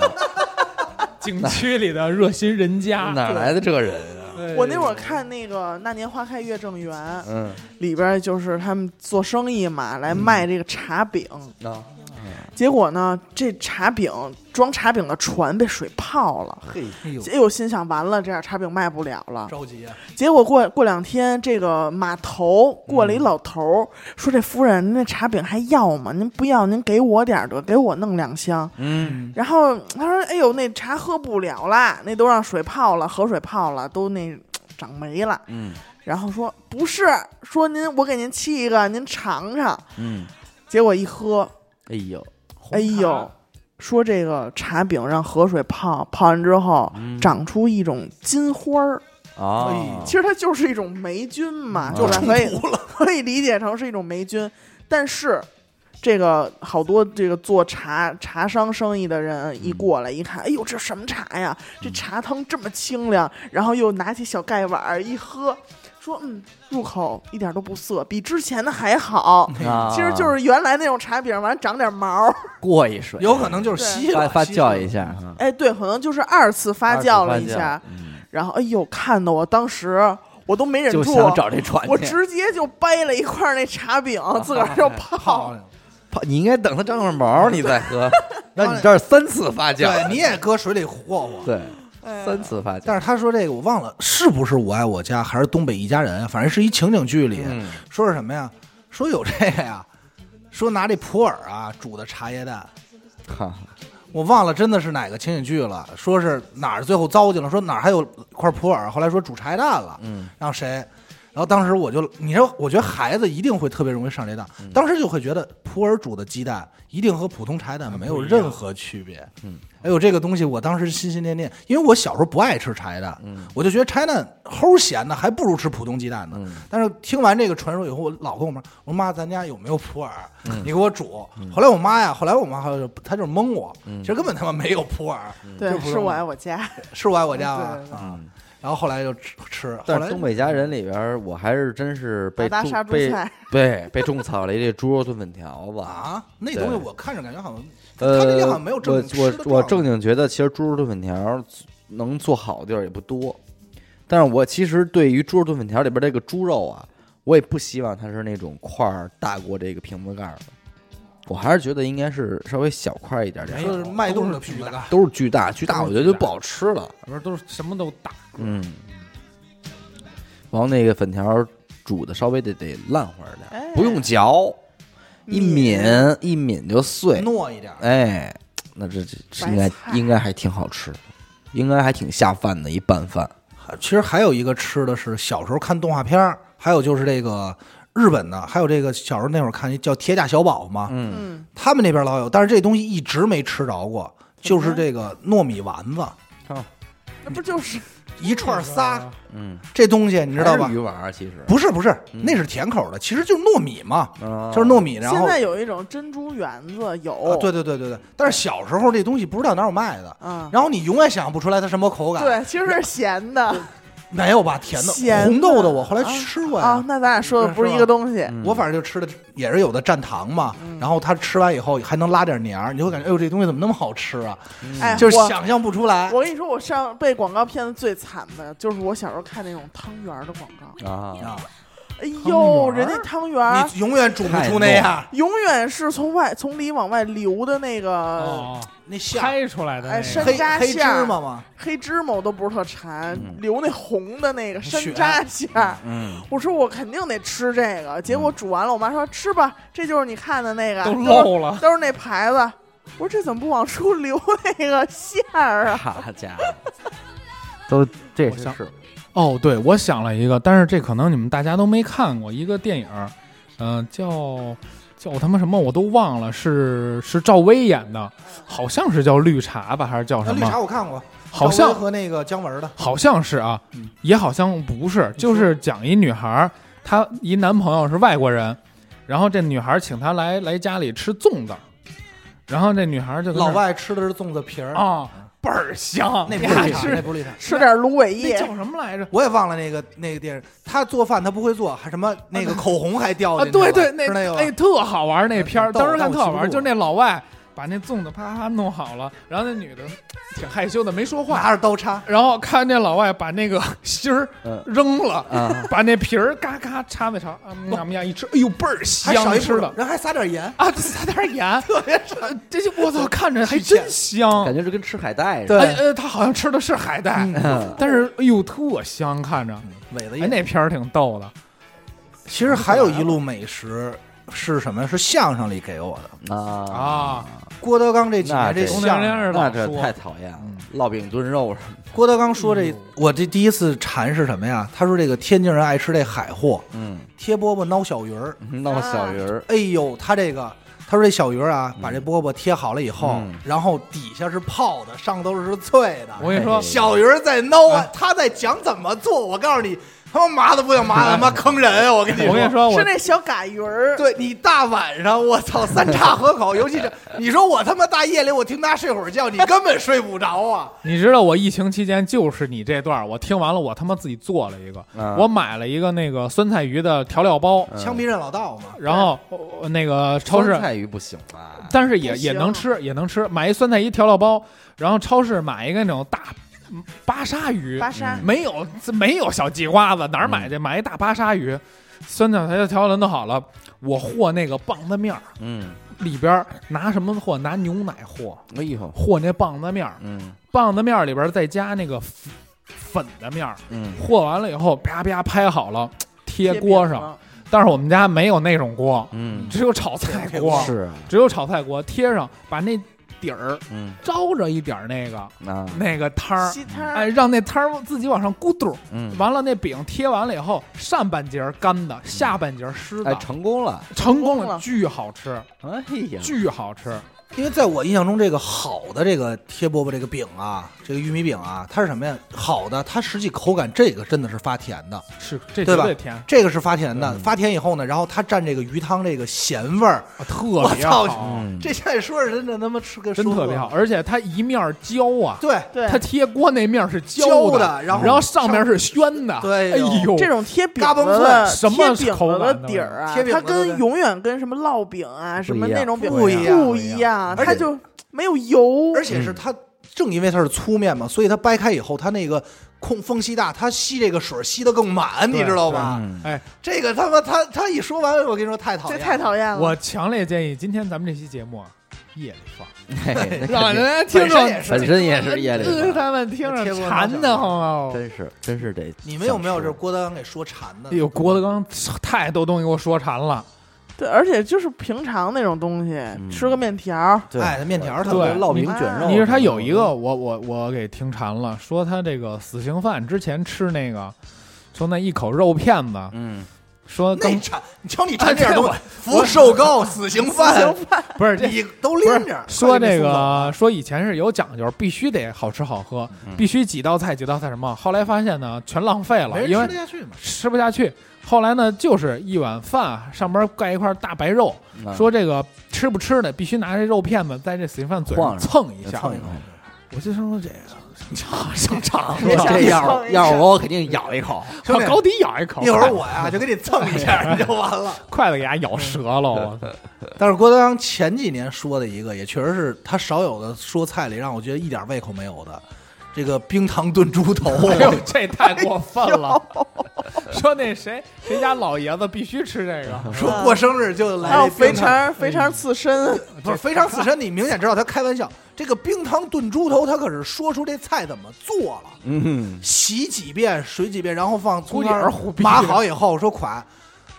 [SPEAKER 2] 景区里的热心人家，
[SPEAKER 1] 哪儿来的这人啊？
[SPEAKER 2] 对
[SPEAKER 3] 我那会儿看那个《那年花开月正圆》，
[SPEAKER 1] 嗯，
[SPEAKER 3] 里边儿就是他们做生意嘛，来卖这个茶饼。
[SPEAKER 1] 啊，
[SPEAKER 3] 结果呢，这茶饼装茶饼的船被水泡了。
[SPEAKER 1] 嘿，
[SPEAKER 3] 哎呦，心想完了，这样茶饼卖不了了。
[SPEAKER 4] 着急啊！
[SPEAKER 3] 结果过过两天，这个码头过来一老头儿，说：“这夫人，那茶饼还要吗？您不要，您给我点儿得，给我弄两箱。”
[SPEAKER 1] 嗯，
[SPEAKER 3] 然后他说：“哎呦，那茶喝不了啦，那都让水泡了，河水泡了，都那长霉了。”
[SPEAKER 1] 嗯，
[SPEAKER 3] 然后说：“不是，说您我给您沏一个，您尝尝。
[SPEAKER 1] 嗯，”
[SPEAKER 3] 结果一喝，
[SPEAKER 1] 哎呦，
[SPEAKER 3] 哎呦，说这个茶饼让河水泡，泡完之后长出一种金花儿，
[SPEAKER 1] 啊，嗯
[SPEAKER 3] 其实它就是一种霉菌嘛，
[SPEAKER 1] 就
[SPEAKER 3] 对吧？
[SPEAKER 4] 中
[SPEAKER 3] 可以
[SPEAKER 4] 毒了，
[SPEAKER 3] 可以理解成是一种霉菌，但是这个好多这个做茶茶商生意的人一过来一看，哎呦，这什么茶呀？这茶汤这么清凉，然后又拿起小盖碗儿一喝，说嗯，入口一点都不涩，比之前的 还好。
[SPEAKER 1] 啊
[SPEAKER 3] 其实就是原来那种茶饼，完了长点 毛儿，
[SPEAKER 1] 过一水，
[SPEAKER 4] 有可能就是
[SPEAKER 3] 对
[SPEAKER 4] 吸了
[SPEAKER 1] 发发
[SPEAKER 4] 吸了
[SPEAKER 1] 酵一下哈，
[SPEAKER 3] 哎，对，可能就是二次发酵了一
[SPEAKER 1] 二次，
[SPEAKER 3] 下
[SPEAKER 1] 发酵，嗯
[SPEAKER 3] 然后哎呦，看的我当时我都没忍
[SPEAKER 1] 就
[SPEAKER 3] 住，啊
[SPEAKER 1] 想找这船
[SPEAKER 3] 我
[SPEAKER 1] 去
[SPEAKER 3] 直接就掰了一块儿那茶饼，自个儿就泡
[SPEAKER 4] 泡。
[SPEAKER 1] 泡你应该等它长上毛，你再 喝，让你这儿三次发
[SPEAKER 4] 对，
[SPEAKER 1] 酵，
[SPEAKER 4] 你也搁水里和和。
[SPEAKER 1] 对，
[SPEAKER 3] 哎呀
[SPEAKER 1] 三次发酵。
[SPEAKER 4] 但是他说这个我忘了是不是《我爱我家》还是《东北一家人》，啊反正是一情景剧里、
[SPEAKER 1] 嗯
[SPEAKER 4] 说是什么呀？说有这个呀，说拿这普洱啊煮的茶叶蛋，
[SPEAKER 1] 哈，
[SPEAKER 4] 我忘了真的是哪个情景剧了，说是哪儿最后糟践了，说哪儿还有块普洱，后来说煮茶叶蛋了，
[SPEAKER 1] 嗯，
[SPEAKER 4] 然后谁，然后当时我就你说，我觉得孩子一定会特别容易上这当，当时就会觉得普洱煮的鸡蛋一定和普通茶叶蛋没有任何区别，
[SPEAKER 1] 嗯，
[SPEAKER 4] 哎呦，这个东西我当时心心念念，因为我小时候不爱吃茶叶蛋，
[SPEAKER 1] 嗯
[SPEAKER 4] 我就觉得茶叶蛋齁咸的，还不如吃普通鸡蛋呢。
[SPEAKER 1] 嗯
[SPEAKER 4] 但是听完这个传说以后，我老跟我妈说：“我说妈，咱家有没有普洱？
[SPEAKER 1] 嗯
[SPEAKER 4] 你给我煮。后来我妈呀，后来我妈后来就她就是蒙我，
[SPEAKER 1] 嗯
[SPEAKER 4] 其实根本他妈没有普洱，
[SPEAKER 3] 对，
[SPEAKER 4] 不
[SPEAKER 3] 是
[SPEAKER 4] 用
[SPEAKER 3] 我爱我家。
[SPEAKER 4] 是我爱我家
[SPEAKER 3] 对
[SPEAKER 4] 吗
[SPEAKER 3] 对？
[SPEAKER 4] 啊。然后后来就吃吃，后
[SPEAKER 1] 嗯但
[SPEAKER 4] 来
[SPEAKER 1] 是东北家人里边儿，我还是真是被
[SPEAKER 3] 打大
[SPEAKER 1] 种
[SPEAKER 3] 杀猪
[SPEAKER 1] 被
[SPEAKER 3] 菜
[SPEAKER 1] 对被种草了一这猪肉炖粉条子。
[SPEAKER 4] 啊，那
[SPEAKER 1] 对
[SPEAKER 4] 东西我看着感觉好像，它这
[SPEAKER 1] 呃
[SPEAKER 4] 地，好像没有正
[SPEAKER 1] 我
[SPEAKER 4] 经吃
[SPEAKER 1] 我
[SPEAKER 4] 的
[SPEAKER 1] 我
[SPEAKER 4] 状态
[SPEAKER 1] 正经觉得，其实猪肉炖粉条能做好的地儿也不多，但是我其实对于猪肉炖粉条里边这个猪肉啊，我也不希望它是那种块儿大过这个瓶子盖儿的，我还是觉得应该是稍微小块儿一点点
[SPEAKER 2] 没
[SPEAKER 1] 儿，
[SPEAKER 4] 说
[SPEAKER 2] 有
[SPEAKER 4] 是脉动的品牌
[SPEAKER 1] 都是巨大，巨大
[SPEAKER 2] 都
[SPEAKER 1] 我
[SPEAKER 2] 是
[SPEAKER 1] 觉得就
[SPEAKER 2] 巨大
[SPEAKER 1] 不好吃了。
[SPEAKER 2] 里边都是什么都打，
[SPEAKER 1] 嗯，然后那个粉条煮的稍微得得烂乎点儿，
[SPEAKER 3] 哎
[SPEAKER 1] 不用嚼，一抿
[SPEAKER 3] 抿
[SPEAKER 1] 一抿就碎。
[SPEAKER 4] 糯一点儿。
[SPEAKER 1] 哎，那这这这应
[SPEAKER 3] 白
[SPEAKER 1] 该
[SPEAKER 3] 菜
[SPEAKER 1] 应该还挺好吃的，应该还挺下饭的一拌饭。
[SPEAKER 4] 其实还有一个吃的是小时候看动画片儿，还有就是这个日本的，还有这个小时候那会儿看一叫《铁甲小宝》嘛，
[SPEAKER 1] 嗯，
[SPEAKER 3] 嗯，
[SPEAKER 4] 他们那边老有，但是这东西一直没吃着过，就是这个糯米丸子，
[SPEAKER 3] 嗯那不就是
[SPEAKER 4] 一串仨，
[SPEAKER 3] 啊
[SPEAKER 1] 嗯，
[SPEAKER 4] 这东西你知道
[SPEAKER 1] 还
[SPEAKER 4] 吧
[SPEAKER 3] 哎
[SPEAKER 1] 是鱼？丸儿其实
[SPEAKER 4] 不是不是，
[SPEAKER 1] 嗯
[SPEAKER 4] 那是甜口的，其实就是糯米嘛，
[SPEAKER 1] 啊
[SPEAKER 4] 就是糯米，然
[SPEAKER 3] 现
[SPEAKER 4] 后
[SPEAKER 3] 在有一种珍珠圆子
[SPEAKER 4] 啊
[SPEAKER 3] 有，
[SPEAKER 4] 对对对对对，但是小时候这东西不知道哪有卖的，
[SPEAKER 3] 啊，
[SPEAKER 4] 然后你永远想不出来它什么口感，
[SPEAKER 3] 对，其实是咸的
[SPEAKER 4] 没有吧？甜的，
[SPEAKER 3] 咸的
[SPEAKER 4] 红豆的，我后来
[SPEAKER 3] 啊
[SPEAKER 4] 吃过
[SPEAKER 3] 啊
[SPEAKER 4] 呀。。
[SPEAKER 3] 那咱俩说的不是一个东西，
[SPEAKER 1] 嗯
[SPEAKER 4] 我反正就吃的也是有的蘸糖嘛，
[SPEAKER 3] 嗯
[SPEAKER 4] 然后它吃完以后还能拉点黏儿，你就会感觉哎呦这东西怎么那么好吃啊，
[SPEAKER 3] 哎，
[SPEAKER 4] 就是
[SPEAKER 3] 我
[SPEAKER 4] 想象不出来。
[SPEAKER 3] 我跟你说，我上被广告骗的最惨的就是我小时候看那种汤圆儿的广告。
[SPEAKER 1] 啊
[SPEAKER 4] 啊，
[SPEAKER 3] 哎
[SPEAKER 2] 汤
[SPEAKER 3] 呦，
[SPEAKER 2] 圆儿
[SPEAKER 3] 人家汤圆儿
[SPEAKER 4] 你永远煮不
[SPEAKER 1] 太
[SPEAKER 4] 出那
[SPEAKER 1] 浓
[SPEAKER 4] 样，
[SPEAKER 3] 永远是从外从里往外流的那个
[SPEAKER 2] 哦，
[SPEAKER 4] 那馅
[SPEAKER 2] 拍出来的那
[SPEAKER 3] 呃
[SPEAKER 2] 个
[SPEAKER 3] 哎山
[SPEAKER 4] 黑
[SPEAKER 3] 楂
[SPEAKER 4] 黑芝
[SPEAKER 3] 馅儿
[SPEAKER 4] 麻嘛，
[SPEAKER 3] 黑芝麻，我都不是特馋，
[SPEAKER 1] 嗯
[SPEAKER 3] 流那红的那个山
[SPEAKER 4] 血
[SPEAKER 3] 楂馅儿。
[SPEAKER 1] 嗯，
[SPEAKER 3] 我说我肯定得吃这个，结果煮完了，我妈说吃吧，这就是你看的那个，
[SPEAKER 2] 都
[SPEAKER 3] 是
[SPEAKER 2] 漏了。
[SPEAKER 3] 都是那牌子。我说这怎么不往出流那个馅儿啊？
[SPEAKER 1] 嗯好家伙，都这
[SPEAKER 2] 我想
[SPEAKER 1] 是
[SPEAKER 2] 哦，对，我想了一个，但是这可能你们大家都没看过一个电影儿，嗯、叫叫他妈什么我都忘了，是是赵薇演的，好像是叫绿茶吧，还是叫
[SPEAKER 4] 那
[SPEAKER 2] 什
[SPEAKER 4] 啊绿
[SPEAKER 2] 么？
[SPEAKER 4] 茶我看过，
[SPEAKER 2] 好
[SPEAKER 4] 赵薇
[SPEAKER 2] 像
[SPEAKER 4] 和那个姜文的，
[SPEAKER 2] 好像是啊
[SPEAKER 4] 嗯，
[SPEAKER 2] 也好像不是，就是讲一女孩儿，她一男朋友是外国人，然后这女孩儿请她来来家里吃粽子，然后这女孩儿就跟那
[SPEAKER 4] 老
[SPEAKER 2] 儿
[SPEAKER 4] 外吃的是粽子皮儿，
[SPEAKER 2] 啊倍儿香，
[SPEAKER 4] 那不是
[SPEAKER 2] 呀
[SPEAKER 4] 绿茶，那
[SPEAKER 2] 是
[SPEAKER 4] 不是绿茶，
[SPEAKER 3] 吃点芦苇
[SPEAKER 2] 那
[SPEAKER 3] 叶，
[SPEAKER 2] 叫什么来着？
[SPEAKER 4] 我也忘了那个那个电视，他做饭他不会做，还什么那个口红还掉
[SPEAKER 2] 啊，
[SPEAKER 4] 进去了、
[SPEAKER 2] 对对，
[SPEAKER 4] 是哦那个吧
[SPEAKER 2] 哎特好玩儿那片儿，
[SPEAKER 4] 嗯逗
[SPEAKER 2] 当时看
[SPEAKER 4] 逗
[SPEAKER 2] 特好
[SPEAKER 4] 欺
[SPEAKER 2] 玩儿，
[SPEAKER 4] 负
[SPEAKER 2] 就是那老外把那粽子啪啪弄好了，然后那女的挺害羞的没说话，
[SPEAKER 4] 拿着刀叉，
[SPEAKER 2] 然后看那老外把那个 芯儿
[SPEAKER 1] 嗯
[SPEAKER 2] 扔了，
[SPEAKER 1] 啊，
[SPEAKER 2] 把那皮儿嘎嘎插在上，啊喵喵一吃，哎呦倍儿
[SPEAKER 4] 还少
[SPEAKER 2] 香，
[SPEAKER 4] 一步
[SPEAKER 2] 吃的
[SPEAKER 4] 人还撒点盐，
[SPEAKER 2] 啊撒点盐，特别这就我操看着还真香
[SPEAKER 1] 感，觉是跟吃海带似
[SPEAKER 4] 对
[SPEAKER 1] 的。
[SPEAKER 2] 哎呃他好像吃的是海带，
[SPEAKER 1] 嗯
[SPEAKER 2] 但是哎呦特香看着，
[SPEAKER 4] 尾子
[SPEAKER 2] 哎
[SPEAKER 4] 一。
[SPEAKER 2] 那片儿挺逗的，
[SPEAKER 4] 其实还有一路美食是什么？是相声里给我 的。
[SPEAKER 1] 啊
[SPEAKER 2] 啊，
[SPEAKER 4] 郭德纲这几
[SPEAKER 1] 那
[SPEAKER 4] 年
[SPEAKER 1] 这
[SPEAKER 4] 这
[SPEAKER 2] 东
[SPEAKER 4] 相
[SPEAKER 2] 南
[SPEAKER 4] 声，
[SPEAKER 2] 亚
[SPEAKER 1] 那
[SPEAKER 2] 老
[SPEAKER 1] 这
[SPEAKER 2] 说
[SPEAKER 1] 太讨厌了
[SPEAKER 2] 嗯，
[SPEAKER 1] 烙饼炖肉什么的，
[SPEAKER 4] 郭德纲说这
[SPEAKER 2] 嗯，
[SPEAKER 4] 我这第一次馋是什么呀？他说这个天津人爱吃这海货，
[SPEAKER 1] 嗯，
[SPEAKER 4] 贴饽饽捞小鱼儿。
[SPEAKER 1] 闹小鱼儿，
[SPEAKER 4] 哎呦，他这个，他说这小鱼儿啊，
[SPEAKER 1] 嗯
[SPEAKER 4] 把这饽饽贴好了以后，
[SPEAKER 1] 嗯
[SPEAKER 4] 然后底下是泡的，上头是脆的。
[SPEAKER 2] 我跟你说
[SPEAKER 1] 哎。
[SPEAKER 4] 小鱼儿在挠啊
[SPEAKER 2] 啊，
[SPEAKER 4] 他在讲怎么做。我告诉你，他妈麻的不像麻的，他妈坑人！啊我跟你
[SPEAKER 2] 我跟你
[SPEAKER 4] 说，
[SPEAKER 2] 说，我
[SPEAKER 3] 是那小嘎鱼儿。
[SPEAKER 4] 对你大晚上，我操，三岔河口，尤其 是你说我他妈大夜里，我听他睡会儿觉，你根本睡不着 啊。
[SPEAKER 2] 你知道我疫情期间就是你这段儿，我听完了，我他妈自己做了一个，
[SPEAKER 1] 嗯
[SPEAKER 2] 我买了一个那个酸菜鱼的调料包，
[SPEAKER 1] 嗯
[SPEAKER 4] 枪毙任老道嘛，
[SPEAKER 2] 然后、呃那个超市
[SPEAKER 1] 酸，菜鱼不行吧？
[SPEAKER 2] 但是也
[SPEAKER 3] 不行
[SPEAKER 2] 也能吃，也能吃，买一酸菜鱼调料包，然后超市买一个那种大嗯巴沙鱼，
[SPEAKER 3] 巴沙
[SPEAKER 1] 嗯，
[SPEAKER 2] 没有没有小鸡瓜子，哪儿买去？买一大巴沙鱼，酸菜鱼的调料弄好了，我和那个棒子面儿
[SPEAKER 1] 嗯，
[SPEAKER 2] 里边儿拿什么和？拿牛奶和，
[SPEAKER 1] 哎呦，
[SPEAKER 2] 和那棒子面儿，
[SPEAKER 1] 嗯
[SPEAKER 2] 棒子面儿里边儿再加那个粉粉的面儿。
[SPEAKER 1] 嗯，
[SPEAKER 2] 和完了以后，啪啪拍好了，贴锅上。，但是我们家没有那种锅，
[SPEAKER 1] 嗯，
[SPEAKER 2] 只有炒菜锅，
[SPEAKER 1] 是啊，
[SPEAKER 2] 只有炒菜锅贴上，把那底儿
[SPEAKER 1] 嗯
[SPEAKER 2] 招着一点儿那个
[SPEAKER 1] 啊，
[SPEAKER 2] 那个摊儿，
[SPEAKER 3] 西摊
[SPEAKER 2] 哎，
[SPEAKER 3] 儿，
[SPEAKER 2] 让那摊儿自己往上咕嘟。
[SPEAKER 1] 嗯，
[SPEAKER 2] 完了，那饼贴完了以后，上半截儿干的，下半截儿湿
[SPEAKER 1] 哎，
[SPEAKER 2] 的，
[SPEAKER 1] 成功了，
[SPEAKER 2] 成功
[SPEAKER 3] 成功
[SPEAKER 2] 了，
[SPEAKER 3] 了
[SPEAKER 2] 巨好吃，
[SPEAKER 1] 哎呀，
[SPEAKER 2] 巨好吃。
[SPEAKER 4] 因为在我印象中，这个好的这个贴饽饽这个饼啊，这个玉米饼啊，它是什么呀？好的，它实际口感这个真的是发甜的，
[SPEAKER 2] 是，这
[SPEAKER 4] 对
[SPEAKER 2] 绝
[SPEAKER 4] 吧
[SPEAKER 2] 对甜，
[SPEAKER 4] 这个是发甜的。
[SPEAKER 1] 嗯
[SPEAKER 4] 发甜以后呢，然后它蘸这个鱼汤这个咸味儿，
[SPEAKER 2] 啊特别
[SPEAKER 4] 我操
[SPEAKER 2] 好，
[SPEAKER 1] 嗯，
[SPEAKER 4] 这现在说是真的他妈吃个
[SPEAKER 2] 真特别好。。而且它一面儿焦啊，
[SPEAKER 4] 对，
[SPEAKER 3] 对
[SPEAKER 2] 它，贴锅那面儿是
[SPEAKER 4] 焦
[SPEAKER 2] 的，
[SPEAKER 4] 的然后
[SPEAKER 2] 然后上面是宣的，
[SPEAKER 4] 对
[SPEAKER 2] 哎
[SPEAKER 4] 哟
[SPEAKER 2] 呦，
[SPEAKER 3] 这种贴饼
[SPEAKER 4] 嘎嘣
[SPEAKER 3] 子
[SPEAKER 4] 脆
[SPEAKER 3] 的
[SPEAKER 2] 什么
[SPEAKER 3] 贴饼
[SPEAKER 2] 口
[SPEAKER 3] 子
[SPEAKER 2] 感
[SPEAKER 3] 的
[SPEAKER 2] 的
[SPEAKER 3] 底儿啊
[SPEAKER 4] 贴，饼
[SPEAKER 3] 它
[SPEAKER 4] 子的
[SPEAKER 3] 跟永远跟什么烙饼啊什么
[SPEAKER 1] 一样
[SPEAKER 3] 那种饼
[SPEAKER 4] 不一样
[SPEAKER 3] 不
[SPEAKER 4] 不一
[SPEAKER 3] 一
[SPEAKER 4] 样
[SPEAKER 3] 样，
[SPEAKER 4] 而
[SPEAKER 3] 它
[SPEAKER 4] 且
[SPEAKER 3] 就没有油，
[SPEAKER 4] 而且
[SPEAKER 2] 嗯
[SPEAKER 4] 是它正因为它是粗面嘛，所以它掰开以后，它那个空缝隙大，它吸这个水儿吸的更满，
[SPEAKER 2] 对
[SPEAKER 4] 你知道吧？
[SPEAKER 1] 嗯
[SPEAKER 2] 哎，
[SPEAKER 4] 这个他妈他他一说完，我跟你说太讨
[SPEAKER 3] 这
[SPEAKER 4] 厌，
[SPEAKER 3] 太讨厌了。
[SPEAKER 2] 我强烈建议今天咱们这期节 目啊，夜里放，
[SPEAKER 1] 嘿那
[SPEAKER 2] 让
[SPEAKER 1] 肯定
[SPEAKER 2] 人家听
[SPEAKER 4] 本身也
[SPEAKER 2] 着，
[SPEAKER 4] 是
[SPEAKER 1] 本身也是夜里
[SPEAKER 2] 呃
[SPEAKER 1] 的，
[SPEAKER 2] 他们听着
[SPEAKER 4] 贴过
[SPEAKER 2] 馋的慌哦。
[SPEAKER 1] 真是真是得，
[SPEAKER 4] 你们有没有这郭德纲给说馋的
[SPEAKER 2] 哎？呦，郭德纲太多东西给我说馋了，
[SPEAKER 3] 对，而且就是平常那种东西，吃个面条儿，
[SPEAKER 1] 对
[SPEAKER 4] 哎，面条儿他
[SPEAKER 2] 对
[SPEAKER 1] 烙饼
[SPEAKER 4] 啊
[SPEAKER 1] 卷肉？
[SPEAKER 2] 你说他有一个，我我我给听馋了，说他这个死刑犯之前吃那个，说那一口肉片子，
[SPEAKER 1] 嗯，
[SPEAKER 2] 说
[SPEAKER 4] 那
[SPEAKER 2] 刚
[SPEAKER 4] 馋，你瞧你馋这样
[SPEAKER 2] 哎对
[SPEAKER 4] 东西，福寿膏、死 刑犯，
[SPEAKER 2] 不是这
[SPEAKER 4] 你都
[SPEAKER 2] 不
[SPEAKER 4] 拎
[SPEAKER 2] 是
[SPEAKER 4] 着。
[SPEAKER 2] 说这
[SPEAKER 4] 快
[SPEAKER 2] 个说以前是有讲究，必须得好吃好喝，必须几道菜几道菜什么，后来发现呢全浪费了，
[SPEAKER 4] 给你送到，没
[SPEAKER 2] 因
[SPEAKER 4] 人
[SPEAKER 2] 为
[SPEAKER 4] 吃得下去嘛？
[SPEAKER 2] 吃不下去。后来呢，就是一碗饭上边盖一块大白肉，
[SPEAKER 1] 嗯
[SPEAKER 2] 说这个吃不吃的必须拿这肉片子在这死刑犯嘴
[SPEAKER 1] 晃
[SPEAKER 2] 上
[SPEAKER 1] 上
[SPEAKER 2] 蹭一下。
[SPEAKER 1] 蹭一 口，
[SPEAKER 2] 我就说这个尝尝尝，
[SPEAKER 3] 别想
[SPEAKER 1] 这要
[SPEAKER 3] 蹭一下
[SPEAKER 1] 要是我，我肯定咬一口。
[SPEAKER 4] 兄弟
[SPEAKER 2] 高啊低咬一口，
[SPEAKER 4] 一会儿我呀就给你蹭 一下，你就完了。
[SPEAKER 2] 筷子给它咬折了。我操
[SPEAKER 4] 但是郭德纲前几年说的一个，也确实是他少有的说菜里让我觉得一点 胃口没有的，这个冰糖炖猪头，
[SPEAKER 2] 哎呦，这太过分了！说那谁谁家老爷子必须吃这个，
[SPEAKER 4] 说过生日就
[SPEAKER 3] 还
[SPEAKER 4] 来
[SPEAKER 3] 有
[SPEAKER 4] 这
[SPEAKER 3] 肥
[SPEAKER 4] 冰糖，
[SPEAKER 3] 肠肥肠刺身，
[SPEAKER 4] 不哦是肥肠刺身，你明显知道他开玩笑。这个冰糖炖猪头，他可是说出这菜怎么做了，
[SPEAKER 1] 嗯，
[SPEAKER 4] 洗几遍，水几遍，然后放葱
[SPEAKER 2] 糊
[SPEAKER 4] 花
[SPEAKER 2] 点儿 糊逼
[SPEAKER 4] 码好以后说款，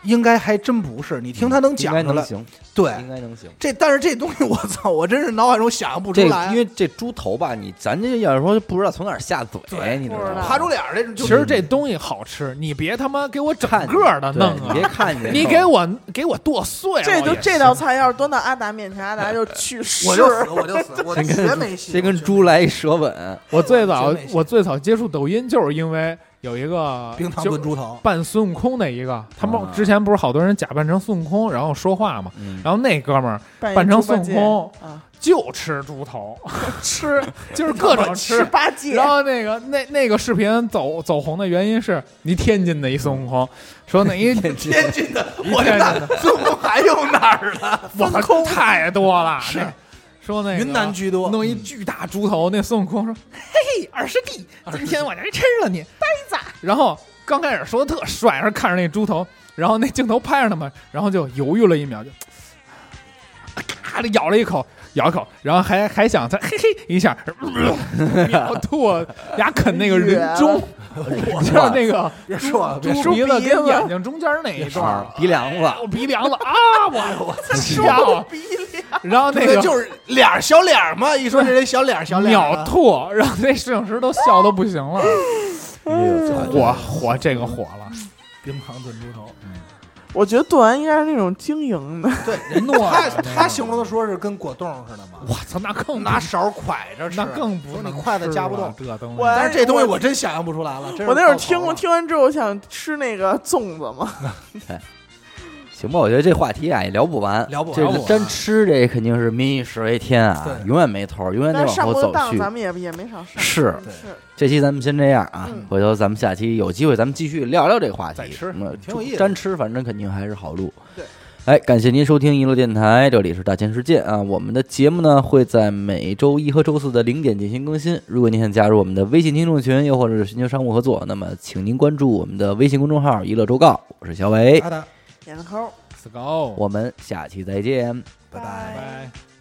[SPEAKER 4] 应该还真不是。你听他能
[SPEAKER 1] 应
[SPEAKER 4] 讲
[SPEAKER 1] 该
[SPEAKER 4] 出
[SPEAKER 1] 能
[SPEAKER 4] 来，
[SPEAKER 1] 行，
[SPEAKER 4] 对，
[SPEAKER 1] 应该能行。
[SPEAKER 4] 这但是这东西我操，我真是脑海中想象不出
[SPEAKER 1] 这
[SPEAKER 4] 来。啊
[SPEAKER 1] 因为这猪头吧，你咱这要是说不知道从哪儿下嘴，
[SPEAKER 4] 对
[SPEAKER 1] 你知
[SPEAKER 3] 不
[SPEAKER 1] 道
[SPEAKER 3] 知
[SPEAKER 1] 吗？
[SPEAKER 3] 道
[SPEAKER 4] 爬猪脸儿这种，就
[SPEAKER 2] 其实这东西好吃，你别他妈给我整
[SPEAKER 1] 看
[SPEAKER 2] 个的
[SPEAKER 1] 对
[SPEAKER 2] 弄
[SPEAKER 1] 你
[SPEAKER 2] 啊
[SPEAKER 1] 别！看见
[SPEAKER 2] 你给我给我剁碎了，
[SPEAKER 3] 这就
[SPEAKER 2] 我也
[SPEAKER 3] 这
[SPEAKER 2] 是
[SPEAKER 3] 道菜哎要是端到阿达面前，阿达就去世。
[SPEAKER 4] 我就死，我就死， 我绝没戏。
[SPEAKER 1] 先跟猪来一舌吻，
[SPEAKER 2] 我最早
[SPEAKER 4] 真没戏
[SPEAKER 2] 我最早接触抖音就是因为有一个
[SPEAKER 4] 冰糖
[SPEAKER 2] 就
[SPEAKER 4] 炖猪头，
[SPEAKER 2] 扮孙悟空的一个，他们
[SPEAKER 1] 啊
[SPEAKER 2] 之前不是好多人假扮成孙悟空然后说话嘛，
[SPEAKER 1] 嗯，
[SPEAKER 2] 然后那哥们儿
[SPEAKER 3] 扮
[SPEAKER 2] 扮
[SPEAKER 3] 演
[SPEAKER 2] 成
[SPEAKER 3] 猪八
[SPEAKER 2] 孙悟
[SPEAKER 3] 戒
[SPEAKER 2] 空
[SPEAKER 3] 啊，
[SPEAKER 2] 就吃猪头，吃就是各种
[SPEAKER 3] 十
[SPEAKER 2] 吃。
[SPEAKER 3] 八戒
[SPEAKER 2] 然后那个那那个视频走走红的原因是，你天津的一孙悟空说那一
[SPEAKER 4] 天津的，
[SPEAKER 2] 一
[SPEAKER 4] 我
[SPEAKER 2] 天
[SPEAKER 4] 这
[SPEAKER 2] 津
[SPEAKER 4] 那孙悟空还有哪儿的？
[SPEAKER 2] 我靠太多了，
[SPEAKER 4] 是
[SPEAKER 2] 那说那个
[SPEAKER 4] 云南居多，
[SPEAKER 2] 弄一巨大猪头，那孙悟空说：“嗯嘿，二师弟，今天我来吃了你，呆子。”然后刚开始说的特帅，然后看着那猪头，然后那镜头拍着他们，然后就犹豫了一秒，就啊咔的咬了一口，咬一口，然后还还想再嘿嘿一 下，呃秒吐，牙啃那个人中， 就是那个
[SPEAKER 4] 别说 了，别
[SPEAKER 2] 猪猪
[SPEAKER 4] 说
[SPEAKER 2] 鼻子跟
[SPEAKER 3] 猪鼻子
[SPEAKER 2] 眼睛中间那一段儿
[SPEAKER 1] 啊，鼻梁
[SPEAKER 2] 哎
[SPEAKER 1] 子，
[SPEAKER 2] 我鼻梁子啊， 我我
[SPEAKER 3] 说
[SPEAKER 2] 操！
[SPEAKER 3] 逼脸，
[SPEAKER 2] 然后那
[SPEAKER 4] 了，
[SPEAKER 2] 个
[SPEAKER 4] 就是脸儿小脸儿嘛，一说这人小脸儿小脸儿
[SPEAKER 2] 秒
[SPEAKER 4] 啊，
[SPEAKER 2] 吐，让那摄影师都笑的不行了。
[SPEAKER 1] 我
[SPEAKER 2] 火火这个火了，
[SPEAKER 4] 冰糖炖猪头。
[SPEAKER 3] 我觉得炖完应该是那种晶莹的，
[SPEAKER 4] 对，人
[SPEAKER 2] 糯
[SPEAKER 4] 他
[SPEAKER 2] 的那
[SPEAKER 4] 他
[SPEAKER 2] 个
[SPEAKER 4] 形容的说是跟果冻似的嘛，
[SPEAKER 2] 我操，那更
[SPEAKER 4] 拿勺蒯着吃，
[SPEAKER 2] 那更不
[SPEAKER 4] 说
[SPEAKER 2] 能
[SPEAKER 4] 你筷子
[SPEAKER 2] 吃
[SPEAKER 4] 夹不
[SPEAKER 2] 了
[SPEAKER 4] 动。
[SPEAKER 2] 这东
[SPEAKER 3] 我
[SPEAKER 2] 西。
[SPEAKER 4] 但是这东西我真想象不出来了。真是
[SPEAKER 3] 我那会儿
[SPEAKER 4] 爆头
[SPEAKER 3] 听
[SPEAKER 4] 了
[SPEAKER 3] 听完之后，我想吃那个粽子嘛，
[SPEAKER 1] 行吧，我觉得这话题啊也聊不完，
[SPEAKER 4] 聊不完
[SPEAKER 1] 这
[SPEAKER 4] 聊不
[SPEAKER 1] 个
[SPEAKER 4] 完
[SPEAKER 1] 单吃这肯定是民以食为天啊，
[SPEAKER 4] 对
[SPEAKER 1] 永远没头儿，永远得
[SPEAKER 3] 但
[SPEAKER 1] 往
[SPEAKER 3] 上
[SPEAKER 1] 后
[SPEAKER 3] 过的
[SPEAKER 1] 走
[SPEAKER 3] 当
[SPEAKER 1] 去。
[SPEAKER 3] 咱们也也没少上。
[SPEAKER 1] 是
[SPEAKER 3] 嗯
[SPEAKER 4] 对
[SPEAKER 3] 是，
[SPEAKER 1] 这期咱们先这样啊
[SPEAKER 3] 嗯，
[SPEAKER 1] 回头咱们下期有机会咱们继续聊聊这个话题。
[SPEAKER 2] 再吃
[SPEAKER 1] 嗯
[SPEAKER 4] 挺有意思的
[SPEAKER 1] 单吃反正肯定还是好路。
[SPEAKER 4] 对，
[SPEAKER 1] 哎，感谢您收听娱乐电台，这里是大千世界啊。我们的节目呢会在每周一和周四的零点进行更新。如果您想加入我们的微信听众群，又或者是寻求商务合作，那么请您关注我们的微信公众号“娱乐周告”。我
[SPEAKER 4] 哎
[SPEAKER 1] 是小伟，
[SPEAKER 4] 好的，
[SPEAKER 3] 点个扣儿，
[SPEAKER 2] Let's go，
[SPEAKER 1] 我们下期再见。
[SPEAKER 4] 拜拜。
[SPEAKER 2] 拜拜。